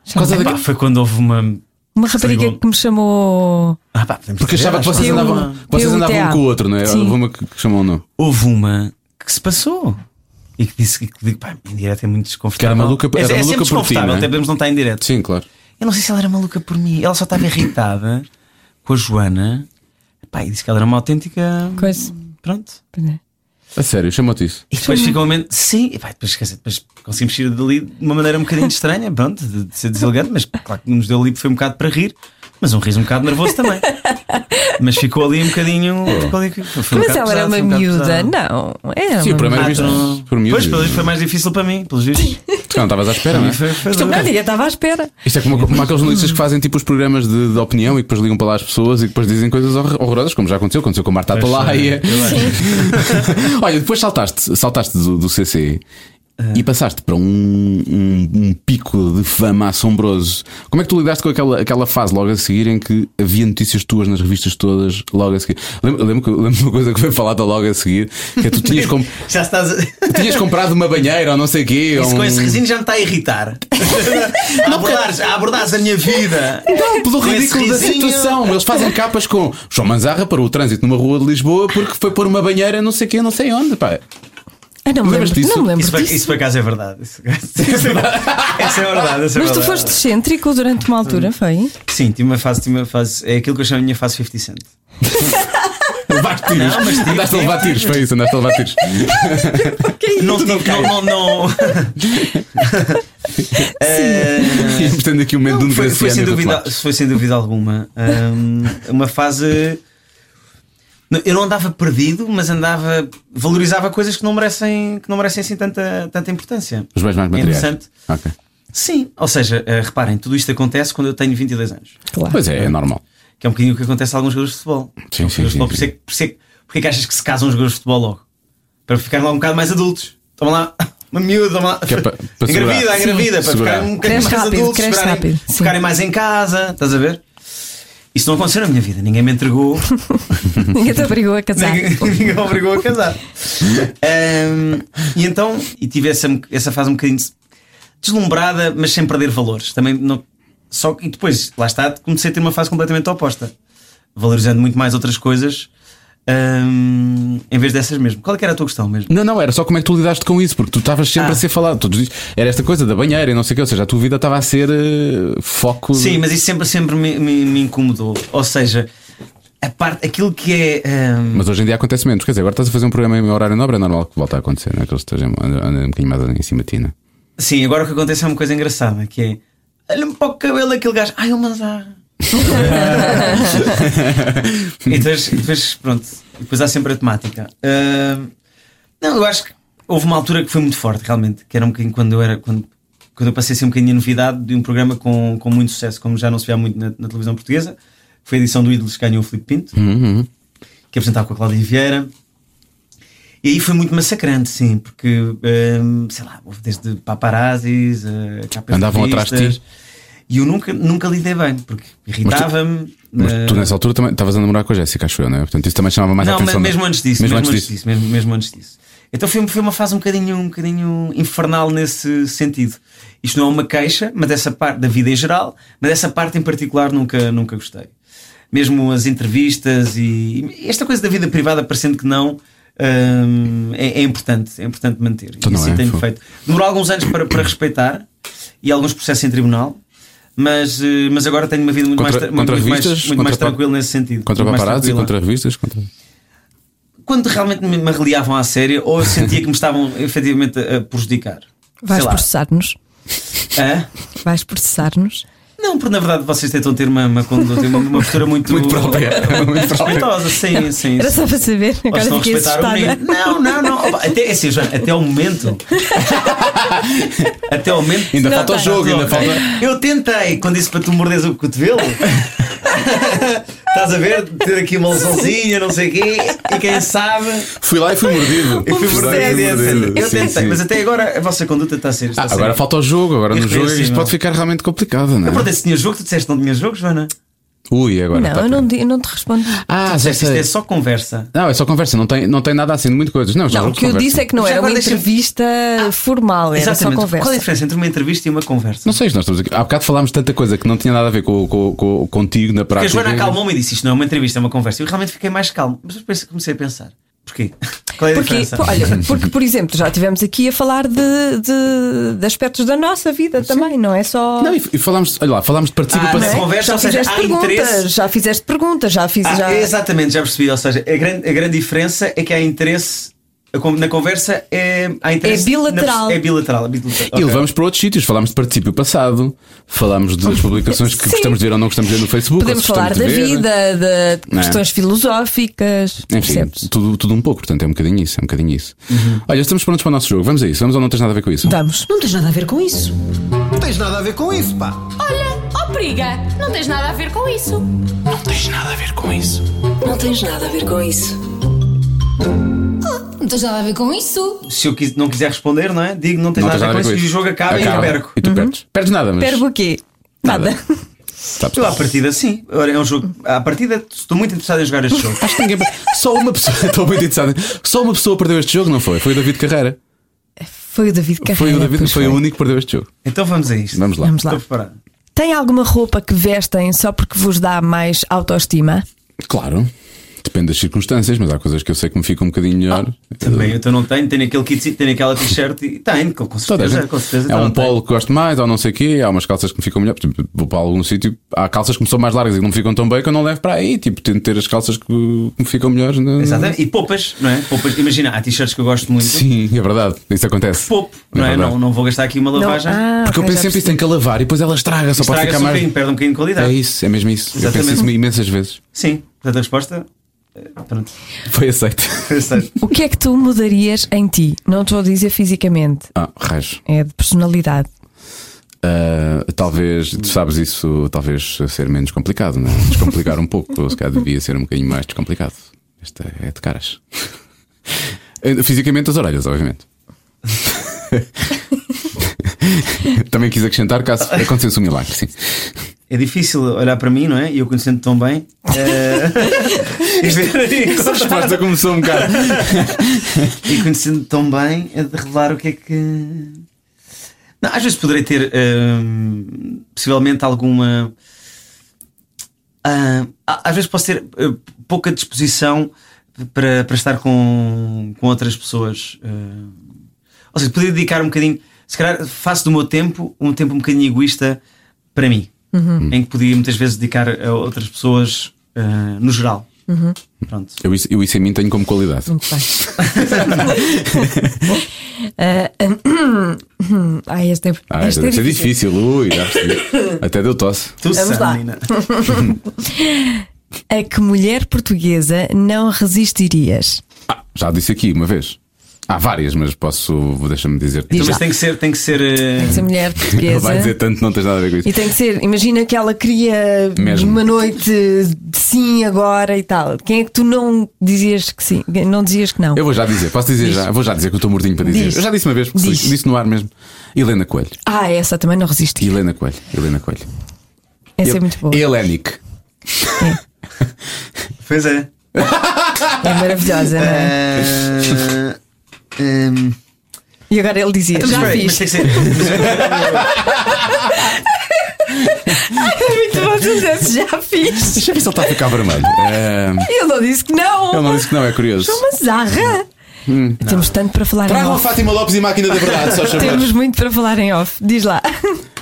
S3: Por causa
S4: Pá,
S3: daquele-
S4: foi quando houve uma.
S5: Uma rapariga
S4: igual.
S5: que me chamou.
S4: Ah, pá, podemos
S3: Porque
S4: dizer,
S3: achava que
S4: acho
S3: vocês
S5: que-
S3: andavam, vocês
S5: Eu,
S3: andavam um
S5: TA.
S3: com o outro, não é?
S5: Sim.
S3: Houve uma que, que chamou, não?
S4: Houve uma que se passou e que disse que, que pá, em direto é muito desconfortável.
S3: Que era maluca-
S4: é,
S3: era
S4: é
S3: maluca
S4: sempre
S3: por ti,
S4: desconfortável,
S3: não é?
S4: até podemos não estar em direto.
S3: Sim, claro.
S4: Eu não sei se ela era maluca por mim, ela só estava irritada com a Joana. Pá, e disse que ela era uma autêntica.
S5: Coisa.
S4: Pronto.
S3: A sério, chamou-te isso.
S4: E depois fica um momento, sim, e pá, depois, quer dizer, depois conseguimos sair dali de uma maneira um bocadinho estranha, pronto, de, de ser deselegante, mas claro que nos deu ali, foi um bocado para rir, mas um riso um bocado nervoso também. Mas ficou ali um bocadinho. Ficou ali, foi um
S5: Mas
S4: bocado
S5: ela era
S4: pesado,
S5: uma
S4: foi um bocado
S5: miúda.
S4: pesado.
S5: Não,
S2: é
S5: era
S3: Sim,
S5: uma
S3: o primeiro
S4: Ah,
S3: visto.
S4: tu não-
S3: Por miúdos.
S4: Pois, pelo visto foi mais difícil para mim, pelos vistos.
S3: Tu não estavas à espera, não é?
S4: Foi- foi
S5: Não,
S4: duro.
S5: ninguém estava à espera.
S3: Isto é como, como aqueles jornalistas que fazem tipo os programas de, de opinião e que depois ligam para lá as pessoas e depois dizem coisas horror- horrorosas, como já aconteceu, aconteceu com a Marta
S4: Pois, é
S3: Atalaia.
S4: eu acho.
S3: Olha, depois saltaste, saltaste do, do CC
S4: Ah.
S3: e passaste para um, um- um pico de fama assombroso. Como é que tu lidaste com aquela, aquela fase logo a seguir em que havia notícias tuas nas revistas todas logo a seguir? Lembro, lembro, que- lembro de uma coisa que foi falada logo a seguir, que é tu tinhas, com-
S4: Já estás. a-
S3: tinhas comprado uma banheira ou não sei o quê. ou
S4: Isso com
S3: um-
S4: esse risinho já me está a irritar. a, abordares, a abordares a minha vida.
S3: Não, pelo
S4: Com esse
S3: ridículo da
S4: risinho.
S3: situação. Eles fazem capas com João Manzarra para o trânsito numa rua de Lisboa porque foi pôr uma banheira não sei quê, não sei onde. Pá.
S5: Ah, não me
S3: Lembras
S5: lembro,
S3: disso?
S5: não me lembro
S4: Isso, por-
S5: disso.
S4: isso por acaso é verdade. Isso, isso, essa é verdade. Essa é
S5: Mas tu
S4: verdade.
S5: foste excêntrico durante uma altura, foi?
S4: Sim, tive uma fase, tive uma fase. É aquilo que eu chamo a minha fase 50 Cent.
S3: Levar tiros.
S4: Não, mas tipo, tive,
S3: andaste a levar tiros, foi isso, andaste a levar tiros.
S4: Não tive. Não, não, não. Eh,
S3: Temos tendo aqui um momento de um
S4: foi, foi, sem
S3: graciano. do outro
S4: dúvida,
S3: lado.
S4: foi sem dúvida alguma. hum, uma fase. Não, Eu não andava perdido, mas andava. valorizava coisas que não merecem, que não merecem assim tanta, tanta importância. É
S3: Os bens mais materiais.
S4: Interessante.
S3: Ok.
S4: Sim, ou seja, eh, reparem, tudo isto acontece quando eu tenho 22 anos.
S5: Claro.
S3: Pois é, é normal.
S4: Que é um bocadinho o que acontece a alguns jogadores de futebol.
S3: Sim,
S4: Alguns
S3: sim,
S4: jogadores de
S3: sim,
S4: futebol, por isso é que- por isso é que- Porquê que achas que se casam os jogadores de futebol logo? Para ficarem lá um bocado mais adultos. Toma lá, uma miúda, toma lá.
S3: Que é pa- para
S4: engravida,
S3: segurar.
S4: engravida,
S3: Sim.
S4: para
S3: Segurar.
S4: ficarem um bocadinho
S5: Cresce
S4: mais
S5: rápido,
S4: adultos,
S5: cresce
S4: ficarem,
S5: rápido, sim.
S4: ficarem mais em casa, estás a ver? Isso não aconteceu na minha vida, ninguém me entregou,
S5: Ninguém te obrigou a casar.
S4: é. ninguém, ninguém me obrigou a casar. Ahm, e então, e tive essa, essa fase um bocadinho deslumbrada, mas sem perder valores. Também não, só que- e depois, lá está, comecei a ter uma fase completamente oposta, valorizando muito mais outras coisas ahm, em vez dessas mesmo. Qual é que era a tua questão mesmo?
S3: Não, não, era só como é que tu lidaste com isso, porque tu estavas sempre
S4: Ah.
S3: a ser falado todos os dias. Era esta coisa da banheira e não sei o que, ou seja, a tua vida estava a ser eh, foco. de-
S4: Sim, mas isso sempre, sempre me, me- me incomodou. Ou seja, a parte, aquilo que é. ahm,
S3: Mas hoje em dia acontece menos. Quer dizer, agora estás a fazer um programa em horário nobre, é normal que volta a acontecer, não é? Que eles estejam andam- andam um bocadinho mais em cima de ti, não é?
S4: Sim, agora o que acontece é uma coisa engraçada que é. Olha-me para o cabelo daquele gajo. Ai, ele mandar.
S3: é?
S4: então, depois, pronto. Depois há sempre a temática. Ahm, não, eu acho que houve uma altura que foi muito forte, realmente. Que era um bocadinho quando eu era. Quando, quando eu passei assim um bocadinho a novidade de um programa com, com muito sucesso, como já não se via muito na, na televisão portuguesa. que Foi a edição do Ídolos que ganhou o Filipe Pinto,
S3: Uhum,
S4: que apresentava com a Cláudia Vieira. E aí foi muito massacrante, sim, porque, hum, sei lá, houve desde paparazzis, a capas
S3: Andavam
S4: de
S3: atrás de
S4: revistas.
S3: ti?
S4: E eu nunca, nunca lidei bem, porque irritava-me.
S3: Mas
S4: eh,
S3: tu nessa altura também estavas a namorar com a Jéssica, acho eu, não é? Portanto, isso também chamava mais a
S4: não, mas
S3: atenção.
S4: mesmo
S3: não é?
S4: antes disso,
S3: Mesmo antes
S4: disso, mesmo, mesmo antes disso. Então foi, foi uma fase um bocadinho, um bocadinho infernal nesse sentido. Isto não é uma queixa, mas dessa parte da vida em geral, mas dessa parte em particular nunca, nunca gostei. Mesmo as entrevistas e e esta coisa da vida privada, parecendo que não, hum, é, é importante, é importante manter.
S3: Então
S4: e
S3: não
S4: assim
S3: é,
S4: tenho
S3: foi.
S4: feito. Demorou alguns anos para, para respeitar e alguns processos em tribunal. Mas, eh, mas agora tenho uma vida muito
S3: Contra-
S4: mais, tra- muito
S3: contra
S4: mais-
S3: revistas,
S4: muito mais
S3: contra pa-
S4: tranquila nesse sentido.
S3: Contra
S4: muito mais
S3: paparazzi,
S4: tranquila
S3: contra revistas, contra.
S4: quando realmente me me reliavam à séria ou eu sentia que me estavam efetivamente a a prejudicar.
S5: Vais
S4: Sei lá.
S5: processar-nos.
S4: Hã?
S5: Vais processar-nos.
S4: Não, porque na verdade vocês tentam ter uma, uma, conduta, uma, uma postura muito,
S3: Muito própria. Muito própria.
S4: respeitosa, sim, sim.
S5: Era
S4: sim.
S5: só para saber,
S4: Ou se
S5: agora
S4: não
S3: assim
S5: fiquei
S4: respeitar o
S5: assustada.
S4: menino. Não, não, não. Opa, até, é assim, Joana, até ao momento. até ao momento.
S3: Ainda falta o jogo, ainda falta.
S4: Eu tentei, quando disse para tu morderes o cotovelo. Estás a ver? Ter aqui uma lesãozinha, não sei o quê. E quem sabe.
S3: Fui lá e fui mordido.
S4: Eu fui mordido. é Eu
S3: Sim,
S4: tentei,
S3: sim.
S4: mas até agora a vossa conduta está a ser. Está
S3: Ah,
S4: a ser-
S3: agora falta o jogo, agora no jogo é que isto
S4: Irrepreensível.
S3: pode ficar realmente complicado, não
S4: Eu
S3: é?
S4: perguntei se tinha jogo, tu disseste que não tinha jogo, Joana.
S3: Ui, agora.
S2: Não,
S3: tá
S2: eu não, di- eu não te respondo.
S3: Ah, já
S4: Isto
S3: sei.
S4: é só conversa.
S3: Não, é só conversa, não tem, não tem nada assim de muito coisas. Não, já
S2: Não, o que eu disse é que não
S4: Mas
S2: era uma
S4: agora deixa-me- Ah.
S2: entrevista formal, era só
S4: Exatamente. Qual é a
S2: conversa.
S4: diferença entre uma entrevista e uma conversa?
S3: Não sei, nós estamos aqui. Há bocado falámos tanta coisa que não tinha nada a ver com, com, com- contigo na
S4: Porque a
S3: prática.
S4: Joana acalmou-me e disse isto não é uma entrevista, é uma conversa. Eu realmente fiquei mais calmo. Mas depois comecei a pensar. Porquê? Qual é a
S2: Porque,
S4: diferença?
S2: pô, olha, porque, por exemplo, já estivemos aqui a falar de, de, de aspectos da nossa vida também, não é só.
S3: Não, e, e falámos, olha lá, falámos de participação.
S4: Ah, não é? conversa,
S2: já
S4: ou seja,
S2: fizeste
S4: há
S2: perguntas,
S4: interesse.
S2: já fizeste perguntas, já fiz.
S4: Ah,
S2: já...
S4: Exatamente, já percebi. Ou seja, a grande, a grande diferença é que há interesse. a con- Na conversa é, há interesse.
S2: É bilateral.
S4: na- é bilateral. é bilateral.
S3: E
S4: Ok.
S3: levamos para outros sítios, falámos de participio passado, falámos das publicações que
S2: Sim.
S3: gostamos de ver ou não gostamos de ver no Facebook. ou
S2: Podemos
S3: se
S2: falar
S3: gostamos
S2: da
S3: de ver.
S2: vida, de
S3: Não é?
S2: questões filosóficas.
S3: Enfim,
S2: percebes?
S3: tudo, tudo um pouco, portanto é um bocadinho isso, é um bocadinho isso.
S4: Uhum.
S3: Olha, estamos prontos para o nosso jogo, vamos a isso, vamos ou não tens nada a ver com isso?
S2: Vamos.
S1: Não tens nada a ver com isso.
S6: Não tens nada a ver com isso, pá.
S7: Olha, ó periga, não tens nada a ver com isso.
S1: Não tens nada a ver com isso.
S7: Não tens nada a ver com isso.
S4: Se eu quis- não quiser responder, não é? Digo, não tens
S3: Não
S4: nada a ver com isso. E o jogo acaba, e eu perco.
S2: Uhum.
S3: E tu perdes. Perdes nada, mas. tá
S2: Perbo o quê?
S3: nada.
S2: Nada.
S3: Sabes?
S4: Eu, à partida, sim. Olha, é um jogo. À partida, estou muito interessado em jogar este jogo.
S3: Acho que ninguém. Só uma pessoa. Estou muito interessado. Só uma pessoa perdeu este jogo, não foi? Foi o David Carreira.
S2: Foi o David Carreira.
S3: foi o David, foi,
S2: pois
S3: o único que perdeu este jogo.
S4: Então vamos a isto.
S3: Vamos lá.
S2: Vamos lá.
S4: Estou preparado.
S2: Tem alguma roupa que vestem só porque vos dá mais autoestima?
S3: Claro. Depende das circunstâncias, mas há coisas que eu sei que me ficam um bocadinho melhor.
S2: Ah,
S4: Também, então não tenho. Tenho aquele kit, tenho aquela t-shirt. E... Tenho, com com
S3: Toda a
S4: certeza.
S3: gente.
S4: Com certeza
S3: Há
S4: então
S3: um
S4: não tenho.
S3: polo que gosto mais, ou não sei o quê, há umas calças que me ficam melhor. Por exemplo, Vou para algum sítio, há calças que me são mais largas e que não me ficam tão bem que eu não levo para aí. Tipo, tento ter as calças que me ficam melhores. na-
S4: Exatamente. E poupas, não é? Poupas. Imagina, há t-shirts que eu gosto muito.
S3: Sim, é verdade. Isso acontece.
S4: Poupo, não é?
S3: verdade.
S4: Não, não vou gastar aqui uma lavagem.
S2: Ah,
S3: Porque eu
S2: ok, já
S3: penso sempre isso, tem que a lavar e depois ela estraga, só pode
S4: Estraga-se
S3: ficar
S4: um
S3: mais.
S4: bocadinho, perde um bocadinho de qualidade.
S3: É isso, é mesmo isso. Eu penso
S4: Exatamente.
S3: isso imensas vezes.
S4: Sim, portanto a resposta. eh, Pronto.
S3: Foi aceito.
S2: percebi. O que é que tu mudarias em ti? Não estou a dizer fisicamente,
S3: Ah, raios.
S2: é de personalidade.
S3: Ah, talvez, tu sabes isso, talvez ser menos complicado, não é? Descomplicar um pouco. ou Se calhar devia ser um bocadinho mais descomplicado. Esta é de caras. Eh, Fisicamente, as orelhas, obviamente. Também quis acrescentar caso acontecesse um milagre, sim.
S4: É difícil olhar para mim, não é? E eu conhecendo tão bem. eh, e
S3: A
S4: ver-
S3: resposta começou um bocado.
S4: e conhecendo tão bem, é de revelar o que é que. Não, às vezes poderei ter hum, possivelmente alguma. ah, às vezes posso ter eh, pouca disposição para, para estar com, com outras pessoas. eh, ou seja, poder dedicar um bocadinho. Se calhar faço do meu tempo um tempo um bocadinho egoísta para mim,
S2: Uhum.
S4: em que podia muitas vezes dedicar a outras pessoas eh, no geral.
S2: Uhum.
S4: Pronto.
S3: Eu isso, eu isso em mim tenho como qualidade.
S2: Muito bem. Ah, Ai, este é,
S3: Ah,
S2: este
S3: deve ser difícil, ui, já percebi. Até deu tosse.
S4: Tu,
S2: Vamos
S4: Sara,
S2: lá.
S4: menina.
S2: A que mulher portuguesa não resistirias?
S3: Ah, já disse aqui uma vez. Há várias, mas posso, deixa-me dizer.
S2: Diz
S4: Então,
S2: lá.
S4: mas tem que ser, tem que ser. eh,
S2: Essa mulher
S3: Ele vai dizer
S2: portuguesa.
S3: tanto, não tens nada a ver com isso.
S2: E tem que ser, imagina que ela queria
S3: Mesmo.
S2: uma noite de sim agora e tal. Quem é que tu não dizias que sim? Não dizias que não?
S3: Eu vou já dizer, posso dizer já, vou já dizer que eu estou mordinho para dizer.
S2: Diz.
S3: Eu já disse uma vez, porque
S2: Diz.
S3: disse, disse no ar mesmo. Helena Coelho.
S2: Ah, essa também não resisti.
S3: Helena Coelho. Helena Coelho.
S2: Essa
S3: Hel-
S2: é muito boa.
S3: Helenic.
S4: Pois é.
S2: É maravilhosa, não é?
S4: Eh, ehm,
S2: E agora ele dizia:
S4: mas
S2: Então, Já
S4: espera aí, mas
S2: fiz.
S3: é
S4: tem que ser-
S2: Muito bom sucesso, já fiz.
S3: Deixa eu ver se ele está a ficar vermelho. Eh,
S2: Ele não disse que não.
S3: ele não disse que Hum, não, é curioso.
S2: Uma zarra. Temos tanto para falar em
S3: Tragam a
S2: off.
S3: Fátima Lopes e Máquina da Verdade, só
S2: Temos
S3: chamamos.
S2: muito para falar em off. Diz lá.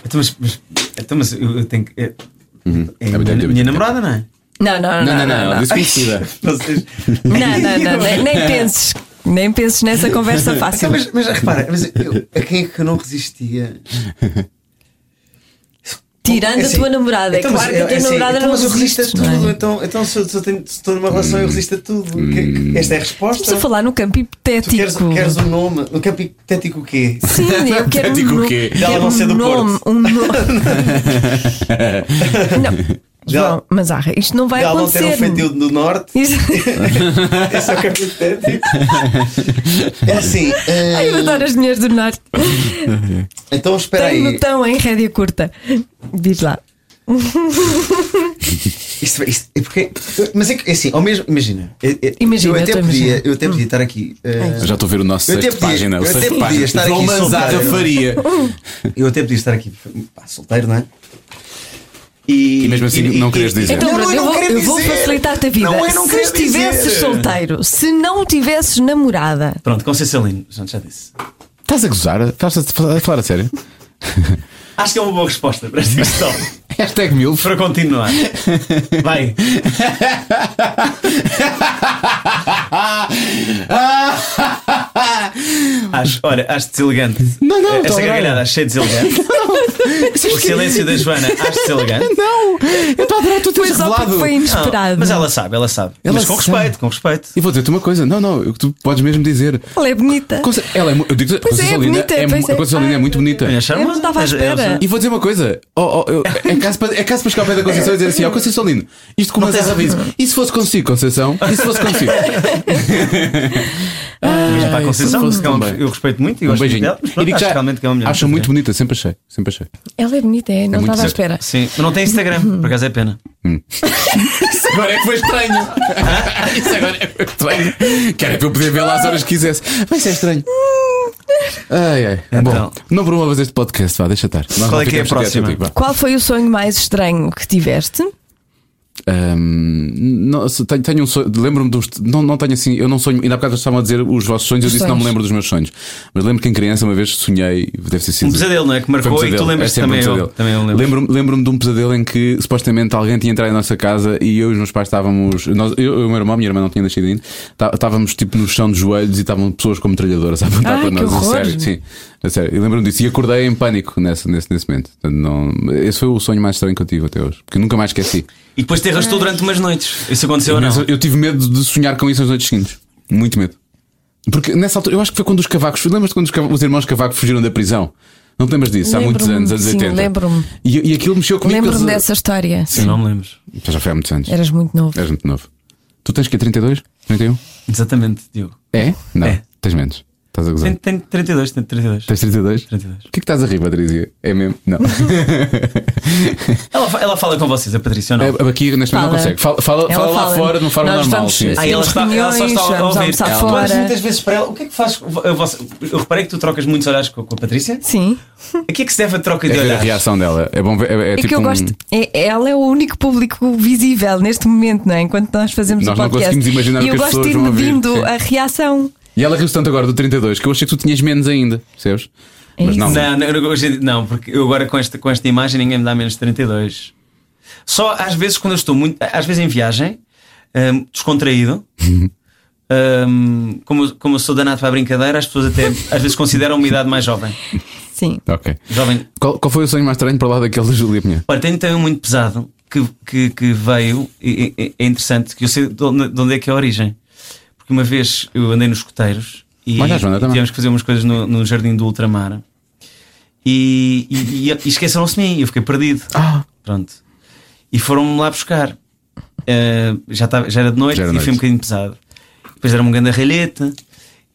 S4: Então, mas, mas, então, mas eu eu tenho que. É, é
S3: Tá bem, tá
S4: minha,
S3: bem, tá
S4: minha
S3: bem.
S4: namorada, não é?
S2: Não, não,
S3: Não, não,
S2: não.
S3: não, disse conhecida.
S4: Vocês-
S2: Não, não, não. Nem, nem penses. Nem penses nessa conversa fácil.
S4: Então, mas, mas repara, mas eu- a quem é que eu não resistia?
S2: Tirando
S4: É assim,
S2: a tua namorada.
S4: então,
S2: é
S4: mas
S2: claro
S4: eu-
S2: que a tua
S4: é assim,
S2: namorada
S4: então,
S2: não é?
S4: mas eu resisto
S2: resiste.
S4: a tudo. Então, então se, eu- se eu tenho- se estou numa relação, eu resisto a tudo. Que- que- Esta
S2: Estamos a
S4: é a resposta.
S2: falar no campo
S4: Tu queres,
S2: hipotético.
S4: queres um nome? Um campo hipotético o quê?
S2: Sim, eu quero um
S3: Digo o
S2: nome.
S3: quê?
S2: quero
S4: Dela não ser
S2: um
S4: do
S2: nome,
S4: Porto.
S2: um nome. não.
S4: Dela-
S2: João, mas arra, isto não vai
S4: Ela não
S2: acontecer.
S4: ter um feitiço do norte.
S2: Isso-
S4: Esse é o campo hipotético. É assim. eh,
S2: Ai, eu adoro as mulheres do Norte.
S4: Então espera
S2: Tem
S4: aí.
S2: notão em rédea curta. Diz lá.
S4: Isto, isto- é porque, mas é que, é assim, ao mesmo, imagina. é- é-
S5: Imagina,
S4: eu até
S5: eu tô Hum. a
S4: podia,
S5: imaginar.
S4: eu até podia estar aqui. eh,
S3: Eu já estou a ver o nosso
S4: Eu até
S3: sexto
S4: podia-
S3: página. O
S4: eu até
S3: sexto
S4: podia
S3: página.
S4: estar aqui
S3: João Manzada
S4: solteiro.
S3: faria.
S4: eu até podia estar aqui pá, solteiro, não é? E,
S3: E mesmo assim não queres dizer.
S5: Então,
S4: Não,
S5: Bruno,
S4: eu
S5: eu,
S4: não
S5: vou,
S4: quero
S5: eu vou
S4: dizer.
S5: facilitar-te a vida.
S4: Não, eu não
S5: se
S4: quero
S5: estivesses
S4: dizer.
S5: solteiro, se não tivesses namorada,
S4: Pronto, Conceição Lino, já já disse.
S3: Estás a gozar? Estás a a falar a sério?
S4: Acho que é uma boa resposta para esta questão.
S3: Hashtag milf.
S4: para continuar. Vai. Acho, olha, acho deselegante.
S3: Não, não, tá tô
S4: Esta
S3: a adorar.
S4: gargalhada achei deselegante. O silêncio da Joana, acho deselegante.
S3: Não! Eu estou a adorar tu teres
S5: pois só porque
S3: revelado.
S5: foi
S4: Não,
S5: inesperado.
S4: mas ela sabe, ela sabe.
S3: Ela
S4: mas com
S3: sabe.
S4: respeito, com respeito.
S3: E vou dizer-te uma coisa. Não, não. o que Tu podes mesmo dizer.
S5: Ela é bonita.
S3: Conce- Ela é, mu- eu digo, a
S5: Pois é,
S3: Conceição
S5: é
S3: Lina
S5: bonita,
S3: é, mu-
S5: pois é.
S3: a Conceição Lina é
S5: Ai,
S3: muito
S5: meu
S3: bonita.
S4: Olha,
S5: Eu não estava à
S4: mas-
S5: espera.
S3: E vou dizer uma coisa: ó, ó, eu- é caso para é caso para chegar ao pé da Conceição e dizer assim, ó Conceição Lino, isto como
S4: tens
S3: as aviso. E se fosse consigo, Conceição? E se fosse consigo?
S4: Mas para a
S3: Ai,
S4: Conceição,
S3: se fosse
S4: que é uma-
S3: também.
S4: eu respeito muito e
S3: Um
S4: gosto muito
S3: beijinho.
S4: dela. mas pronto,
S3: digo
S4: acho
S3: já,
S4: realmente que é uma mulher.
S3: acho muito bonita, sempre achei. Sempre achei.
S5: Ela é bonita, é, não
S3: muito
S5: estava à
S3: certo.
S5: espera.
S4: Sim, mas não tem Instagram, por acaso é pena.
S3: Agora é que foi estranho. Isso agora é que foi estranho. Que era para eu poder vê-la às horas que quisesse. Mas isso é estranho. Ai, ai. Bom,
S4: Então.
S3: não promovas este podcast, vá, deixa estar. Nós
S4: Qual é
S3: não
S4: que é a
S3: ficamos chateados
S4: próxima?
S3: contigo, vá.
S5: Qual foi o sonho mais estranho que tiveste?
S3: Ahm, não, se tenho, tenho um sonho, lembro-me dos. Não, não tenho assim, eu não sonho. Ainda há bocado estavam a dizer os vossos sonhos, eu
S5: Os
S3: disse não me
S5: sonhos.
S3: lembro dos meus sonhos. Mas lembro que em criança uma vez sonhei, deve ter sido.
S4: Um pesadelo, não é? Que marcou
S3: Foi um
S4: e tu
S3: pesadelo,
S4: lembras-te
S3: sempre
S4: também, eu-
S3: pesadelo.
S4: também eu lembro.
S3: Lembro-me lembro-me de um pesadelo em que supostamente alguém tinha entrado em nossa casa e eu e os meus pais estávamos. Nós, eu, eu, o meu irmão, a minha irmã não tinha nascido ainda, tá- estávamos tipo no chão de joelhos e estavam pessoas como metralhadoras a apontar
S5: Ai,
S3: para
S5: que
S3: nós.
S5: horror.
S3: A sério, sim. A sério. Eu lembro-me disso e acordei em pânico nessa, nesse, nesse momento. Portanto, não- esse foi o sonho mais estranho que eu tive até hoje, porque nunca mais esqueci.
S4: E depois te arrastou durante umas noites. Isso aconteceu ou não?
S3: Tipo, Mas eu- eu tive medo de sonhar com isso nas noites seguintes. Muito medo. Porque nessa altura, eu acho que foi quando os cavacos. Lembras-te quando os, cava- os irmãos cavaco fugiram da prisão? Não te lembras disso? Há muitos
S5: Lembro-me,
S3: anos, anos
S5: sim,
S3: 80.
S5: lembro-me.
S3: E, e aquilo mexeu comigo.
S5: Lembro-me
S3: porque eles-
S5: dessa história.
S4: Eu não me lembro.
S3: Já foi há muitos anos.
S5: Eras muito novo.
S3: Eras muito novo. Tu tens que 32? 31?
S4: Exatamente, Diogo.
S3: É? Não.
S4: É.
S3: Tens menos. Estás a gozar.
S4: Tenho, tenho 32, tenho 32.
S3: Tens 32?
S4: 32.
S3: O que é que estás a rir, Patrícia? É mesmo? Não.
S4: Ela, fa- ela fala com vocês, a Patrícia, ou não?
S3: É, Aqui neste momento não
S5: Fala.
S3: consegue. Fala, fala,
S5: Ela
S3: fala lá
S5: fala.
S3: fora de uma forma
S5: Nós
S3: normal.
S5: estamos-
S3: sim.
S5: Ai, temos reuniões, vamos almoçar fora.
S4: Ela- Tu olhas muitas vezes para ela. O que é que faz? Eu, você- eu reparei que tu trocas muitos olhares com, com a Patrícia.
S5: Sim.
S4: O que é que se deve a troca
S3: É
S4: de
S3: ver a
S4: olhares?
S3: reação dela. É bom ver. É, é
S5: É
S3: tipo
S5: que eu
S3: um-
S5: gosto. É, ela é o único público visível neste momento, não é? Enquanto nós fazemos
S3: Nós
S5: o
S3: não
S5: podcast.
S3: conseguimos imaginar
S5: e
S3: o
S5: eu
S3: que as
S5: gosto de ir
S3: pessoas vão ouvir,
S5: medindo
S3: sim.
S5: a reação.
S3: E ela riu tanto agora do 32 que eu achei que tu tinhas menos ainda, percebes?
S5: É
S3: Mas
S5: isso.
S3: não.
S4: Não, não, eu- hoje em dia- não, porque eu agora com esta, com esta imagem ninguém me dá menos de 32. Só às vezes quando eu estou muito. Às vezes em viagem, hum, descontraído. hum, como, como eu sou danado para a brincadeira, as pessoas até às vezes consideram uma idade mais jovem.
S5: Sim.
S3: Ok.
S4: Jovem,
S3: Qual, qual foi o sonho mais estranho para lá daquele da Júlia Pinheiro?
S4: Olha, tenho também um muito pesado que, que, que veio, e- e- é interessante, que eu sei de onde de onde é que é a origem. Porque uma vez eu andei nos escoteiros e,
S3: Olha, a Joana
S4: e
S3: também.
S4: tivemos que fazer umas coisas no, no jardim do Ultramar e, e, e- e esqueceram-se de mim, eu fiquei perdido.
S3: Ah,
S4: Pronto. E foram-me lá buscar. Eh, já, tava- já era de noite
S3: Já era
S4: e
S3: noite.
S4: foi um bocadinho pesado. Depois era um grande ralheta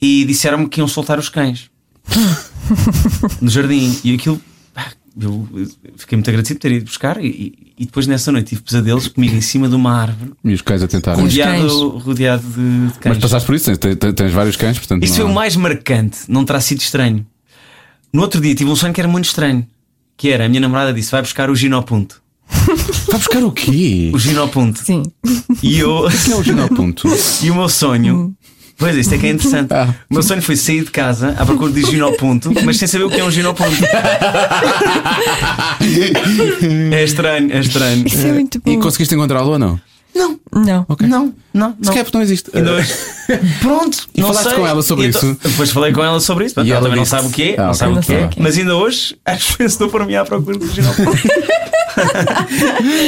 S4: e disseram-me que iam soltar os cães no jardim. E aquilo, pá, eu fiquei muito agradecido por ter ido buscar. E, e- e depois nessa noite tive pesadelos comigo em cima de uma árvore,
S3: E os cães a tentar.
S5: Com os
S4: rodeado, rodeado de, de
S3: Mas
S4: cães.
S3: passaste por isso, tens, tens- tens vários cães, portanto.
S4: Isso
S3: não-
S4: foi o mais marcante, não terá sido estranho. No outro dia tive um sonho que era muito estranho. Que era, a minha namorada disse: vai buscar o ginopunto.
S3: Vai buscar o quê?
S4: O ginopunto.
S5: Sim.
S4: E eu.
S3: O que é o ginopunto?
S4: E o meu sonho. Pois é, isto é que é interessante.
S3: Ah.
S4: O meu sonho foi sair de casa à procura de ginoponto, mas sem saber o que é um ginoponto. é estranho, é estranho.
S5: Isso é muito bom.
S3: e conseguiste encontrá-lo ou não?
S5: Não.
S4: Não,
S3: Se
S4: não, não.
S3: calhar porque não existe. Eh,
S4: Ainda hoje. Pronto,
S3: E
S4: não
S3: falaste
S4: sei.
S3: com ela sobre
S4: Então-
S3: isso?
S4: Depois falei com ela sobre isso. Portanto,
S3: E
S4: ela,
S3: ela
S4: também
S3: disse-
S4: não sabe o que é,
S3: Ah,
S4: não
S3: ok,
S4: sabe o
S5: não
S4: que
S5: sabe
S4: é,
S5: o que é.
S4: mas ainda hoje às vezes estou por mim à procura do ginoponto.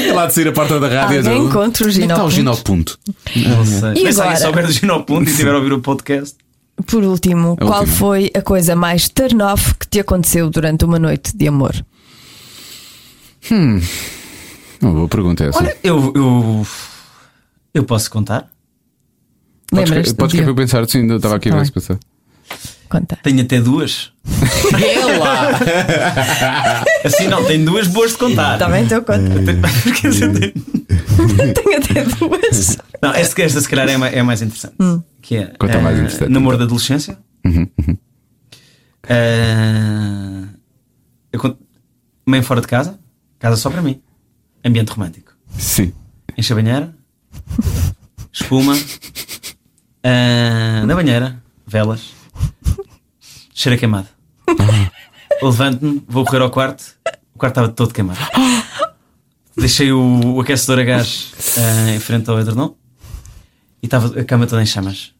S3: É lá de sair a porta da rádio.
S5: Alguém
S3: não?
S5: encontra o
S3: Onde é que está o
S5: ginopunto?
S3: ginopunto?
S4: Não sei.
S5: E
S4: mas se alguém
S5: agora?
S4: souber do ginoponto e tiver a ouvir o podcast,
S5: Por último,
S3: A
S5: qual
S3: última.
S5: foi a coisa mais turn-off que te aconteceu durante uma noite de amor?
S3: Uma boa pergunta é essa.
S4: olha, eu, eu, eu posso contar?
S3: Podes que-
S5: Lembras-te?
S3: Podes que eu
S5: Diogo?
S3: pensar, sim, eu estava aqui a
S5: Tá
S3: ver
S5: bem.
S3: se pensar.
S5: Conta.
S4: Tenho até duas. Assim não, tenho duas boas de contar.
S2: Tá
S5: Está bem, então conta.
S4: Porque assim, tenho-
S5: Tenho até duas.
S4: Não, esta, esta se calhar é, ma- é mais interessante. Que é
S3: Quanto mais
S4: eh,
S3: interessante,
S4: Namoro
S3: então. Uhum,
S4: da adolescência. Eh, eu conto- meio fora de casa, casa só para mim. Ambiente romântico.
S3: Sim.
S4: Enche a banheira, espuma, eh, na banheira, velas, cheiro a queimado. Eu Levanto-me, vou correr ao quarto, o quarto estava todo queimado. Deixei o, o aquecedor a gás eh, em frente ao edredom e estava a cama toda em chamas.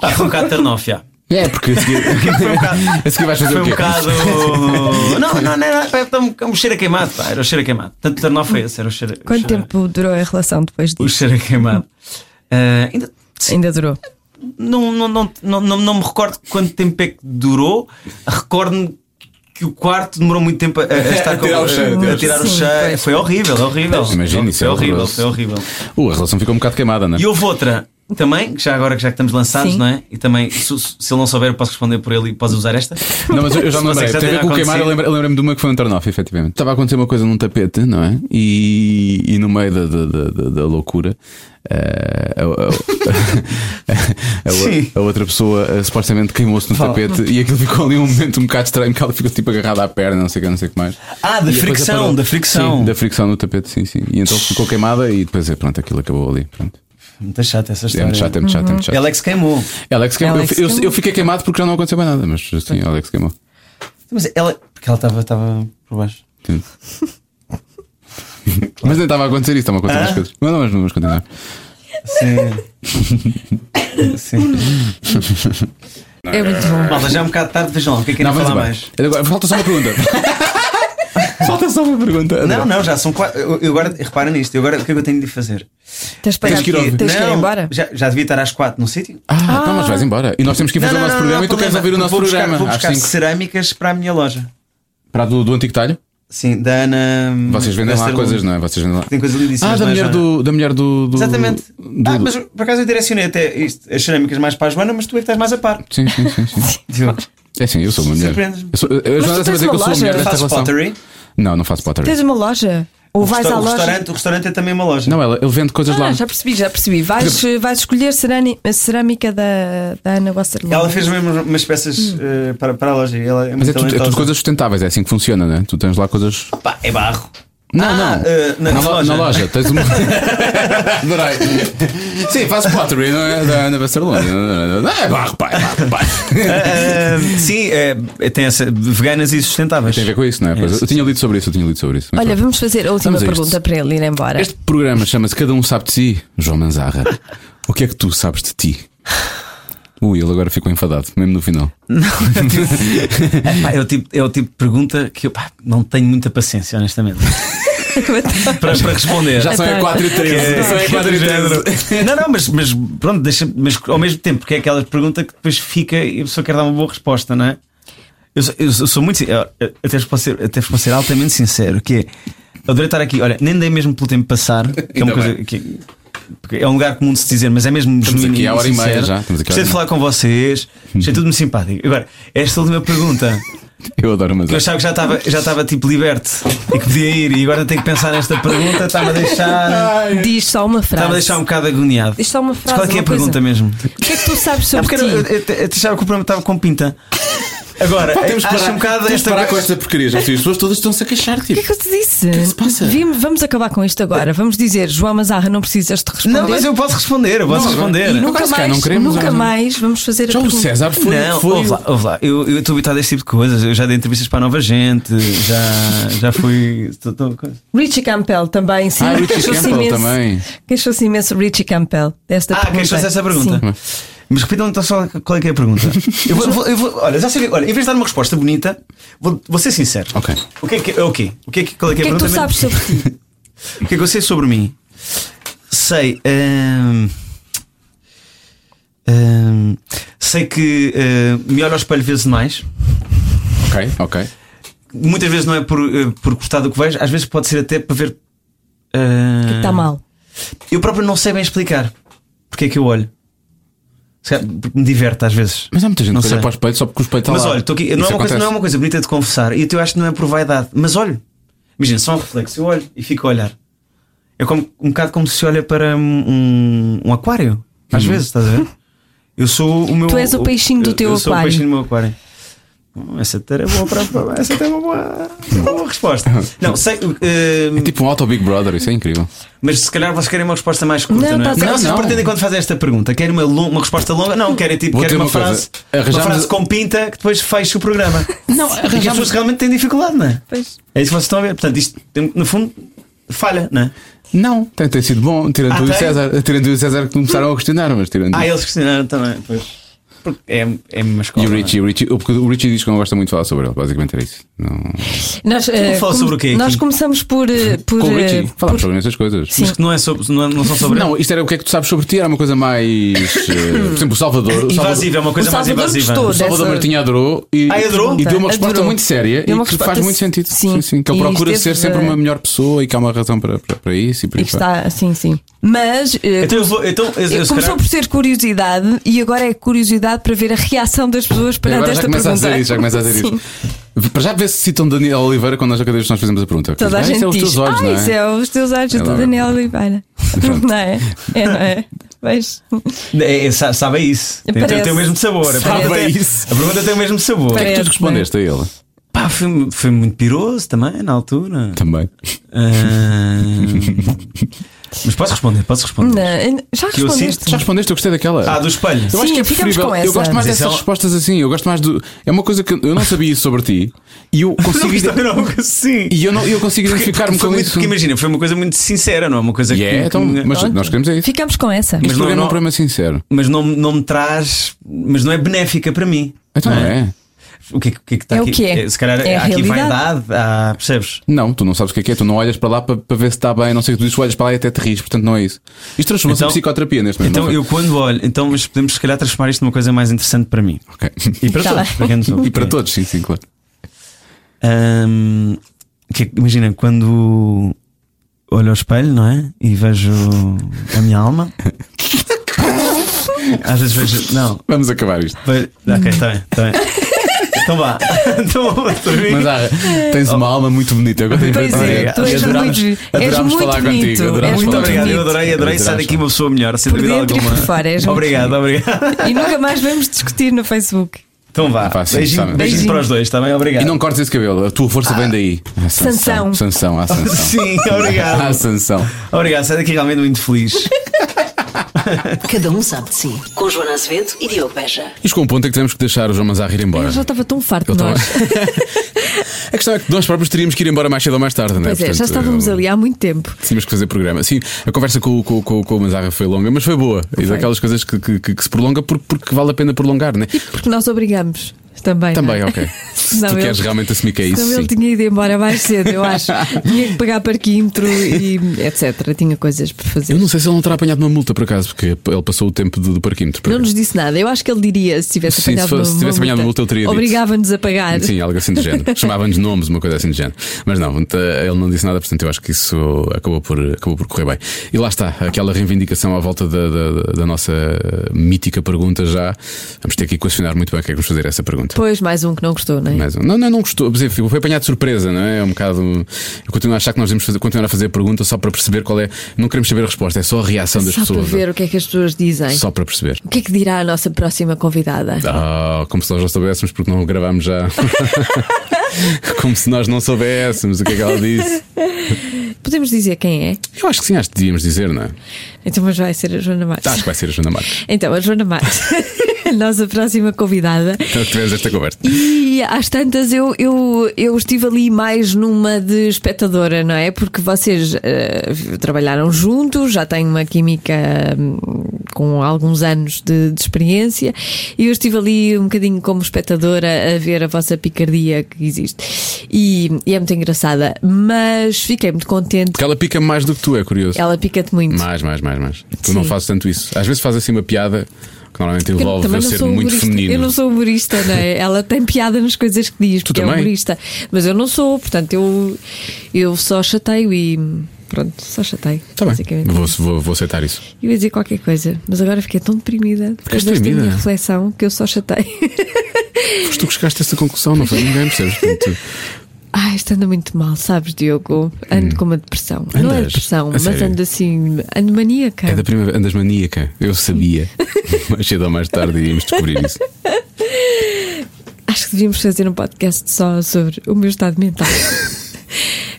S4: Pá, foi um bocado turn-off, já. um
S3: É, porque a seguir, a seguir vais fazer
S4: Foi
S3: o
S4: um
S3: quê?
S4: bocado. Não, não, não, não. Era um cheiro a queimado, pá. Era o cheiro a queimado. Tanto turn-off foi esse. Era o cheiro, o
S5: Quanto
S4: cheiro a-
S5: tempo durou a relação depois
S4: o
S5: disso?
S4: cheiro a queimado. Ah, ainda,
S5: Ainda durou.
S4: não, não, não, não, não, não me recordo quanto tempo é que durou. Recordo-me que o quarto demorou muito tempo a, a- a estar
S3: A
S4: com-
S3: tirar o cheiro,
S4: a,
S3: Deus.
S4: a tirar o
S5: Sim,
S4: cheiro.
S5: pois.
S4: Foi horrível, horrível.
S3: Imagina, isso
S4: foi
S3: é
S4: horrível,
S3: horroroso.
S4: foi horrível.
S3: Uh, a relação ficou um bocado queimada, né?
S4: E houve outra também, que já agora que já que estamos lançados,
S5: Sim.
S4: não é? E também, se, se ele não souber, eu posso responder por ele e podes usar esta.
S3: Não, mas eu, eu já me
S4: Se
S3: lembrei.
S4: você quiser
S3: Tem a ver
S4: ter
S3: com o queimar,
S4: acontecido.
S3: eu lembrei- lembrei-me de uma que foi um turn-off, efetivamente. Estava a acontecer uma coisa num tapete, não é? E, e no meio da, da, da- da- da loucura, eh, a, a- a- a-
S4: Sim.
S3: a outra pessoa eh, supostamente queimou-se no tapete e aquilo ficou ali um momento um bocado estranho, que ela ficou tipo agarrada à perna, não sei o que, não sei o que mais. E
S4: Ah, da
S3: a coisa parou.
S4: fricção, da fricção.
S3: Sim, da fricção no tapete, sim, sim. E então ficou queimada e depois, eh, pronto, aquilo acabou ali. Pronto.
S4: Muito chato
S3: É
S4: essa história.
S3: muito chato, é muito chato, é
S4: Uhum.
S3: muito chato.
S4: Alex queimou.
S3: Alex queimou.
S5: Alex
S3: Eu- eu,
S5: queimou.
S3: eu fiquei queimado porque já não aconteceu mais nada, mas sim, Alex queimou.
S4: Mas ela, porque ela estava estava por baixo.
S3: Sim. Mas nem estava a acontecer isso, estava a acontecer mais coisas. Mas não, mas vamos continuar.
S4: Sim. Sim.
S5: É muito bom.
S4: Malta, já é um bocado tarde, vejam lá, o que é que
S3: Não,
S4: ainda
S3: vamos
S4: falar
S3: embora.
S4: mais?
S3: Agora, falta só uma pergunta. falta só uma pergunta.
S4: Não, não, já são quatro. Eu, eu agora, repara nisto, eu agora o que é que eu tenho de fazer?
S5: Tens, para
S3: Tens que ir ao-
S5: tens que ir
S4: Não,
S5: embora?
S4: Já, já devia estar às quatro no sítio?
S3: Ah, então, mas vais embora. E nós temos que ir fazer
S4: Não,
S3: o
S4: não,
S3: nosso
S4: não,
S3: programa
S4: não,
S3: e tu queres
S4: problema.
S3: ouvir o nosso
S4: vou
S3: programa.
S4: Buscar, vou
S3: às
S4: buscar
S3: 5.
S4: cerâmicas para a minha loja.
S3: Para a do, do antigo talho?
S4: Sim, da Ana.
S3: Vocês vendem lá
S4: Westerlund.
S3: coisas, não é? Vocês vendem lá.
S4: Tem coisas lindíssimas.
S3: Ah, da
S4: não é,
S3: mulher
S4: Joana?
S3: do. Da mulher do, do-
S4: Exatamente.
S3: do-
S4: Ah, mas por acaso eu direcionei até isto, as cerâmicas mais para a Joana, mas tu é que estás mais a par.
S3: Sim, sim, sim. sim. É sim, eu sou uma mulher.
S4: Surpreendes-me.
S3: Eu sou, eu já
S5: tu
S3: estava a
S5: tens
S3: dizer que eu
S5: uma
S3: sou a mulher
S5: loja?
S3: desta
S4: Fazes
S3: relação.
S4: pottery.
S3: Não, não faço pottery.
S5: Tens uma loja? Ou
S3: Um
S4: O
S5: vais
S4: resta-
S5: à
S4: o
S5: loja?
S4: restaurante, o restaurante é também uma loja.
S3: Não, ela, ele vende coisas lá.
S5: Ah, já percebi, já percebi. Vais, vais escolher cerani- a cerâmica da, da Ana Wasserlund.
S4: Ela fez mesmo umas peças
S5: Hum.
S4: eh, para, para a loja. e Ela é
S3: Mas
S4: muito
S3: é tudo, é tudo
S4: talentosa.
S3: coisas sustentáveis, é assim que funciona, né? Tu tens lá coisas.
S4: Pá, é barro.
S3: Não,
S4: Ah, eh, na-
S3: na,
S4: na
S3: lo-
S4: loja.
S3: na loja. Tens uma. Adorei. Sim, faz pottery, não é? Da Ana Barcelona. Não é barro, pai, barro, pai.
S4: Ah, sim, é, tem essa. Veganas e sustentáveis.
S3: Tem a ver com isso, não é? Pois,
S4: sim,
S3: eu tinha lido sobre isso, eu tinha lido sobre isso. Muito
S5: Olha,
S3: bem.
S5: vamos fazer a última
S3: Vamos a isto.
S5: pergunta para ele ir embora.
S3: Este programa chama-se Cada Um Sabe de Si, João Manzarra. O que é que tu sabes de ti? Ui, ele agora ficou enfadado, mesmo no final.
S4: É, pá, é, o tipo, é o tipo de pergunta que eu pá, não tenho muita paciência, honestamente. para, para responder.
S3: Já são é
S5: Então,
S3: 4 e 13. São é 4 e 13.
S4: não, não, mas, mas pronto, deixa, mas ao mesmo tempo, porque é aquela pergunta que depois fica e a pessoa quer dar uma boa resposta, não é? Eu sou, eu sou- sou muito. sin- eu- eu Até vos posso ser, até vos posso ser altamente sincero, que é. Eu adorei estar aqui, olha, nem dei mesmo pelo tempo passar, que é
S3: Ainda
S4: uma coisa
S3: bem.
S4: que. porque É um lugar comum de se dizer, mas é mesmo
S3: Estamos
S4: genuíno
S3: aqui há hora e meia
S4: sincero.
S3: já, estamos aqui há
S4: Gostei de
S3: hora
S4: falar com vocês, achei tudo muito simpático. Agora, esta última pergunta
S3: Eu adoro o
S4: que eu
S3: Manzarra.
S4: achava que já estava, já estava tipo liberto e que podia ir, e agora tenho que pensar nesta pergunta, está-me a deixar.
S5: Diz só uma frase.
S4: Estava a deixar um bocado agoniado.
S5: Diz só uma
S4: Mas
S5: frase.
S4: Qual é, que é a
S5: uma coisa.
S4: pergunta mesmo?
S5: O que é que tu sabes
S4: É
S5: sobre
S4: porque eu, eu,
S5: ti?
S4: eu, eu achava que o programa estava com pinta. Agora,
S3: Temos que
S4: acho
S3: parar,
S4: um bocado
S3: temos que
S4: esta
S3: parar com esta porcaria. Já sei, as pessoas todas estão-se a queixar,
S5: O que
S3: tipo.
S5: é que eu te disse?
S3: que se passa?
S5: Vimos- vamos acabar com isto agora. Vamos dizer, João Mazarra, não precisas de responder.
S4: Não, mas eu posso responder, eu posso
S3: Não,
S4: responder.
S5: E
S3: não-
S5: nunca
S3: Quase cá,
S5: mais,
S3: não queremos,
S5: nunca
S3: mas-
S5: mais vamos fazer
S3: Já
S5: a
S3: o
S5: pergunta.
S3: César foi.
S4: não,
S3: foi
S4: ouve lá, ouve lá. Eu eu estou habituado a este tipo de coisas. Eu já dei entrevistas para a nova gente, já, já fui. estou- estou-
S5: Richie Campbell também, sim.
S3: Ah, Richie
S5: Queixou-se
S3: Campbell
S5: imenso.
S3: também.
S5: Queixou-se imenso Richie Campbell desta
S4: Ah,
S5: pergunta.
S4: queixou-se dessa pergunta.
S5: Sim.
S4: Mas repitam então só qual é que é a pergunta. eu vou, vou- eu vou- olha, já sabia, é olha, em vez de dar uma resposta bonita, vou, vou ser sincero.
S3: Ok.
S4: O que é que é o quê? O que é que qual é que
S5: O
S4: é
S5: que
S4: a
S5: é que
S4: pergunta?
S5: tu
S4: mesmo?
S5: sabes sobre ti?
S4: O que é que eu sei sobre mim? Sei. hum, ahm, ahm, hum, sei que ah, me olho ao espelho vezes demais.
S3: Ok, ok.
S4: Muitas vezes não é por, ah, por gostar do que vejo, às vezes pode ser até para ver. ah,
S5: Que
S2: tá
S5: está mal.
S4: Eu próprio não sei bem explicar porque é que eu olho. Se calhar Porque me diverte às vezes.
S3: Mas há muita gente
S4: Não
S3: que olha
S4: sei.
S3: para o espelho só porque o espelho está
S4: Mas
S3: Tá lá.
S4: olha, tô
S3: Isso
S4: aqui, não, é uma coisa,
S3: acontece.
S4: não é uma coisa bonita de confessar. E eu até acho que não é por vaidade. Mas olho. Imagina, só um reflexo. Eu olho e fico a olhar. É como, um bocado como se olha para um, um aquário, às
S3: Uhum.
S4: vezes, estás a ver? Eu sou o meu.
S2: Tu és o peixinho do
S4: eu-
S2: teu
S4: eu sou o
S2: aquário.
S4: peixinho do meu aquário. Hum, Essa até era boa para essa até é uma boa, uma boa resposta. Não, sei. eh,
S3: É tipo um auto Big Brother, isso é incrível.
S4: mas se calhar vocês querem uma resposta mais curta,
S2: Não,
S4: não,
S2: tá
S4: é?
S2: certo.
S4: Não, vocês
S3: Não.
S4: pretendem quando fazem esta pergunta, querem uma, lon- uma resposta longa? Não, querem tipo
S3: Vou
S4: querem
S3: ter uma
S4: uma,
S3: coisa. É,
S4: frase, uma
S3: Arranjamos-
S4: frase com pinta que depois fecha o programa. Não, e que as pessoas realmente têm dificuldade, não é?
S2: Pois.
S4: É isso que vocês estão a ver. Portanto, isto tem- no fundo falha, não é?
S3: Não, tem, tem sido bom, tirando
S4: Ah,
S3: tu e o
S4: tem?
S3: César, tirando tu e o César que começaram a questionar, mas tirando.
S4: Ah, eles questionaram também, pois. Porque É, é uma escola.
S3: E o
S4: não é?
S3: Richie, o Richie, porque o Richie diz que não gosta muito de falar sobre ele, basicamente era isso. Não...
S2: Nós, eh,
S4: falar
S2: come-
S4: sobre o quê aqui?
S2: Nós começamos por. eh, por
S3: Com o
S2: eh,
S3: Richie, falámos sobre essas coisas.
S4: Mas que não, é sobre, não, é- não são sobre.
S3: Não, isto era o que é que tu sabes sobre ti, era uma coisa mais. eh, por exemplo, o Salvador. o Salvador-
S4: invasiva, é uma coisa
S2: o
S4: mais
S2: Salvador
S4: invasiva.
S2: gostou
S3: O Salvador
S2: dessa-
S3: Martinho adorou e,
S4: Ah, adorou?
S3: e deu uma resposta
S2: Adorou.
S3: muito séria
S2: Deu uma
S3: e que
S2: resposta
S3: faz muito
S2: se-
S3: sentido.
S2: sim.
S3: que ele
S2: E
S3: procura
S2: esteve,
S3: ser sempre
S2: eh,
S3: uma melhor pessoa e que há uma razão para, para, para isso e por
S2: E
S3: aí
S2: que
S3: fora.
S2: está assim, sim. Mas. eh,
S4: Então, eu vou- então eu, eu, se
S2: Começou
S4: calhar-
S2: por ser curiosidade e agora é curiosidade para ver a reação das pessoas
S3: E
S2: perante
S3: Agora já
S2: esta
S3: começa
S2: pergunta. é
S3: a dizer isso, já começa a dizer
S2: Sim.
S3: isso. Para já ver se citam Daniel Oliveira quando nós, cada vez que nós fizemos a pergunta.
S2: Toda a
S3: Ah, isso
S2: gente
S3: é os
S2: diz,
S3: teus olhos,
S2: ah,
S3: não é?
S2: isso é os teus olhos
S3: É
S2: do
S3: logo.
S2: Daniel Oliveira.
S3: Pronto.
S2: não é? É, não é? Mas,
S4: É, é, sa- sabe a isso. Tem, tem,
S2: Parece.
S4: tem o mesmo sabor. A
S2: Sabe
S4: pergunta
S3: a
S4: tem-
S3: isso.
S4: A pergunta tem o mesmo sabor.
S3: O que é que
S2: Parece,
S3: tu
S2: né?
S3: respondeste a ele?
S4: Pá, foi, foi muito piroso também na altura.
S3: Também.
S4: Ah, mas posso responder, posso responder.
S2: não, ainda- já
S4: Que eu
S2: respondeste.
S4: sinto-
S3: Já respondeste, eu gostei daquela.
S4: Ah, do espelho.
S3: Eu acho
S2: Sim,
S3: que é
S2: ficamos
S3: preferível.
S2: com
S3: Eu
S2: essa.
S3: gosto mais
S4: Mas
S3: dessas
S4: isso é um-
S3: respostas assim. Eu gosto mais do. É uma coisa que eu não sabia isso sobre ti e eu
S4: Não,
S3: consigo.
S4: isto
S3: ide-
S4: também não é uma coisa assim.
S3: E eu, não, eu consigo
S4: Porque-
S3: identificar-me
S4: foi
S3: com
S4: muito-
S3: isso.
S4: Porque imagina, foi uma coisa muito sincera, não é uma coisa
S3: E
S4: que-
S3: é,
S4: que.
S3: então, mas
S2: Pronto.
S3: nós queremos é isso.
S2: Ficamos com essa.
S3: Este
S4: não-
S3: programa é um
S4: não-
S3: programa sincero.
S4: mas não, não me traz. Mas não é benéfica para mim.
S3: Então
S4: não
S3: é.
S4: O que é que, o que, é que está
S2: É o
S4: aqui?
S2: que é.
S4: Se calhar
S2: É a
S4: há aqui
S2: realidade.
S4: vaidade, há, percebes?
S3: Não, tu não sabes o que é que é, tu não olhas para lá para, para ver se está bem, não sei o que tu dizes, olhas para lá e até te rires, portanto não é isso. Isto transformou-se em
S4: Então-
S3: psicoterapia neste momento.
S4: Então
S3: não
S4: eu quando olho, então mas podemos se calhar transformar isto numa coisa mais interessante para mim.
S3: foi? Ok.
S4: E para
S2: Tá
S4: todos.
S2: bem.
S4: para quem nos ouve.
S3: E para todos, sim, sim, claro.
S4: Ahm, que- imagina, quando olho ao espelho, não é? E vejo a minha alma. Às vezes vejo. Não.
S3: Vamos acabar isto.
S4: Vejo, ok, está bem, está bem. Então vá. Então, para mim.
S3: Mas ah, tens uma alma muito bonita. Eu gostei
S2: Pois
S3: muito
S2: é,
S3: disso.
S4: tu és
S3: E adorámos-
S2: muito- és
S3: adorámos
S2: muito
S3: falar
S2: bonito,
S3: contigo. adorámos
S2: és
S4: Muito
S3: falar
S4: obrigado, eu
S3: contigo.
S4: adorei, adorei. Sai daqui uma pessoa melhor, sem
S2: Por
S4: dúvida
S2: dentro e
S4: alguma.
S2: por fora, és muito
S4: Obrigado, obrigado.
S2: E nunca mais vamos discutir no Facebook.
S4: Então vá.
S3: Pá, sim,
S4: beijinho,
S3: está bem.
S4: beijinho para os dois, está bem? Obrigado.
S3: E não cortes esse cabelo, a tua força vem daí. Ah,
S2: Sansão.
S3: Sansão, há Sansão.
S4: Sim,
S3: Há
S4: obrigado.
S3: Sansão.
S4: Obrigado, sai daqui realmente muito feliz.
S1: Cada um sabe de si. Com Joana Azevedo e Diogo Beja.
S3: Isto com um ponto é que temos que deixar o João Manzarra ir embora.
S2: Eu já estava tão farto
S3: Eu É,
S2: de
S3: tava-
S2: nós.
S3: A questão é que nós próprios teríamos que ir embora mais cedo ou mais tarde, não é?
S2: Pois é, já
S3: Portanto,
S2: estávamos
S3: eu-
S2: ali há muito tempo.
S3: Tínhamos que fazer programa. Sim, a conversa com, o- com, o- com, o- com o Manzarra foi longa, mas foi boa. E daquelas coisas que, que, que- que se prolonga porque, porque vale a pena prolongar, né?
S2: Porque nós obrigamos também.
S3: Também,
S2: não é?
S3: ok. Se
S2: Não,
S3: tu
S2: ele-
S3: queres realmente assumir que é isso,
S2: Então
S3: sim.
S2: ele tinha ido embora mais cedo, eu acho. tinha que pagar parquímetro e etc. Tinha coisas por fazer.
S3: Eu não sei se ele não terá apanhado uma multa por acaso, porque ele passou o tempo do, do parquímetro. por
S2: Não
S3: acaso.
S2: nos disse nada. Eu acho que ele diria se tivesse
S3: Sim,
S2: apanhado
S3: se fosse- se
S2: uma
S3: tivesse apanhado uma multa, ele teria dito.
S2: Obrigava-nos a pagar.
S3: Sim, algo assim do género. Chamava-nos nomes, uma coisa assim do género. Mas não, t- ele não disse nada, portanto eu acho que isso acabou por, acabou por correr bem. E lá está, aquela reivindicação à volta da, da- da nossa mítica pergunta já. Vamos ter que equacionar muito bem o que é que vamos fazer a essa pergunta.
S2: Pois, mais um que não gostou, não é?
S3: Mais um. Não, não, não gostou. Por exemplo, foi apanhado de surpresa, não é? É um bocado. Eu continuo a achar que nós devemos fazer- continuar a fazer a pergunta só para perceber qual é. Não queremos saber a resposta, é só a reação das
S2: Só para
S3: pessoas.
S2: ver o que é que as pessoas dizem.
S3: Só para perceber.
S2: O que é que dirá a nossa próxima convidada?
S3: Ah, como se nós não soubéssemos, porque não gravámos já. como se nós não soubéssemos o que é que ela disse.
S2: Podemos dizer quem é?
S3: Eu acho que sim, acho que devíamos dizer, não é?
S2: Então, mas vai ser a Joana Matos.
S3: Acho que vai ser a Joana Marques.
S2: Então, a Joana Matos, a nossa próxima convidada.
S3: Então tivemos esta conversa.
S2: E às tantas eu, eu, eu estive ali mais numa de espectadora, não é? Porque vocês eh, trabalharam juntos, já têm uma química hum, com alguns anos de, de experiência e eu estive ali um bocadinho como espectadora a ver a vossa picardia que existe. E, e é muito engraçada, mas fiquei muito contente.
S3: Porque ela pica mais do que tu, é curioso.
S2: Ela pica-te muito.
S3: Mais, mais, mais, mais. Tu
S2: Sim.
S3: não fazes tanto isso. Às vezes fazes assim uma piada que normalmente
S2: Porque
S3: envolve eu ser muito
S2: humorista.
S3: feminino.
S2: Eu não sou humorista, não é? Ela tem piada nas coisas que diz, porque é
S3: também?
S2: humorista. Mas eu não sou, portanto, eu, eu só chateio e. Pronto, só chateio.
S3: Tá bem.
S2: basicamente.
S3: Vou, vou, vou aceitar isso.
S2: Eu ia dizer qualquer coisa, mas agora fiquei tão deprimida depois
S3: Ficaste
S2: desta
S3: deprimida?
S2: minha reflexão que eu só chateio.
S3: Mas tu que chegaste a essa conclusão, não foi ninguém, percebes? Portanto,
S2: Ai, Ai, isto anda muito mal, sabes, Diogo? Ando com uma depressão. Não é
S3: Hum. Andas?
S2: depressão,
S3: A
S2: mas
S3: sério?
S2: ando assim, ando maníaca.
S3: É da primeira andas maníaca. Eu sabia. mais cedo ou mais tarde iríamos descobrir isso.
S2: Acho que devíamos fazer um podcast só sobre o meu estado mental.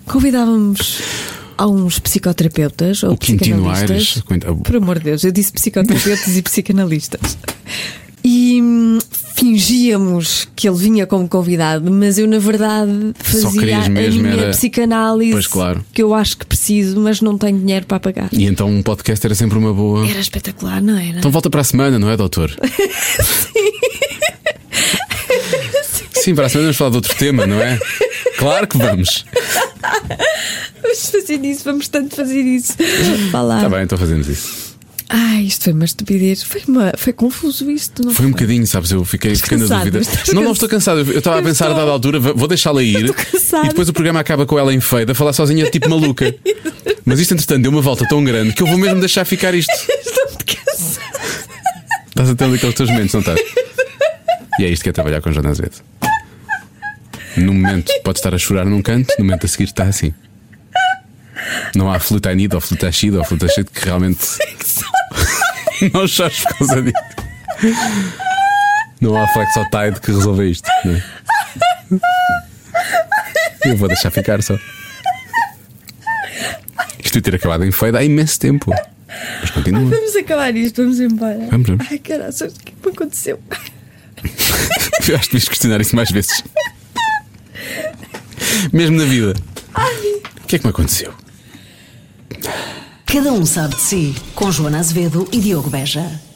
S2: Convidávamos a uns psicoterapeutas ou
S3: O Quintino Aires.
S2: psicanalistas.
S3: Quinta-
S2: Por amor de Deus, eu disse psicoterapeutas e psicanalistas. E hum, fingíamos que ele vinha como convidado, mas eu, na verdade,
S3: Só
S2: fazia
S3: querias
S2: a
S3: mesmo
S2: minha
S3: era-
S2: psicanálise
S3: Pois, claro.
S2: que eu acho que preciso, mas não tenho dinheiro para pagar.
S3: E então um podcast era sempre uma boa.
S2: Era espetacular, não era?
S3: Então volta para a semana, não é, doutor? Sim, para a semana vamos falar de outro tema, não é? Claro que vamos.
S2: Vamos fazer isso, vamos tanto fazer isso. Vá lá.
S3: Está bem, então fazemos isso.
S2: Ai, isto foi uma estupidez. Foi, uma, foi confuso isto, não
S3: Foi um bocadinho, sabes? Eu fiquei,
S2: Estás
S3: fiquei na
S2: cansado,
S3: dúvida.
S2: estás
S3: Não, não
S2: cansado.
S3: estou cansado. Eu estava a
S2: Eu
S3: pensar a
S2: estou.
S3: dada altura, va- vou deixá-la ir.
S2: estou cansada.
S3: E depois o programa acaba com ela em feio, a falar sozinha, tipo maluca. Mas isto, entretanto, deu uma volta tão grande que eu vou mesmo deixar ficar isto.
S2: Estou muito cansada.
S3: Estás a ter daqueles teus momentos, não estás? E é isto que é trabalhar com o Joana Azevedo. No momento pode estar a chorar num canto, no momento a seguir está assim. Não há fluta anida ou fluta chida ou fluta cheia que realmente. não chores por causa disso. Não há flexotide que resolva isto. não é? Eu vou deixar ficar só. Isto ia ter acabado em feio há imenso tempo. Mas continua.
S2: Vamos acabar isto, vamos embora.
S3: Vamos, vamos.
S2: Ai, caraças, o que é que me aconteceu?
S3: Eu acho que devias questionar isso mais vezes. Mesmo na vida. O que é que me aconteceu?
S1: Cada um sabe de si, com Joana Azevedo e Diogo Beja.